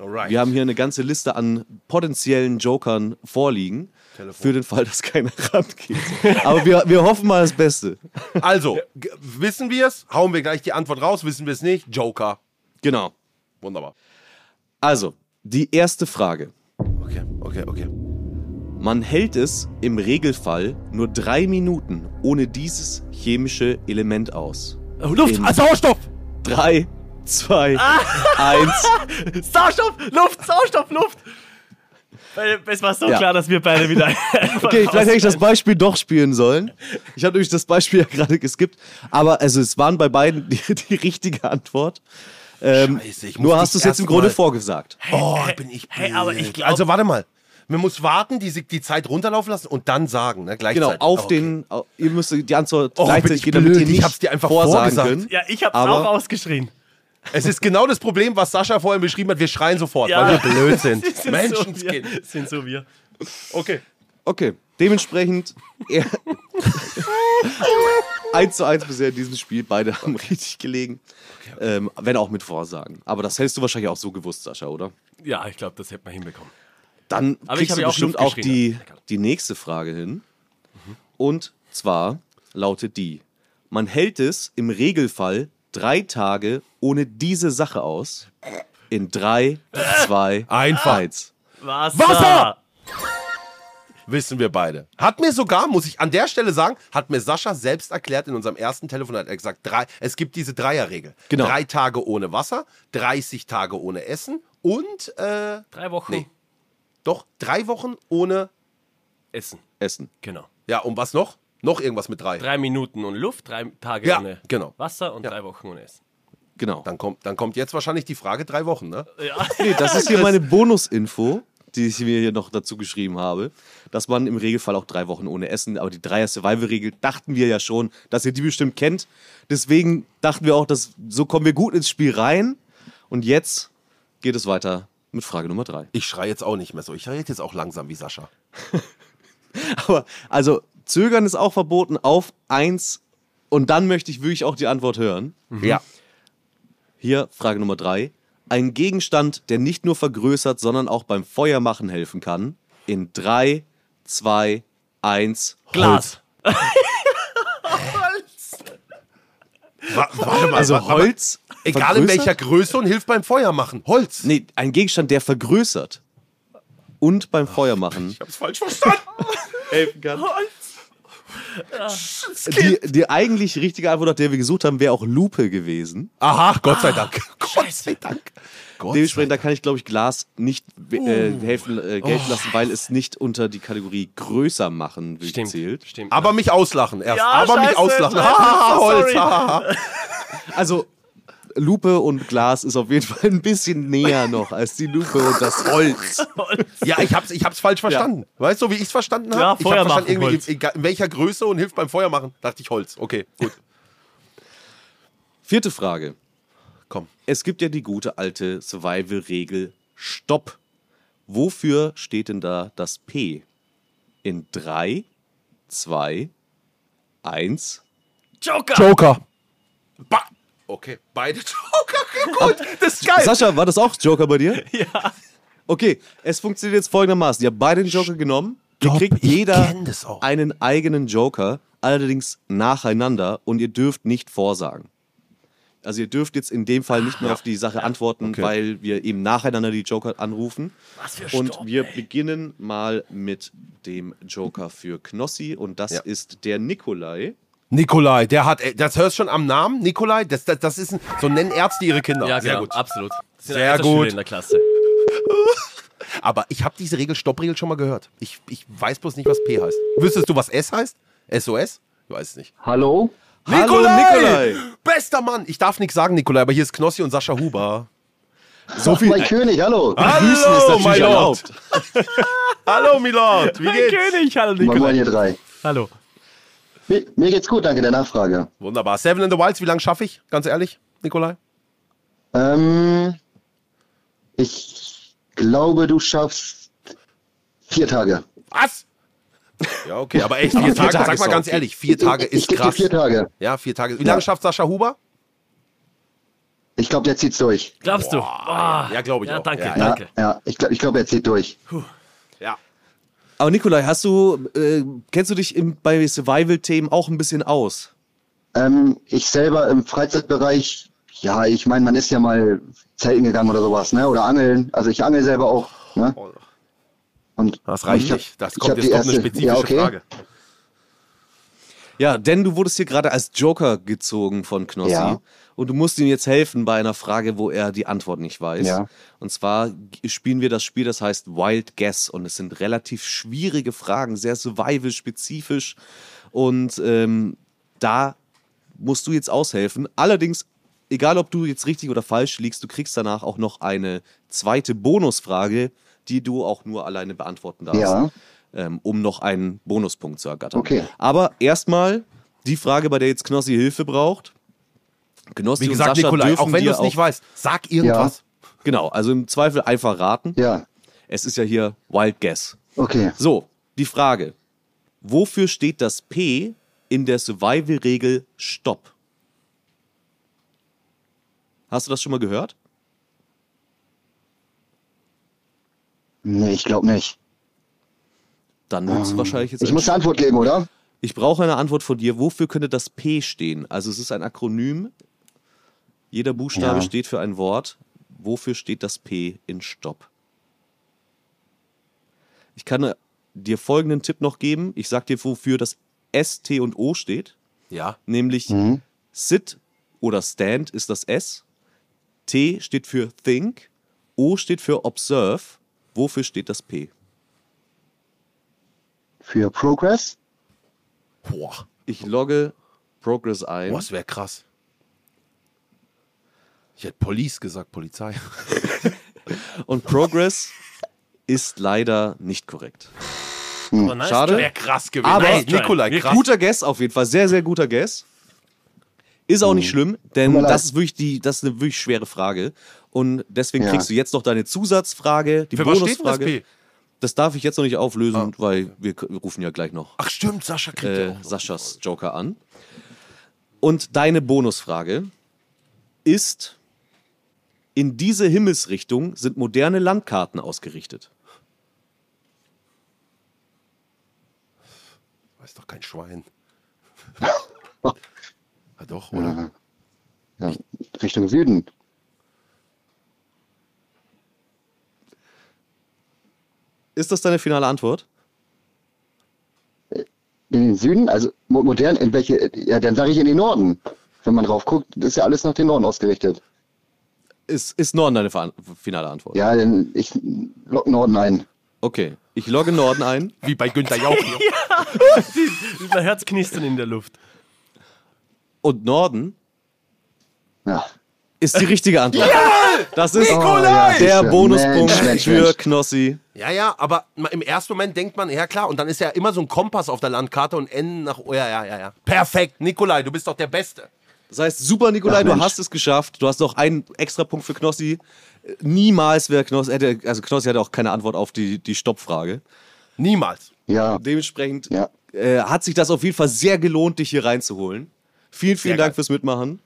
[SPEAKER 2] Alright.
[SPEAKER 5] Wir haben hier eine ganze Liste an potenziellen Jokern vorliegen. Für den Fall, dass keiner rangeht. Aber wir, wir hoffen mal das Beste.
[SPEAKER 2] Also, g- wissen wir es? Hauen wir gleich die Antwort raus. Wissen wir es nicht? Joker.
[SPEAKER 5] Genau.
[SPEAKER 2] Wunderbar.
[SPEAKER 5] Also, die erste Frage.
[SPEAKER 2] Okay, okay, okay.
[SPEAKER 5] Man hält es im Regelfall nur drei Minuten ohne dieses chemische Element aus.
[SPEAKER 2] Äh,
[SPEAKER 3] Oh, Luft,
[SPEAKER 5] In-
[SPEAKER 3] ah, Sauerstoff!
[SPEAKER 5] Drei, zwei, eins.
[SPEAKER 3] Sauerstoff, Luft, Sauerstoff, Luft! Weil Es war so
[SPEAKER 5] Ja.
[SPEAKER 3] klar, dass wir beide wieder.
[SPEAKER 5] Okay, vielleicht hätte ich das Beispiel doch spielen sollen. Ich habe nämlich das Beispiel ja gerade geskippt. Aber also es waren bei beiden die, die richtige Antwort. Ähm,
[SPEAKER 2] Scheiße, ich muss
[SPEAKER 5] nur
[SPEAKER 2] dich
[SPEAKER 5] hast du es jetzt im
[SPEAKER 2] erst
[SPEAKER 5] Grunde
[SPEAKER 2] mal-
[SPEAKER 5] vorgesagt.
[SPEAKER 2] Oh, bin ich
[SPEAKER 3] hey, aber
[SPEAKER 2] blöd.
[SPEAKER 3] ich glaub-
[SPEAKER 2] Also, warte mal. Man muss warten, die, die Zeit runterlaufen lassen und dann sagen, ne? Gleichzeitig.
[SPEAKER 5] Genau, auf
[SPEAKER 2] Okay.
[SPEAKER 5] den. Au, ihr müsst die Antwort
[SPEAKER 2] Oh, bin
[SPEAKER 5] gleichzeitig
[SPEAKER 2] ich
[SPEAKER 5] geben, damit
[SPEAKER 2] blöd,
[SPEAKER 5] ihr
[SPEAKER 2] ich
[SPEAKER 5] nicht
[SPEAKER 2] hab's dir einfach
[SPEAKER 5] vorsagen
[SPEAKER 2] vorgesagt.
[SPEAKER 5] könnt.
[SPEAKER 3] Ja, ich hab's
[SPEAKER 5] Aber-
[SPEAKER 3] auch ausgeschrien.
[SPEAKER 2] Es ist genau das Problem, was Sascha vorhin beschrieben hat. Wir schreien sofort,
[SPEAKER 3] Ja.
[SPEAKER 2] weil wir blöd sind.
[SPEAKER 3] Das sind
[SPEAKER 2] Menschenskind.
[SPEAKER 3] So wir. Das sind so wir.
[SPEAKER 2] Okay.
[SPEAKER 5] Okay, dementsprechend. er- Eins zu eins bisher in diesem Spiel, beide haben richtig gelegen. Ähm, wenn auch mit Vorsagen. Aber das hättest du wahrscheinlich auch so gewusst, Sascha, oder?
[SPEAKER 3] Ja, ich glaube, das hätte man hinbekommen.
[SPEAKER 5] Dann
[SPEAKER 3] Aber ich
[SPEAKER 5] kriegst
[SPEAKER 3] habe
[SPEAKER 5] du
[SPEAKER 3] ja auch
[SPEAKER 5] bestimmt
[SPEAKER 3] Luft
[SPEAKER 5] auch die,
[SPEAKER 3] geschrien, ja.
[SPEAKER 5] die nächste Frage hin. Und zwar lautet die: Man hält es im Regelfall drei Tage ohne diese Sache aus. In drei, zwei,
[SPEAKER 2] Einfach.
[SPEAKER 5] eins.
[SPEAKER 3] Wasser!
[SPEAKER 2] Wasser! Wissen wir beide. Hat mir sogar, muss ich an der Stelle sagen, hat mir Sascha selbst erklärt in unserem ersten Telefonat. Er hat gesagt, drei, es gibt diese Dreierregel.
[SPEAKER 5] Genau.
[SPEAKER 2] Drei Tage ohne Wasser, 30 Tage ohne Essen und äh,
[SPEAKER 3] Drei Wochen
[SPEAKER 2] Nee. doch drei Wochen ohne.
[SPEAKER 3] Essen.
[SPEAKER 5] Essen.
[SPEAKER 3] Genau.
[SPEAKER 2] Ja, und was noch? Noch irgendwas mit drei.
[SPEAKER 3] Drei Minuten und Luft, drei Tage
[SPEAKER 2] Ja,
[SPEAKER 3] ohne
[SPEAKER 2] genau.
[SPEAKER 3] Wasser und drei Wochen ohne Essen.
[SPEAKER 5] Genau.
[SPEAKER 2] Dann, kommt, dann kommt jetzt wahrscheinlich die Frage drei Wochen, ne?
[SPEAKER 5] Nee, das ist hier meine Bonusinfo, die ich mir hier noch dazu geschrieben habe, dass man im Regelfall auch drei Wochen ohne Essen, aber die Dreier-Survival-Regel dachten wir ja schon, dass ihr die bestimmt kennt. Deswegen dachten wir auch, dass so kommen wir gut ins Spiel rein. Und jetzt geht es weiter mit Frage Nummer drei.
[SPEAKER 2] Ich schreie jetzt auch nicht mehr so. Ich rede jetzt auch langsam wie Sascha.
[SPEAKER 5] Aber also zögern ist auch verboten auf eins und dann möchte ich wirklich auch die Antwort hören.
[SPEAKER 2] Ja.
[SPEAKER 5] Hier Frage Nummer drei. Ein Gegenstand, der nicht nur vergrößert, sondern auch beim Feuermachen helfen kann. In drei, zwei, eins.
[SPEAKER 3] Glas.
[SPEAKER 2] Wa warte mal,
[SPEAKER 5] Also
[SPEAKER 2] warte mal.
[SPEAKER 5] Holz.
[SPEAKER 2] Egal in
[SPEAKER 5] vergrößert?
[SPEAKER 2] welcher Größe und hilft beim Feuer machen. Holz.
[SPEAKER 5] Nee, ein Gegenstand, der vergrößert und beim Feuermachen.
[SPEAKER 2] Ich hab's falsch verstanden.
[SPEAKER 5] helfen kann. Die, die eigentlich richtige Antwort, nach der wir gesucht haben, wäre auch Lupe gewesen.
[SPEAKER 2] Aha, Gott sei Dank. Gott sei Dank. Gott
[SPEAKER 5] Dementsprechend, da kann ich, glaube ich, Glas nicht äh, helfen, äh, gelten lassen, weil es nicht unter die Kategorie größer machen
[SPEAKER 3] Stimmt.
[SPEAKER 5] zählt.
[SPEAKER 3] Stimmt.
[SPEAKER 2] Aber mich auslachen erst.
[SPEAKER 3] Ja,
[SPEAKER 2] Aber mich
[SPEAKER 3] scheiße,
[SPEAKER 2] auslachen.
[SPEAKER 3] scheiße,
[SPEAKER 2] Hahaha, Holz.
[SPEAKER 3] sorry.
[SPEAKER 2] hahaha.
[SPEAKER 5] Also Lupe und Glas ist auf jeden Fall ein bisschen näher noch als die Lupe und das Holz.
[SPEAKER 2] ja, ich hab's, ich hab's falsch verstanden. Weißt du, wie ich's verstanden habe?
[SPEAKER 3] Ja,
[SPEAKER 2] ich
[SPEAKER 3] Feuer
[SPEAKER 2] hab verstanden,
[SPEAKER 3] machen,
[SPEAKER 2] irgendwie, egal, in welcher Größe und hilft beim Feuer machen. Dachte ich Holz. Okay, gut.
[SPEAKER 5] Vierte Frage.
[SPEAKER 2] Komm.
[SPEAKER 5] Es gibt ja die gute alte Survival-Regel Stopp. Wofür steht denn da das P? In 3, 2, 1.
[SPEAKER 3] Joker!
[SPEAKER 2] Joker. Ba okay, beide Joker. Gut, das ist geil.
[SPEAKER 5] Sascha, war das auch Joker bei dir? Ja. Okay, es funktioniert jetzt folgendermaßen. Ihr habt beide den Joker genommen.
[SPEAKER 2] Stopp,
[SPEAKER 5] kriegt
[SPEAKER 2] ich
[SPEAKER 5] jeder
[SPEAKER 2] kenn das auch.
[SPEAKER 5] einen eigenen Joker, allerdings nacheinander und ihr dürft nicht vorsagen. Also ihr dürft jetzt in dem Fall nicht mehr auf die Sache antworten,
[SPEAKER 2] Ah, Okay.
[SPEAKER 5] weil wir eben nacheinander die Joker anrufen. und wir beginnen mal mit dem Joker für Knossi und das
[SPEAKER 2] Ja.
[SPEAKER 5] ist der Nikolai.
[SPEAKER 2] Nikolai, der hat, äh, das hörst schon am Namen, Nikolai, das, das, das ist ein, so nennen Ärzte ihre Kinder.
[SPEAKER 3] Ja,
[SPEAKER 2] Sehr
[SPEAKER 3] genau,
[SPEAKER 2] gut.
[SPEAKER 3] absolut. Das sind
[SPEAKER 2] Sehr
[SPEAKER 3] einfach Schüler
[SPEAKER 2] gut.
[SPEAKER 3] in der Klasse.
[SPEAKER 2] Aber ich habe diese Regel, Stoppregel schon mal gehört. Ich, ich weiß bloß nicht, was P heißt. Wüsstest du, was S heißt? SOS? Ich weiß es nicht.
[SPEAKER 7] Hallo?
[SPEAKER 5] Nikolai!
[SPEAKER 2] Bester Mann! Ich darf nichts sagen, Nikolai, aber hier ist Knossi und Sascha Huber.
[SPEAKER 7] So viel. Mein König, hallo.
[SPEAKER 2] Hallo, mein Lord.
[SPEAKER 5] erlaubt.
[SPEAKER 2] Hallo, Milord! Wie geht's?
[SPEAKER 3] König, hallo
[SPEAKER 7] Moin, moin,
[SPEAKER 3] Nikolai.
[SPEAKER 7] ihr drei.
[SPEAKER 3] Hallo.
[SPEAKER 7] Mir, mir geht's gut, danke der Nachfrage.
[SPEAKER 2] Wunderbar. Seven in the Wilds, wie lange schaffe ich? Ganz ehrlich, Nikolai?
[SPEAKER 7] Ähm, ich glaube, du schaffst vier Tage.
[SPEAKER 2] Was? Ja, okay, aber echt, vier Tage,
[SPEAKER 5] Tage
[SPEAKER 2] sag
[SPEAKER 5] ist
[SPEAKER 2] mal
[SPEAKER 5] auch
[SPEAKER 2] ganz
[SPEAKER 5] viel.
[SPEAKER 2] ehrlich, vier Tage
[SPEAKER 7] ich, ich
[SPEAKER 2] ist
[SPEAKER 7] geb dir
[SPEAKER 2] krass.
[SPEAKER 7] vier Tage.
[SPEAKER 2] Ja, vier Tage. Wie lange schafft Sascha Huber?
[SPEAKER 7] Ich glaube, der zieht's durch.
[SPEAKER 3] Glaubst du? Ah,
[SPEAKER 2] ja, glaub ich
[SPEAKER 3] Ja,
[SPEAKER 2] auch.
[SPEAKER 3] danke,
[SPEAKER 2] Ja, ja.
[SPEAKER 3] danke.
[SPEAKER 7] Ja, ja ich glaube, ich glaub, er zieht durch.
[SPEAKER 2] Ja.
[SPEAKER 5] Aber Nikolai, hast du, äh, kennst du dich im, bei Survival-Themen auch ein bisschen aus?
[SPEAKER 7] Ähm, ich selber im Freizeitbereich, ja, ich meine, man ist ja mal zelten gegangen oder sowas, ne? Oder angeln. Also ich angel selber auch. Ne? Und
[SPEAKER 2] Oh. Das reicht
[SPEAKER 7] ich hab-
[SPEAKER 2] nicht. Das
[SPEAKER 7] ich
[SPEAKER 2] kommt
[SPEAKER 7] hab
[SPEAKER 2] jetzt
[SPEAKER 7] die
[SPEAKER 2] doch eine
[SPEAKER 7] erste-
[SPEAKER 2] spezifische
[SPEAKER 7] ja, okay.
[SPEAKER 2] Frage.
[SPEAKER 5] Ja, denn du wurdest hier gerade als Joker gezogen von Knossi.
[SPEAKER 7] Ja.
[SPEAKER 5] Und du musst ihm jetzt helfen bei einer Frage, wo er die Antwort nicht weiß.
[SPEAKER 7] Ja.
[SPEAKER 5] Und zwar g- spielen wir das Spiel, das heißt Wild Guess. Und es sind relativ schwierige Fragen, sehr survival-spezifisch. Und ähm, da musst du jetzt aushelfen. Allerdings, egal ob du jetzt richtig oder falsch liegst, du kriegst danach auch noch eine zweite Bonusfrage, die du auch nur alleine beantworten darfst
[SPEAKER 7] Ja.
[SPEAKER 5] ähm, um noch einen Bonuspunkt zu ergattern.
[SPEAKER 7] Okay.
[SPEAKER 5] Aber erstmal die Frage, bei der jetzt Knossi Hilfe braucht. Knossi
[SPEAKER 2] Wie gesagt,
[SPEAKER 5] und Sascha
[SPEAKER 2] Nikolai,
[SPEAKER 5] dürfen
[SPEAKER 2] auch wenn du
[SPEAKER 5] dir
[SPEAKER 2] es nicht weißt, sag irgendwas.
[SPEAKER 5] Genau, also im Zweifel einfach raten.
[SPEAKER 7] Ja,
[SPEAKER 5] Es ist ja hier Wild Guess.
[SPEAKER 7] okay.
[SPEAKER 5] So, die Frage. Wofür steht das P in der Survival-Regel Stopp? Hast du das schon mal gehört?
[SPEAKER 7] Nee, ich glaube nicht.
[SPEAKER 5] Dann wird es wahrscheinlich jetzt
[SPEAKER 7] Ähm, Ich muss eine Antwort geben, oder?
[SPEAKER 5] Ich brauche eine Antwort von dir. Wofür könnte das P stehen? Also es ist ein Akronym. Jeder Buchstabe
[SPEAKER 7] Ja.
[SPEAKER 5] steht für ein Wort. Wofür steht das P in Stopp? Ich kann äh, dir folgenden Tipp noch geben. Ich sag dir, wofür das S, T und O steht.
[SPEAKER 2] Ja.
[SPEAKER 5] Nämlich Sit oder Stand ist das S. T steht für Think. O steht für Observe. Wofür steht das P?
[SPEAKER 7] Für Progress?
[SPEAKER 2] Boah,
[SPEAKER 5] Ich logge Progress ein.
[SPEAKER 2] boah das wäre krass. Ich hätte Police gesagt, Polizei.
[SPEAKER 5] Und Progress ist leider nicht korrekt.
[SPEAKER 3] Aber nice,
[SPEAKER 5] Schade.
[SPEAKER 3] Joey.
[SPEAKER 2] krass gewesen.
[SPEAKER 5] Aber-
[SPEAKER 2] Nice try. Nikolai, krass.
[SPEAKER 5] Guter Guess auf jeden Fall, sehr, sehr guter Guess. Ist auch nicht schlimm, denn
[SPEAKER 7] Mhm. Tut mir leid.
[SPEAKER 5] das ist wirklich die, das ist eine wirklich schwere Frage. Und deswegen
[SPEAKER 7] Ja.
[SPEAKER 5] kriegst du jetzt noch deine Zusatzfrage, die
[SPEAKER 2] Für was steht denn das
[SPEAKER 5] Bonusfrage.
[SPEAKER 2] P?
[SPEAKER 5] das darf ich jetzt noch nicht auflösen,
[SPEAKER 7] Ah,
[SPEAKER 5] weil wir, wir rufen ja gleich noch
[SPEAKER 2] Ach stimmt, Sascha kriegt ja
[SPEAKER 5] äh,
[SPEAKER 2] auch noch.
[SPEAKER 5] Saschas Joker an. Und deine Bonusfrage ist: In diese Himmelsrichtung sind moderne Landkarten ausgerichtet.
[SPEAKER 2] Weiß doch kein Schwein. ja, doch, oder?
[SPEAKER 7] Ja, Richtung Süden.
[SPEAKER 5] Ist das deine finale Antwort?
[SPEAKER 7] In den Süden? Also mo- modern, in welche? Ja, dann sage ich in den Norden. Wenn man drauf guckt, ist ja alles nach den Norden ausgerichtet.
[SPEAKER 5] Ist, ist Norden deine Veran- finale Antwort?
[SPEAKER 7] Ja, dann ich lock Norden ein.
[SPEAKER 5] Okay, ich logge Norden ein.
[SPEAKER 2] Wie bei Günther Jauch.
[SPEAKER 3] Man hört's knistern in der Luft.
[SPEAKER 5] Und Norden
[SPEAKER 7] Ja.
[SPEAKER 5] ist die richtige Antwort. Das ist
[SPEAKER 7] Nikolai!
[SPEAKER 5] der
[SPEAKER 7] Mensch,
[SPEAKER 5] Bonuspunkt
[SPEAKER 7] Mensch,
[SPEAKER 5] für
[SPEAKER 7] Mensch.
[SPEAKER 5] Knossi.
[SPEAKER 2] ja, ja, aber ma- im ersten Moment denkt man, ja klar, und dann ist ja immer so ein Kompass auf der Landkarte und N nach. Oh, ja, ja, ja, ja. Perfekt, Nikolai, du bist doch der Beste.
[SPEAKER 5] Das heißt, super Nikolai,
[SPEAKER 7] Ach,
[SPEAKER 5] du
[SPEAKER 7] Mensch.
[SPEAKER 5] hast es geschafft. Du hast noch einen extra Punkt für Knossi. Äh, Niemals wäre Knossi, hätte, also Knossi hatte auch keine Antwort auf die, die Stoppfrage.
[SPEAKER 2] Niemals.
[SPEAKER 7] Ja.
[SPEAKER 5] Dementsprechend
[SPEAKER 7] Ja.
[SPEAKER 5] äh, hat sich das auf jeden Fall sehr gelohnt, dich hier reinzuholen. Vielen, vielen
[SPEAKER 2] Sehr
[SPEAKER 5] Dank
[SPEAKER 2] geil.
[SPEAKER 5] fürs Mitmachen.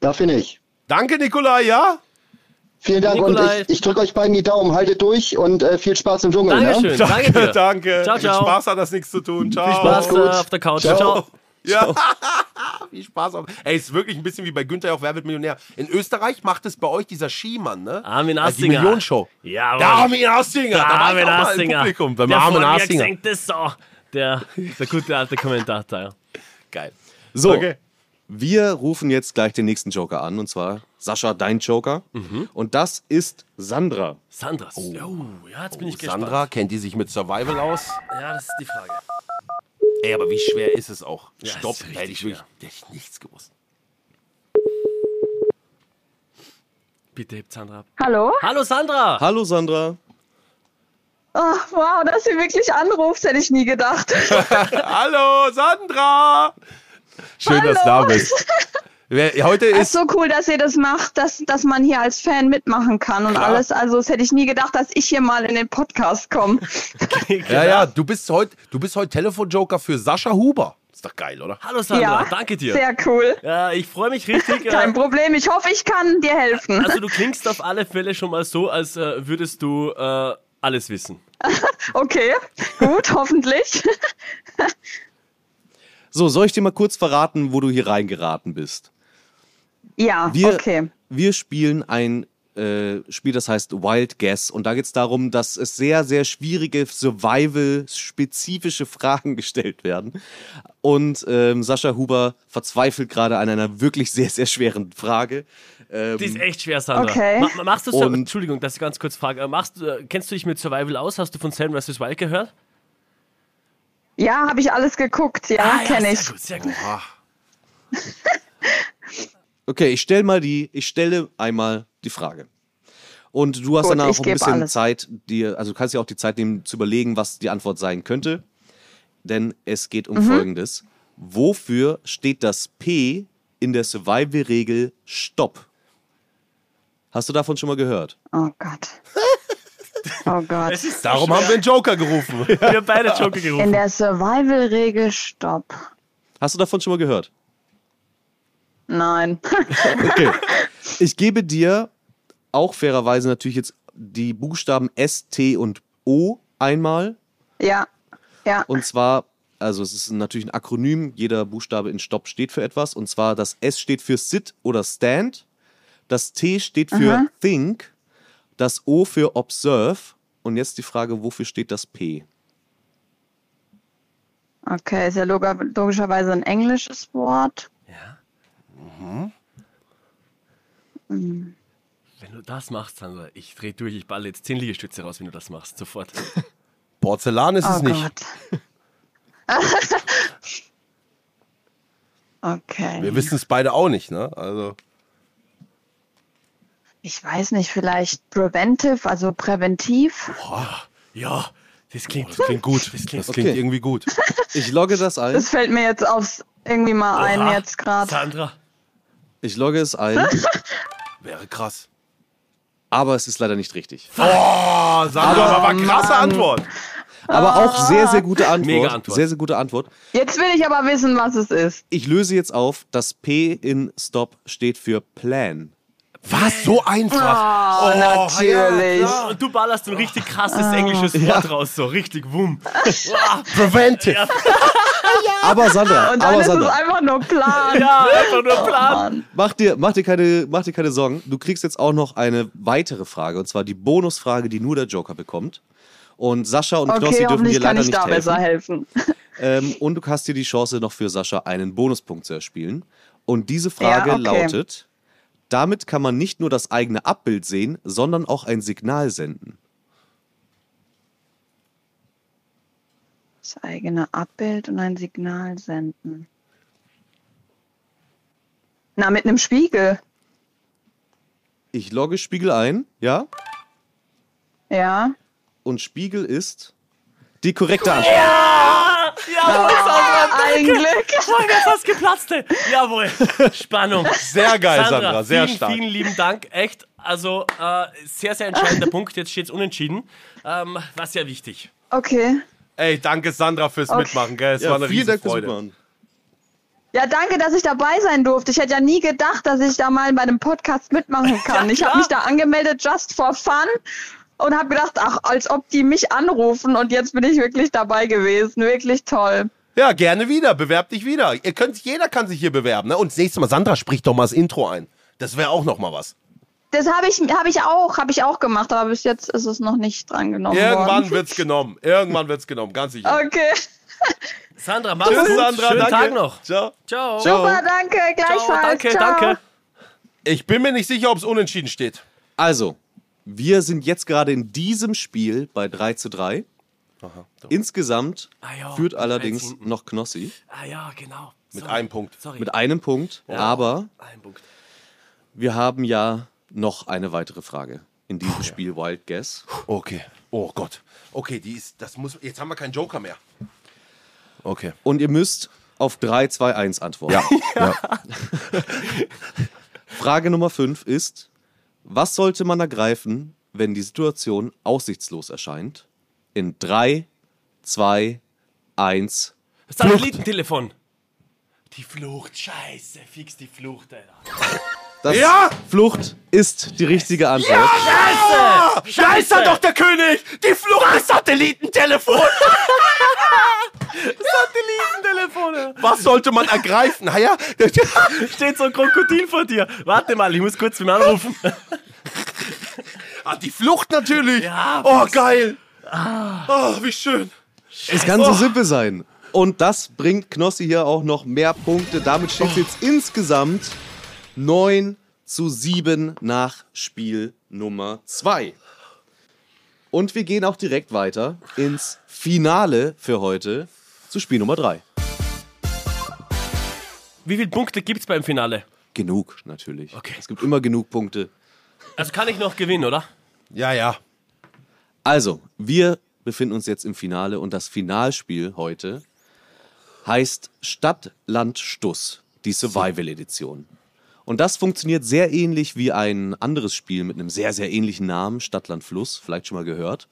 [SPEAKER 7] Dafür nicht.
[SPEAKER 2] Danke, Nikolai, ja?
[SPEAKER 7] Vielen Dank
[SPEAKER 3] Nikolai.
[SPEAKER 7] und ich, ich drücke euch beiden die Daumen. Haltet durch und äh, viel Spaß im Dschungel. Ne?
[SPEAKER 3] Dankeschön, danke dir.
[SPEAKER 2] danke.
[SPEAKER 3] Ciao, ciao.
[SPEAKER 2] Mit Spaß hat das nichts zu tun. Ciao.
[SPEAKER 3] Viel Spaß
[SPEAKER 7] Macht's gut.
[SPEAKER 3] äh, auf der Couch.
[SPEAKER 7] Ciao.
[SPEAKER 3] Ciao.
[SPEAKER 2] Ja, viel Spaß. Auf. Ey, ist wirklich ein bisschen wie bei Günther auch Wer wird Millionär. In Österreich macht es bei euch dieser Schiemann, ne?
[SPEAKER 3] Armin
[SPEAKER 2] Also
[SPEAKER 3] Astinger.
[SPEAKER 2] Die Millionenshow.
[SPEAKER 3] Ja,
[SPEAKER 2] Der
[SPEAKER 3] Mann.
[SPEAKER 2] Armin Astinger.
[SPEAKER 3] Der
[SPEAKER 2] Da war ich auch
[SPEAKER 3] Armin
[SPEAKER 2] mal im
[SPEAKER 3] Astinger.
[SPEAKER 2] Publikum. Beim
[SPEAKER 3] der
[SPEAKER 2] Armin
[SPEAKER 3] von mir
[SPEAKER 2] Astinger.
[SPEAKER 3] gesenkte Sau. Der, der gute alte Kommentator.
[SPEAKER 2] Geil.
[SPEAKER 5] So,
[SPEAKER 2] Okay.
[SPEAKER 5] wir rufen jetzt gleich den nächsten Joker an und zwar Sascha, dein Joker. Und das ist Sandra.
[SPEAKER 3] Sandra. Oh, ja, jetzt bin ich gespannt.
[SPEAKER 2] Sandra, kennt die sich mit Survival aus?
[SPEAKER 3] Ja, das ist die Frage.
[SPEAKER 2] Ey, aber wie schwer ist es auch?
[SPEAKER 3] Ja,
[SPEAKER 2] Stopp,
[SPEAKER 3] ist
[SPEAKER 2] da
[SPEAKER 3] richtig
[SPEAKER 2] hätte ich wirklich
[SPEAKER 3] schwer.
[SPEAKER 2] da hätte ich nichts gewusst.
[SPEAKER 3] Bitte hebt Sandra ab.
[SPEAKER 8] Hallo?
[SPEAKER 3] Hallo Sandra!
[SPEAKER 5] Hallo Sandra.
[SPEAKER 8] Oh, wow, dass ihr wirklich anruft, hätte ich nie gedacht.
[SPEAKER 2] Hallo, Sandra! Schön, dass du da bist. Wer- Heute
[SPEAKER 8] Es ist
[SPEAKER 2] ist.
[SPEAKER 8] so cool, dass ihr das macht, dass, dass man hier als Fan mitmachen kann und alles. Also, das hätte ich nie gedacht, dass ich hier mal in den Podcast komme.
[SPEAKER 2] Ja, ja, du bist heute du bist heute Telefonjoker für Sascha Huber. Ist doch geil, oder?
[SPEAKER 3] Hallo Sandra, danke dir.
[SPEAKER 8] Sehr cool.
[SPEAKER 3] Ja, ich freue mich richtig. äh,
[SPEAKER 8] Kein Problem. Ich hoffe, ich kann dir helfen.
[SPEAKER 3] Also du klingst auf alle Fälle schon mal so, als äh, würdest du äh, alles wissen.
[SPEAKER 8] Okay, gut, hoffentlich.
[SPEAKER 5] So, soll ich dir mal kurz verraten, wo du hier reingeraten bist?
[SPEAKER 8] Ja,
[SPEAKER 5] Wir,
[SPEAKER 8] okay.
[SPEAKER 5] wir spielen ein äh, Spiel, das heißt Wild Guess. Und da geht es darum, dass es sehr, sehr schwierige, survival-spezifische Fragen gestellt werden. Und ähm, Sascha Huber verzweifelt gerade an einer wirklich sehr, sehr schweren Frage. Ähm,
[SPEAKER 3] Die
[SPEAKER 2] Mhm.
[SPEAKER 3] ist echt schwer, Sandra.
[SPEAKER 8] Okay.
[SPEAKER 3] Ma ma- machst du Sur-
[SPEAKER 5] Und-
[SPEAKER 3] Entschuldigung, dass ich ganz kurz frage. äh, Machst, du- äh, kennst du dich mit Survival aus? Hast du von Sam vs. Wild gehört?
[SPEAKER 8] Ja, habe ich alles geguckt. Ja,
[SPEAKER 3] Ah, ja,
[SPEAKER 8] kenne Ah, ich.
[SPEAKER 3] Sehr gut, sehr gut.
[SPEAKER 5] okay, ich stelle mal die, ich stelle einmal die Frage. Und du hast
[SPEAKER 8] Gut,
[SPEAKER 5] danach
[SPEAKER 8] ich
[SPEAKER 5] auch ein
[SPEAKER 8] geb
[SPEAKER 5] bisschen
[SPEAKER 8] alles.
[SPEAKER 5] Zeit, dir, also du kannst ja auch die Zeit nehmen, zu überlegen, was die Antwort sein könnte. Denn es geht
[SPEAKER 8] Mhm.
[SPEAKER 5] um Folgendes. Wofür steht das P in der Survival-Regel Stopp? Hast du davon schon mal gehört?
[SPEAKER 8] Oh Gott. Oh Gott.
[SPEAKER 2] Darum haben wir einen Joker gerufen.
[SPEAKER 3] Wir haben beide Joker
[SPEAKER 8] In
[SPEAKER 3] gerufen.
[SPEAKER 8] der Survival-Regel Stopp.
[SPEAKER 5] Hast du davon schon mal gehört?
[SPEAKER 8] Nein.
[SPEAKER 5] Okay. Ich gebe dir auch fairerweise natürlich jetzt die Buchstaben S, T und O einmal.
[SPEAKER 8] Ja, ja.
[SPEAKER 5] Und zwar, also es ist natürlich ein Akronym, jeder Buchstabe in Stopp steht für etwas. Und zwar das S steht für Sit oder Stand, das T steht für
[SPEAKER 8] Mhm.
[SPEAKER 5] Think, das O für Observe. Und jetzt die Frage, wofür steht das P?
[SPEAKER 8] Okay, ist ja loga- logischerweise ein englisches Wort.
[SPEAKER 3] Wenn du das machst, Sandra, ich dreh durch, ich balle jetzt 10 Liegestütze raus, wenn du das machst. Sofort.
[SPEAKER 2] Porzellan ist
[SPEAKER 8] Oh
[SPEAKER 2] es nicht.
[SPEAKER 8] Gott. okay.
[SPEAKER 2] Wir wissen es beide auch nicht, ne? Also.
[SPEAKER 8] Ich weiß nicht, vielleicht preventive, also präventiv.
[SPEAKER 3] Ja, das klingt, das
[SPEAKER 2] Das klingt gut. Das
[SPEAKER 3] klingt-
[SPEAKER 2] klingt,
[SPEAKER 5] Okay.
[SPEAKER 2] irgendwie gut.
[SPEAKER 5] Ich logge das ein.
[SPEAKER 8] Das fällt mir jetzt aufs irgendwie mal ein
[SPEAKER 3] Oha.
[SPEAKER 8] jetzt gerade.
[SPEAKER 3] Ah, Sandra.
[SPEAKER 5] Ich logge es ein,
[SPEAKER 2] Wäre krass.
[SPEAKER 5] aber es ist leider nicht richtig.
[SPEAKER 2] Oh, Sandra, aber war krasse Antwort.
[SPEAKER 5] Aber auch
[SPEAKER 8] Ah.
[SPEAKER 5] sehr, sehr gute Antwort.
[SPEAKER 3] Mega Antwort.
[SPEAKER 5] Sehr, sehr gute Antwort.
[SPEAKER 8] Jetzt will ich aber wissen, was es ist.
[SPEAKER 5] Ich löse jetzt auf, das P in Stop steht für Plan.
[SPEAKER 2] Was? So einfach. Oh,
[SPEAKER 8] Ah, natürlich.
[SPEAKER 2] Ja,
[SPEAKER 3] Und du ballerst ein richtig krasses
[SPEAKER 8] Ah.
[SPEAKER 3] englisches Wort raus, so richtig wumm. Oh
[SPEAKER 2] Preventive.
[SPEAKER 5] Aber Sandra,
[SPEAKER 8] Und dann
[SPEAKER 5] aber
[SPEAKER 8] ist es
[SPEAKER 5] Sandra,
[SPEAKER 8] einfach nur Plan. Oh
[SPEAKER 3] Ja, einfach nur Plan.
[SPEAKER 5] mach dir, mach, dir keine, mach dir keine Sorgen. Du kriegst jetzt auch noch eine weitere Frage, und zwar die Bonusfrage, die nur der Joker bekommt. Und Sascha und Knossi
[SPEAKER 8] Okay,
[SPEAKER 5] dürfen dir
[SPEAKER 8] hoffentlich kann
[SPEAKER 5] leider
[SPEAKER 8] ich
[SPEAKER 5] nicht
[SPEAKER 8] da besser
[SPEAKER 5] helfen.
[SPEAKER 8] helfen.
[SPEAKER 5] Ähm, und du hast dir die Chance, noch für Sascha einen Bonuspunkt zu erspielen. Und diese Frage
[SPEAKER 8] Ja, okay.
[SPEAKER 5] lautet: Damit kann man nicht nur das eigene Abbild sehen, sondern auch ein Signal senden.
[SPEAKER 8] Das eigene Abbild und ein Signal senden. Na, mit einem Spiegel.
[SPEAKER 5] Ich logge Spiegel ein, ja?
[SPEAKER 8] Ja.
[SPEAKER 5] Und Spiegel ist die korrekte Antwort.
[SPEAKER 8] Ein Glück.
[SPEAKER 3] Mein Gott, das geplatzte. Jawohl. Spannung.
[SPEAKER 2] Sehr geil, Sandra. Sehr
[SPEAKER 3] vielen,
[SPEAKER 2] stark.
[SPEAKER 3] Vielen lieben Dank. Echt, also äh, sehr, sehr entscheidender Punkt. Jetzt steht es unentschieden. Ähm, war sehr wichtig.
[SPEAKER 8] Okay.
[SPEAKER 2] Ey, danke, Sandra, fürs Mitmachen, gell? Es war eine riesen Freude.
[SPEAKER 5] Mitmachen.
[SPEAKER 8] Ja, danke, dass ich dabei sein durfte. Ich hätte ja nie gedacht, dass ich da mal bei einem Podcast mitmachen kann. ich habe mich da angemeldet, just for fun. Und habe gedacht, ach, als ob die mich anrufen. Und jetzt bin ich wirklich dabei gewesen. Wirklich toll.
[SPEAKER 2] Ja, gerne wieder. Bewerb dich wieder. Ihr könnt, jeder kann sich hier bewerben. Ne? Und das nächste Mal, Sandra, sprich doch mal das Intro ein. Das wäre auch noch mal was.
[SPEAKER 8] Oh, Das habe ich, hab ich auch, habe ich auch gemacht, aber bis jetzt ist es noch nicht drangenommen
[SPEAKER 2] Irgendwann
[SPEAKER 8] worden.
[SPEAKER 2] wird's genommen. Irgendwann wird's genommen, ganz sicher.
[SPEAKER 8] Okay.
[SPEAKER 3] Sandra, mach's gut. Schönen Tag noch.
[SPEAKER 2] Ciao.
[SPEAKER 3] Ciao.
[SPEAKER 2] Ciao.
[SPEAKER 8] Super, danke. Gleichfalls.
[SPEAKER 3] danke,
[SPEAKER 8] Ciao.
[SPEAKER 3] danke.
[SPEAKER 2] Ich bin mir nicht sicher, ob es unentschieden steht.
[SPEAKER 5] Also, wir sind jetzt gerade in diesem Spiel bei 3 zu 3. Insgesamt
[SPEAKER 3] ja,
[SPEAKER 5] führt
[SPEAKER 3] mit
[SPEAKER 5] allerdings
[SPEAKER 3] 13.
[SPEAKER 5] noch Knossi
[SPEAKER 3] Ah ja, genau.
[SPEAKER 2] Mit einem Punkt.
[SPEAKER 3] Sorry.
[SPEAKER 5] mit einem Punkt, aber
[SPEAKER 3] Ein Punkt.
[SPEAKER 5] wir haben ja noch eine weitere Frage in diesem Spiel Wild Guess.
[SPEAKER 2] Okay. Oh Gott. Okay, die ist. Das muss. Jetzt haben wir keinen Joker mehr. Okay.
[SPEAKER 5] Und ihr müsst auf 3, 2, 1 antworten. Frage Nummer 5 ist, was sollte man ergreifen, wenn die Situation aussichtslos erscheint? In 3, 2, 1.
[SPEAKER 3] Das Satellitentelefon. Die Flucht, scheiße, fix die Flucht, Alter.
[SPEAKER 5] Das
[SPEAKER 2] Ja!
[SPEAKER 5] Flucht ist die richtige Antwort.
[SPEAKER 2] Da ist er doch der König! Die Flucht des Satellitentelefon!
[SPEAKER 3] Satellitentelefone.
[SPEAKER 2] Was sollte man ergreifen? Ah ja,
[SPEAKER 3] Steht so ein Krokodil vor dir. Warte mal, ich muss kurz mit anrufen.
[SPEAKER 2] ah, die Flucht natürlich!
[SPEAKER 3] Ja,
[SPEAKER 2] oh, geil! Oh, wie schön!
[SPEAKER 5] Es kann so simpel sein. Und das bringt Knossi hier auch noch mehr Punkte. Damit steht es jetzt insgesamt 9 zu 7 nach Spiel Nummer 2. Und wir gehen auch direkt weiter ins Finale für heute zu Spiel Nummer 3.
[SPEAKER 3] Wie viele Punkte gibt's beim Finale?
[SPEAKER 5] Genug, natürlich. Okay. Es gibt immer genug Punkte.
[SPEAKER 3] Also kann ich noch gewinnen, oder?
[SPEAKER 2] Ja, ja.
[SPEAKER 5] Also, wir befinden uns jetzt im Finale und das Finalspiel heute heißt Stadt, Land, Stuss, die Survival-Edition. Und das funktioniert sehr ähnlich wie ein anderes Spiel mit einem sehr, sehr ähnlichen Namen, Stadt, Land, Fluss, vielleicht schon mal gehört.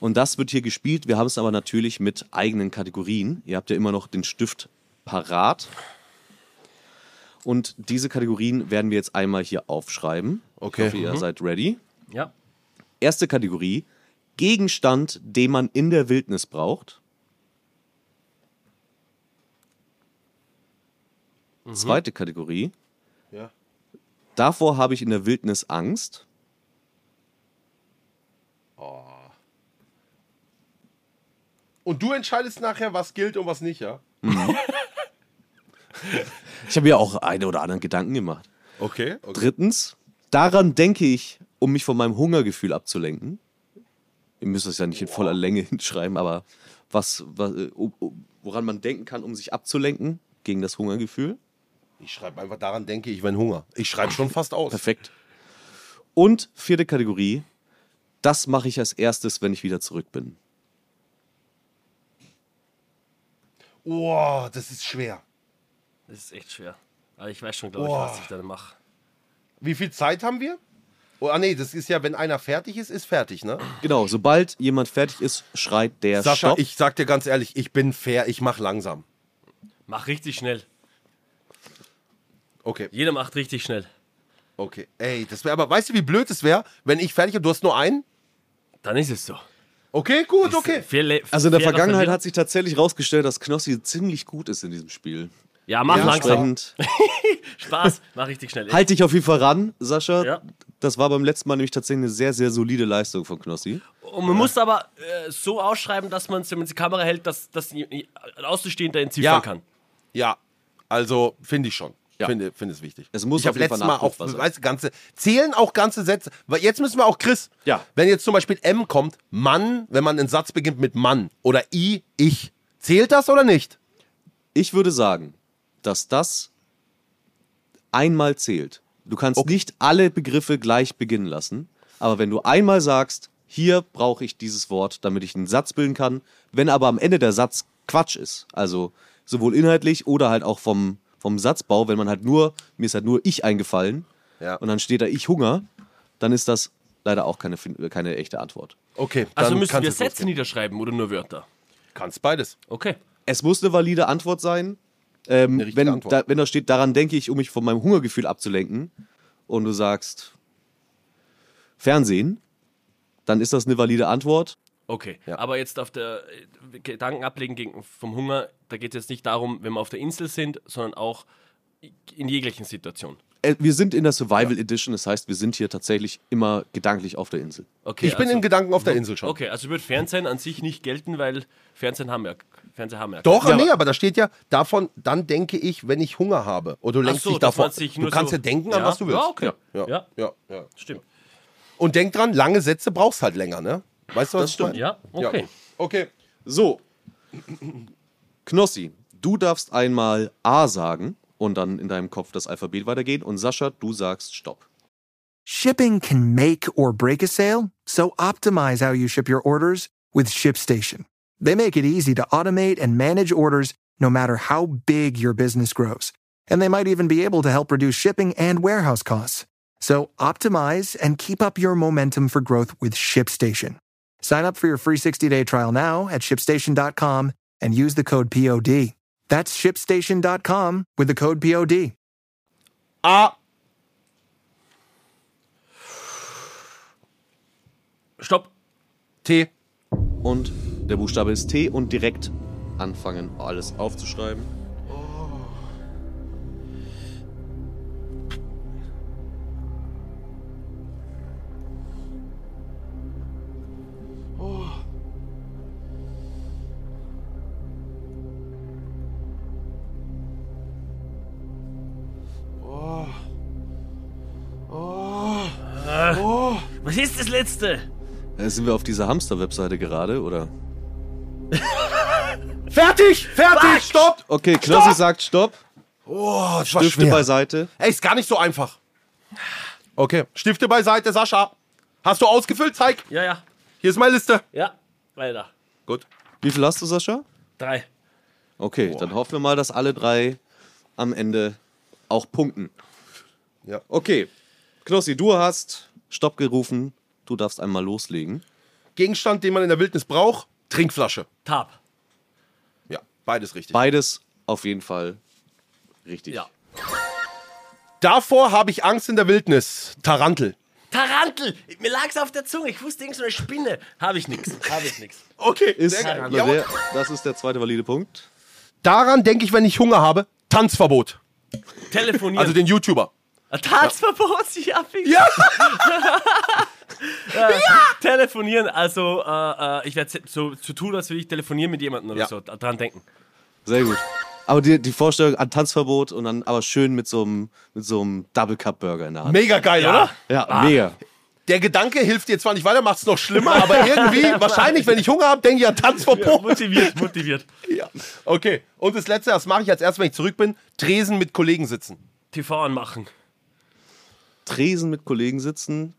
[SPEAKER 5] Und das wird hier gespielt. Wir haben es aber natürlich mit eigenen Kategorien. Ihr habt ja immer noch den Stift parat. Und diese Kategorien werden wir jetzt einmal hier aufschreiben.
[SPEAKER 2] Okay.
[SPEAKER 5] Ich hoffe, ihr seid ready.
[SPEAKER 3] Ja.
[SPEAKER 5] Erste Kategorie: Gegenstand, den man in der Wildnis braucht. Zweite Kategorie:
[SPEAKER 2] Ja.
[SPEAKER 5] Davor habe ich in der Wildnis Angst.
[SPEAKER 2] Und du entscheidest nachher, was gilt und was nicht, ja?
[SPEAKER 5] Ich habe mir auch eine oder anderen Gedanken gemacht.
[SPEAKER 2] Okay. okay.
[SPEAKER 5] Drittens: Daran denke ich, um mich von meinem Hungergefühl abzulenken. Ihr müsst es ja nicht in voller Länge hinschreiben, aber was, was, äh, um- um- woran man denken kann, um sich abzulenken gegen das Hungergefühl.
[SPEAKER 2] Ich schreibe einfach daran, denke ich, wenn Hunger. Ich schreibe schon fast aus.
[SPEAKER 5] Perfekt. Und vierte Kategorie, das mache ich als erstes, wenn ich wieder zurück bin.
[SPEAKER 2] Oh, das ist schwer.
[SPEAKER 3] Das ist echt schwer. Aber ich weiß schon, glaube ich,
[SPEAKER 2] Boah.
[SPEAKER 3] was ich dann mache.
[SPEAKER 2] Wie viel Zeit haben wir? Oh, ah, nee, das ist ja, wenn einer fertig ist, ist fertig, ne?
[SPEAKER 5] Genau, sobald jemand fertig ist, schreit der
[SPEAKER 2] Sascha,
[SPEAKER 5] Stopp.
[SPEAKER 2] ich sag dir ganz ehrlich, ich bin fair, ich mach langsam.
[SPEAKER 3] Mach richtig schnell.
[SPEAKER 2] Okay,
[SPEAKER 3] Jeder macht richtig schnell.
[SPEAKER 2] okay. Ey, das wäre aber, weißt du, wie blöd es wäre, wenn ich fertig bin? Du hast nur einen?
[SPEAKER 3] Dann ist es so.
[SPEAKER 2] Okay, gut, okay.
[SPEAKER 3] Viel le-
[SPEAKER 5] also in der
[SPEAKER 3] fairer
[SPEAKER 5] Vergangenheit
[SPEAKER 3] Verlierer.
[SPEAKER 5] hat sich tatsächlich rausgestellt, dass Knossi ziemlich gut ist in diesem Spiel.
[SPEAKER 3] Ja, mach
[SPEAKER 2] Ja,
[SPEAKER 3] langsam.
[SPEAKER 5] Entsprechend
[SPEAKER 3] Spaß, mach richtig schnell.
[SPEAKER 5] halt dich auf jeden Fall ran, Sascha.
[SPEAKER 3] Ja.
[SPEAKER 5] Das war beim letzten Mal nämlich tatsächlich eine sehr, sehr solide Leistung von Knossi.
[SPEAKER 3] Und man muss aber äh, so ausschreiben, dass man es, wenn man die Kamera hält, dass, dass äh, nie- nie- ein Außenstehender entziffern
[SPEAKER 2] Ja.
[SPEAKER 3] kann.
[SPEAKER 2] Ja, also finde ich schon.
[SPEAKER 5] Ja.
[SPEAKER 2] Finde, finde es wichtig.
[SPEAKER 5] Es muss
[SPEAKER 2] ich
[SPEAKER 5] auf
[SPEAKER 2] habe
[SPEAKER 5] jeden Fall
[SPEAKER 2] letztes Mal auch,
[SPEAKER 5] nachprüfbar sein.
[SPEAKER 2] weißt du, ganze, zählen auch ganze Sätze. Weil jetzt müssen wir auch Chris.
[SPEAKER 5] Ja.
[SPEAKER 2] Wenn jetzt zum Beispiel M kommt, Mann, wenn man einen Satz beginnt mit Mann oder I, ich, zählt das oder nicht?
[SPEAKER 5] Ich würde sagen, dass das einmal zählt. Du kannst nicht alle Begriffe gleich beginnen lassen, aber wenn du einmal sagst, hier brauche ich dieses Wort, damit ich einen Satz bilden kann, wenn aber am Ende der Satz Quatsch ist, also sowohl inhaltlich oder halt auch vom, vom Satzbau, wenn man halt nur, mir ist halt nur ich eingefallen
[SPEAKER 2] Ja.
[SPEAKER 5] und dann steht da ich Hunger, dann ist das leider auch keine, fin- keine echte Antwort.
[SPEAKER 2] Okay.
[SPEAKER 3] Also
[SPEAKER 2] dann
[SPEAKER 3] müssen
[SPEAKER 2] kannst
[SPEAKER 3] wir
[SPEAKER 2] es
[SPEAKER 3] Sätze
[SPEAKER 2] losgehen.
[SPEAKER 3] niederschreiben oder nur Wörter.
[SPEAKER 2] Kannst beides.
[SPEAKER 3] Okay.
[SPEAKER 5] Es muss eine valide Antwort sein, Ähm,
[SPEAKER 2] richtige
[SPEAKER 5] wenn,
[SPEAKER 2] Antwort.
[SPEAKER 5] da, wenn da steht, daran denke ich, um mich von meinem Hungergefühl abzulenken, und du sagst Fernsehen, dann ist das eine valide Antwort.
[SPEAKER 3] Okay, aber jetzt auf der äh, Gedanken ablegen gegen, vom Hunger, da geht es jetzt nicht darum, wenn wir auf der Insel sind, sondern auch in jeglichen Situationen.
[SPEAKER 5] Äh, Wir sind in der Survival Edition, das heißt, wir sind hier tatsächlich immer gedanklich auf der Insel.
[SPEAKER 3] Okay,
[SPEAKER 2] ich bin
[SPEAKER 3] also,
[SPEAKER 2] in Gedanken auf der Insel schon.
[SPEAKER 3] Okay, also wird Fernsehen an sich nicht gelten, weil Fernsehen haben wir, Fernsehen haben wir.
[SPEAKER 2] Doch,
[SPEAKER 3] ja,
[SPEAKER 2] nee, aber da steht ja, davon, dann denke ich, wenn ich Hunger habe. Oder du
[SPEAKER 3] Ach
[SPEAKER 2] lenkst
[SPEAKER 3] so,
[SPEAKER 2] dich
[SPEAKER 3] dass
[SPEAKER 2] davon.
[SPEAKER 3] man sich
[SPEAKER 2] du
[SPEAKER 3] nur
[SPEAKER 2] kannst
[SPEAKER 3] so-
[SPEAKER 2] ja denken an,
[SPEAKER 3] Ja.
[SPEAKER 2] was du willst.
[SPEAKER 3] Ja, okay.
[SPEAKER 2] Ja.
[SPEAKER 3] Ja.
[SPEAKER 2] Ja. Ja. ja.
[SPEAKER 3] Stimmt.
[SPEAKER 2] Und denk dran, lange Sätze brauchst halt länger, ne? Weißt du, was ich meine?
[SPEAKER 3] Ja, okay.
[SPEAKER 2] Okay.
[SPEAKER 5] So. Knossi, du darfst einmal A sagen und dann in deinem Kopf das Alphabet weitergehen. Und Sascha, du sagst Stopp.
[SPEAKER 9] Shipping can make or break a sale, so optimize how you ship your orders with ShipStation. They make it easy to automate and manage orders no matter how big your business grows. And they might even be able to help reduce shipping and warehouse costs. So optimize and keep up your momentum for growth with ShipStation. Sign up for your free 60-day trial now at shipstation.com and use the code POD. That's shipstation.com with the code POD.
[SPEAKER 2] A.
[SPEAKER 3] Stopp.
[SPEAKER 2] T.
[SPEAKER 5] Und der Buchstabe ist T und direkt anfangen, alles aufzuschreiben.
[SPEAKER 3] Was ist das Letzte?
[SPEAKER 5] Äh, Sind wir auf dieser Hamster-Webseite gerade, oder?
[SPEAKER 2] Fertig! Fertig! Stopp!
[SPEAKER 5] Okay, Knossi sagt Stopp,
[SPEAKER 2] Oh, das war
[SPEAKER 5] Stifte
[SPEAKER 2] schwer.
[SPEAKER 5] beiseite.
[SPEAKER 2] Ey, ist gar nicht so einfach. Okay. Stifte beiseite, Sascha. Hast du ausgefüllt? Zeig.
[SPEAKER 3] Ja, ja,
[SPEAKER 2] Hier ist meine Liste.
[SPEAKER 3] ja, weiter.
[SPEAKER 2] Gut.
[SPEAKER 5] Wie viel hast du, Sascha?
[SPEAKER 3] Drei.
[SPEAKER 5] Okay, dann hoffen wir mal, dass alle drei am Ende auch punkten.
[SPEAKER 2] Ja.
[SPEAKER 5] Okay, Knossi, du hast Stopp gerufen. Du darfst einmal loslegen.
[SPEAKER 2] Gegenstand, den man in der Wildnis braucht, Trinkflasche.
[SPEAKER 3] Tab.
[SPEAKER 2] Ja, beides richtig.
[SPEAKER 5] Beides auf jeden Fall richtig.
[SPEAKER 3] Ja.
[SPEAKER 2] Davor habe ich Angst in der Wildnis. Tarantel.
[SPEAKER 3] Tarantel! Mir lag's auf der Zunge, ich wusste irgend so eine Spinne. Habe ich nix, habe ich nix.
[SPEAKER 2] Okay,
[SPEAKER 5] Ist
[SPEAKER 2] sehr geil.
[SPEAKER 5] na,
[SPEAKER 2] Jawohl.
[SPEAKER 5] wer, das ist der zweite valide Punkt.
[SPEAKER 2] Daran denke ich, wenn ich Hunger habe, Tanzverbot.
[SPEAKER 3] Telefonieren.
[SPEAKER 2] Also den YouTuber.
[SPEAKER 3] Ein Tanzverbot, sich abwickeln. Ja! äh, Telefonieren, also äh, äh, ich werde so, so tun, als würde ich telefonieren mit jemandem oder
[SPEAKER 2] Ja.
[SPEAKER 3] so. Dran denken.
[SPEAKER 5] Sehr gut. Aber die, die Vorstellung an Tanzverbot und dann aber schön mit so einem, mit so einem Double Cup Burger in der Hand.
[SPEAKER 2] Mega geil, oder?
[SPEAKER 5] Ja, mega.
[SPEAKER 2] Der Gedanke hilft dir zwar nicht weiter, macht es noch schlimmer, aber irgendwie, wahrscheinlich, wenn ich Hunger habe, denke ich an Tanzverbot.
[SPEAKER 3] Motiviert, motiviert.
[SPEAKER 2] Ja. Okay, und das Letzte, das mache ich als erstes, wenn ich zurück bin, Tresen mit Kollegen sitzen.
[SPEAKER 3] TV anmachen.
[SPEAKER 5] Tresen mit Kollegen sitzen.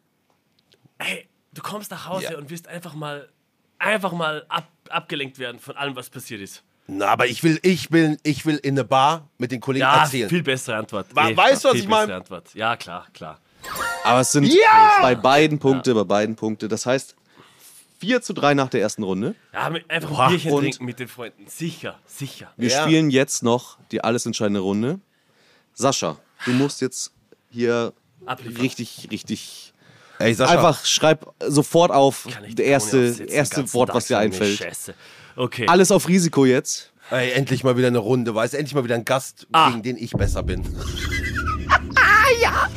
[SPEAKER 3] Ey, du kommst nach Hause
[SPEAKER 2] Ja.
[SPEAKER 3] und wirst einfach mal, einfach mal ab, abgelenkt werden von allem, was passiert ist.
[SPEAKER 2] Na, aber ich will, ich will, ich will in eine Bar mit den Kollegen
[SPEAKER 3] Ja,
[SPEAKER 2] erzählen.
[SPEAKER 3] viel bessere Antwort.
[SPEAKER 2] Wa- weißt du, was
[SPEAKER 3] viel
[SPEAKER 2] ich mein?
[SPEAKER 3] bessere Antwort. Ja, klar, klar.
[SPEAKER 5] Aber es sind
[SPEAKER 2] Ja!
[SPEAKER 5] bei beiden Punkte, bei beiden Punkte. Das heißt 4 zu 3 nach der ersten Runde.
[SPEAKER 3] Ja, mit, einfach ein Bierchen
[SPEAKER 5] und-
[SPEAKER 3] trinken mit den Freunden. Sicher, sicher.
[SPEAKER 5] Wir
[SPEAKER 2] Ja.
[SPEAKER 5] spielen jetzt noch die alles entscheidende Runde. Sascha, du musst jetzt hier
[SPEAKER 3] Abliefern.
[SPEAKER 5] richtig, richtig.
[SPEAKER 2] Ey, Sascha.
[SPEAKER 5] Einfach schreib sofort auf
[SPEAKER 3] Kann ich
[SPEAKER 5] der
[SPEAKER 3] Toni
[SPEAKER 5] erste,
[SPEAKER 3] aufsitzen, den
[SPEAKER 5] erste
[SPEAKER 3] ganzen
[SPEAKER 5] Wort,
[SPEAKER 3] Tag
[SPEAKER 5] was dir
[SPEAKER 3] so eine
[SPEAKER 5] einfällt.
[SPEAKER 3] Scheiße. Okay.
[SPEAKER 5] Alles auf Risiko jetzt.
[SPEAKER 2] Ey, endlich mal wieder eine Runde, weißt du? Endlich mal wieder ein Gast,
[SPEAKER 3] Ah.
[SPEAKER 2] gegen den ich besser bin. ah, ja!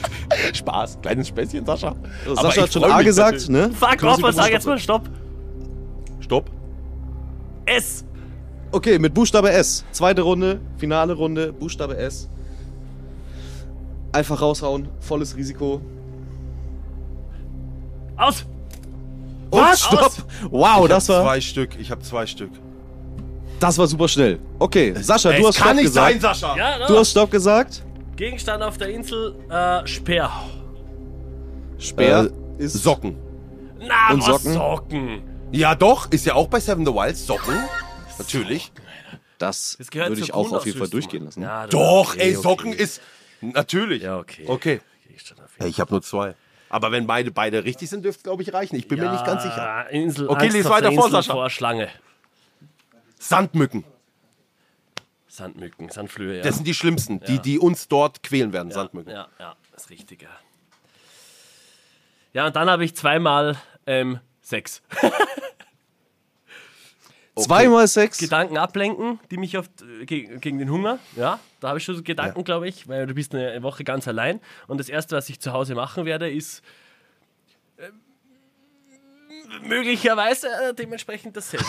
[SPEAKER 2] Spaß, kleines Späßchen, Sascha. Aber
[SPEAKER 5] Sascha
[SPEAKER 2] ich
[SPEAKER 5] hat schon
[SPEAKER 2] freu
[SPEAKER 5] A
[SPEAKER 2] mich
[SPEAKER 5] gesagt, ne?
[SPEAKER 3] Fuck
[SPEAKER 5] Knossi,
[SPEAKER 3] off,
[SPEAKER 5] du
[SPEAKER 3] was
[SPEAKER 5] musst
[SPEAKER 3] sag jetzt
[SPEAKER 5] stoppen.
[SPEAKER 3] mal Stopp.
[SPEAKER 2] natürlich. Stopp.
[SPEAKER 3] S.
[SPEAKER 5] Okay, mit Buchstabe S. Zweite Runde, finale Runde, Buchstabe S. Einfach raushauen, volles Risiko.
[SPEAKER 3] Aus.
[SPEAKER 5] Und
[SPEAKER 3] Was?
[SPEAKER 5] Stopp! Wow, das war,
[SPEAKER 2] Zwei Stück, ich habe zwei Stück.
[SPEAKER 5] das war super schnell. Okay, Sascha,
[SPEAKER 2] Ey,
[SPEAKER 5] du
[SPEAKER 2] es
[SPEAKER 5] hast
[SPEAKER 2] kann
[SPEAKER 5] Stopp
[SPEAKER 2] nicht sein,
[SPEAKER 5] gesagt.
[SPEAKER 2] Sascha.
[SPEAKER 3] Ja,
[SPEAKER 5] Du
[SPEAKER 3] no.
[SPEAKER 5] hast Stopp gesagt.
[SPEAKER 3] Gegenstand auf der Insel, äh, Speer.
[SPEAKER 5] Speer
[SPEAKER 2] Äh,
[SPEAKER 5] ist
[SPEAKER 2] Socken.
[SPEAKER 3] Na,
[SPEAKER 5] Und
[SPEAKER 3] was
[SPEAKER 5] Socken?
[SPEAKER 3] Socken.
[SPEAKER 2] Ja, doch, ist ja auch bei Seven the Wilds Socken. Natürlich.
[SPEAKER 5] Das,
[SPEAKER 3] Das gehört
[SPEAKER 5] würde
[SPEAKER 3] zur
[SPEAKER 5] ich auch auf jeden Fall
[SPEAKER 3] Grundausrüstung.
[SPEAKER 5] durchgehen lassen.
[SPEAKER 3] Ja,
[SPEAKER 2] Doch,
[SPEAKER 3] okay,
[SPEAKER 2] ey,
[SPEAKER 3] okay.
[SPEAKER 2] Socken ist. Natürlich.
[SPEAKER 3] Ja, okay.
[SPEAKER 2] Okay.
[SPEAKER 3] Gegenstand auf jeden
[SPEAKER 2] Ey, ich habe nur zwei. Aber wenn beide, beide richtig sind, dürfte es, glaube ich, reichen. Ich bin mir nicht ganz sicher.
[SPEAKER 3] Ah, Insel,
[SPEAKER 2] Okay,
[SPEAKER 3] Angst
[SPEAKER 2] lies
[SPEAKER 3] auf
[SPEAKER 2] weiter
[SPEAKER 3] der
[SPEAKER 2] vor,
[SPEAKER 3] Insel
[SPEAKER 2] Sascha.
[SPEAKER 3] vor Schlange.
[SPEAKER 2] Sandmücken.
[SPEAKER 3] Sandmücken, Sandflöhe. Ja.
[SPEAKER 2] Das sind die schlimmsten, die,
[SPEAKER 3] Ja.
[SPEAKER 2] die uns dort quälen werden, Sandmücken.
[SPEAKER 3] Ja, ja, das Richtige. Ja, und dann habe ich zweimal ähm, Sex.
[SPEAKER 5] Zweimal Sex?
[SPEAKER 3] Gedanken ablenken, die mich oft äh, ge gegen den Hunger, ja, da habe ich schon so Gedanken, glaube ich, weil du bist eine Woche ganz allein und das erste, was ich zu Hause machen werde, ist äh, möglicherweise äh, dementsprechend dasselbe.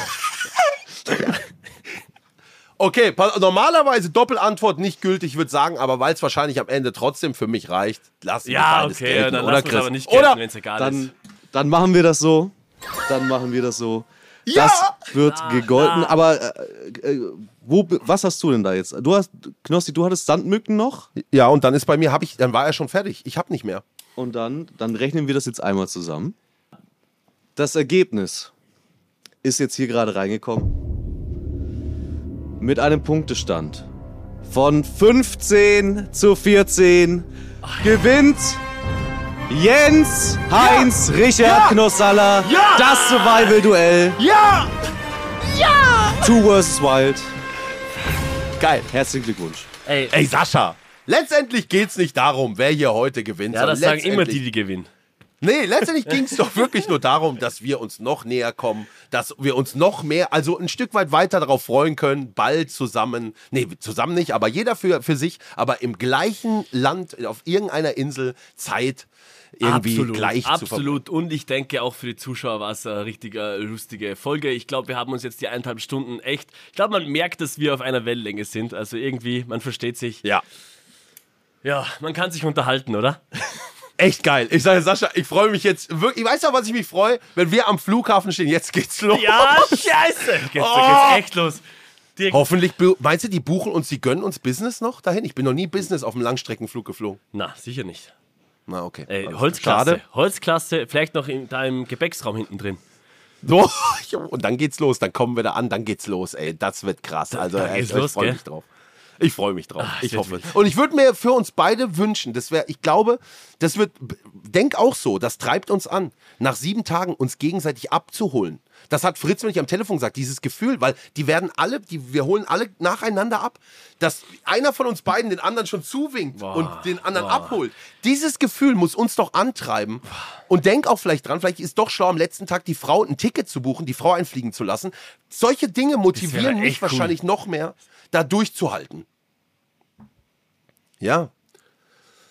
[SPEAKER 2] Okay, pass- normalerweise Doppelantwort nicht gültig, ich würde sagen, aber weil es wahrscheinlich am Ende trotzdem für mich reicht, lass ich
[SPEAKER 3] Ja,
[SPEAKER 2] beides
[SPEAKER 3] okay,
[SPEAKER 2] gelten,
[SPEAKER 3] dann
[SPEAKER 2] oder
[SPEAKER 3] lass uns
[SPEAKER 2] Chris?
[SPEAKER 3] aber nicht
[SPEAKER 2] oder?
[SPEAKER 3] gelten, wenn's egal
[SPEAKER 5] Dann, dann machen wir das so. Dann machen wir das so. Das wird gegolten. Aber äh, äh, wo, be- was hast du denn da jetzt? Du hast, Knossi, du hattest Sandmücken noch?
[SPEAKER 2] Ja, und dann ist bei mir, hab ich, dann war er schon fertig. Ich habe nicht mehr.
[SPEAKER 5] Und dann, dann rechnen wir das jetzt einmal zusammen. Das Ergebnis ist jetzt hier gerade reingekommen. Mit einem Punktestand von 15 zu 14 gewinnt Jens Heinz Richard Knossalla das Survival-Duell.
[SPEAKER 2] Ja!
[SPEAKER 10] Ja!
[SPEAKER 5] Two vs. Wild.
[SPEAKER 2] Geil.
[SPEAKER 5] Herzlichen Glückwunsch.
[SPEAKER 3] Ey,
[SPEAKER 2] Sascha, letztendlich geht's nicht darum, wer hier heute gewinnt.
[SPEAKER 3] Ja, das
[SPEAKER 2] sondern
[SPEAKER 3] sagen immer
[SPEAKER 2] letztendlich-
[SPEAKER 3] die, die gewinnen.
[SPEAKER 2] Nee, letztendlich ging es doch wirklich nur darum, dass wir uns noch näher kommen, dass wir uns noch mehr, also ein Stück weit weiter darauf freuen können, bald zusammen, nee, zusammen nicht, aber jeder für, für sich, aber im gleichen Land, auf irgendeiner Insel Zeit irgendwie
[SPEAKER 3] absolut,
[SPEAKER 2] gleich zu verbringen.
[SPEAKER 3] Absolut. Und ich denke auch für die Zuschauer war es eine richtig äh, lustige Folge. Ich glaube, wir haben uns jetzt die eineinhalb Stunden echt. Ich glaube, man merkt, dass wir auf einer Wellenlänge sind. Also irgendwie, man versteht sich.
[SPEAKER 2] Ja.
[SPEAKER 3] Ja, man kann sich unterhalten, oder?
[SPEAKER 2] Echt geil. Ich sage Sascha, ich freue mich jetzt wirklich. Ich weiß ja, was ich mich freue, wenn wir am Flughafen stehen. Jetzt geht's los.
[SPEAKER 3] Ja, scheiße. Geht's,
[SPEAKER 2] Oh.
[SPEAKER 3] geht's echt los. Direkt.
[SPEAKER 2] Hoffentlich, bu- meinst du, die buchen uns, die gönnen uns Business noch dahin? Ich bin noch nie Business auf dem Langstreckenflug geflogen.
[SPEAKER 3] Na, sicher nicht.
[SPEAKER 2] Na, okay.
[SPEAKER 3] Ey,
[SPEAKER 2] Also,
[SPEAKER 3] Holzklasse.
[SPEAKER 2] schade.
[SPEAKER 3] Holzklasse, vielleicht noch in, da im Gepäcksraum hinten drin.
[SPEAKER 2] So, und dann geht's los, dann kommen wir da an, dann geht's los, ey. Das wird krass. Also,
[SPEAKER 3] dann
[SPEAKER 2] ey,
[SPEAKER 3] geht's
[SPEAKER 2] ich
[SPEAKER 3] los,
[SPEAKER 2] freue
[SPEAKER 3] gell?
[SPEAKER 2] mich drauf. Ich freue mich drauf.
[SPEAKER 3] Ah, es
[SPEAKER 2] ich
[SPEAKER 3] wird
[SPEAKER 2] hoffe.
[SPEAKER 3] wild.
[SPEAKER 2] Und ich würde mir für uns beide wünschen, das wäre, ich glaube, das wird, denk auch so, das treibt uns an, nach sieben Tagen uns gegenseitig abzuholen. Das hat Fritz mir nicht am Telefon gesagt, dieses Gefühl, weil die werden alle, die, wir holen alle nacheinander ab, dass einer von uns beiden den anderen schon zuwinkt und den anderen abholt. Dieses Gefühl muss uns doch antreiben. Und denk auch vielleicht dran, vielleicht ist doch schlau, am letzten Tag die Frau ein Ticket zu buchen, die Frau einfliegen zu lassen. Solche Dinge motivieren mich
[SPEAKER 3] echt cool.
[SPEAKER 2] wahrscheinlich noch mehr, da durchzuhalten. Ja.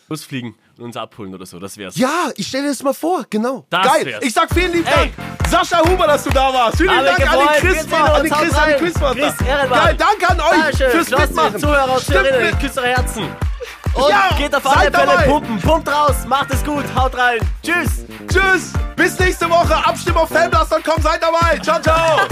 [SPEAKER 3] Losfliegen und uns abholen oder so, das wär's.
[SPEAKER 2] Ja, ich stelle das mal vor, genau.
[SPEAKER 3] Das
[SPEAKER 2] Geil.
[SPEAKER 3] wär's.
[SPEAKER 2] Ich sag vielen lieben Dank. Sascha Huber, dass du da warst. Vielen
[SPEAKER 3] Hat
[SPEAKER 2] lieben
[SPEAKER 3] mich
[SPEAKER 2] Dank an den
[SPEAKER 3] gefreut.
[SPEAKER 2] Chris,
[SPEAKER 3] Wir sehen
[SPEAKER 2] an den
[SPEAKER 3] uns.
[SPEAKER 2] Chris,
[SPEAKER 3] Haut
[SPEAKER 2] an den Chris,
[SPEAKER 3] rein.
[SPEAKER 2] war
[SPEAKER 3] Chris
[SPEAKER 2] da.
[SPEAKER 3] Ehrenmann.
[SPEAKER 2] Geil, danke an euch
[SPEAKER 3] Dankeschön.
[SPEAKER 2] fürs
[SPEAKER 3] Lasst die
[SPEAKER 2] Mitmachen.
[SPEAKER 3] Zuhörer und
[SPEAKER 2] Stimmt
[SPEAKER 3] Zuhörerinnen,
[SPEAKER 2] mit.
[SPEAKER 3] ich küsse eure Herzen. Und
[SPEAKER 2] Ja,
[SPEAKER 3] geht auf alle
[SPEAKER 2] seid dabei.
[SPEAKER 3] Fälle pumpen. Pumpt raus, macht es gut, haut rein. Tschüss.
[SPEAKER 2] Tschüss. Bis nächste Woche. Abstimmung auf fanblast.com. Seid dabei. Ciao, ciao.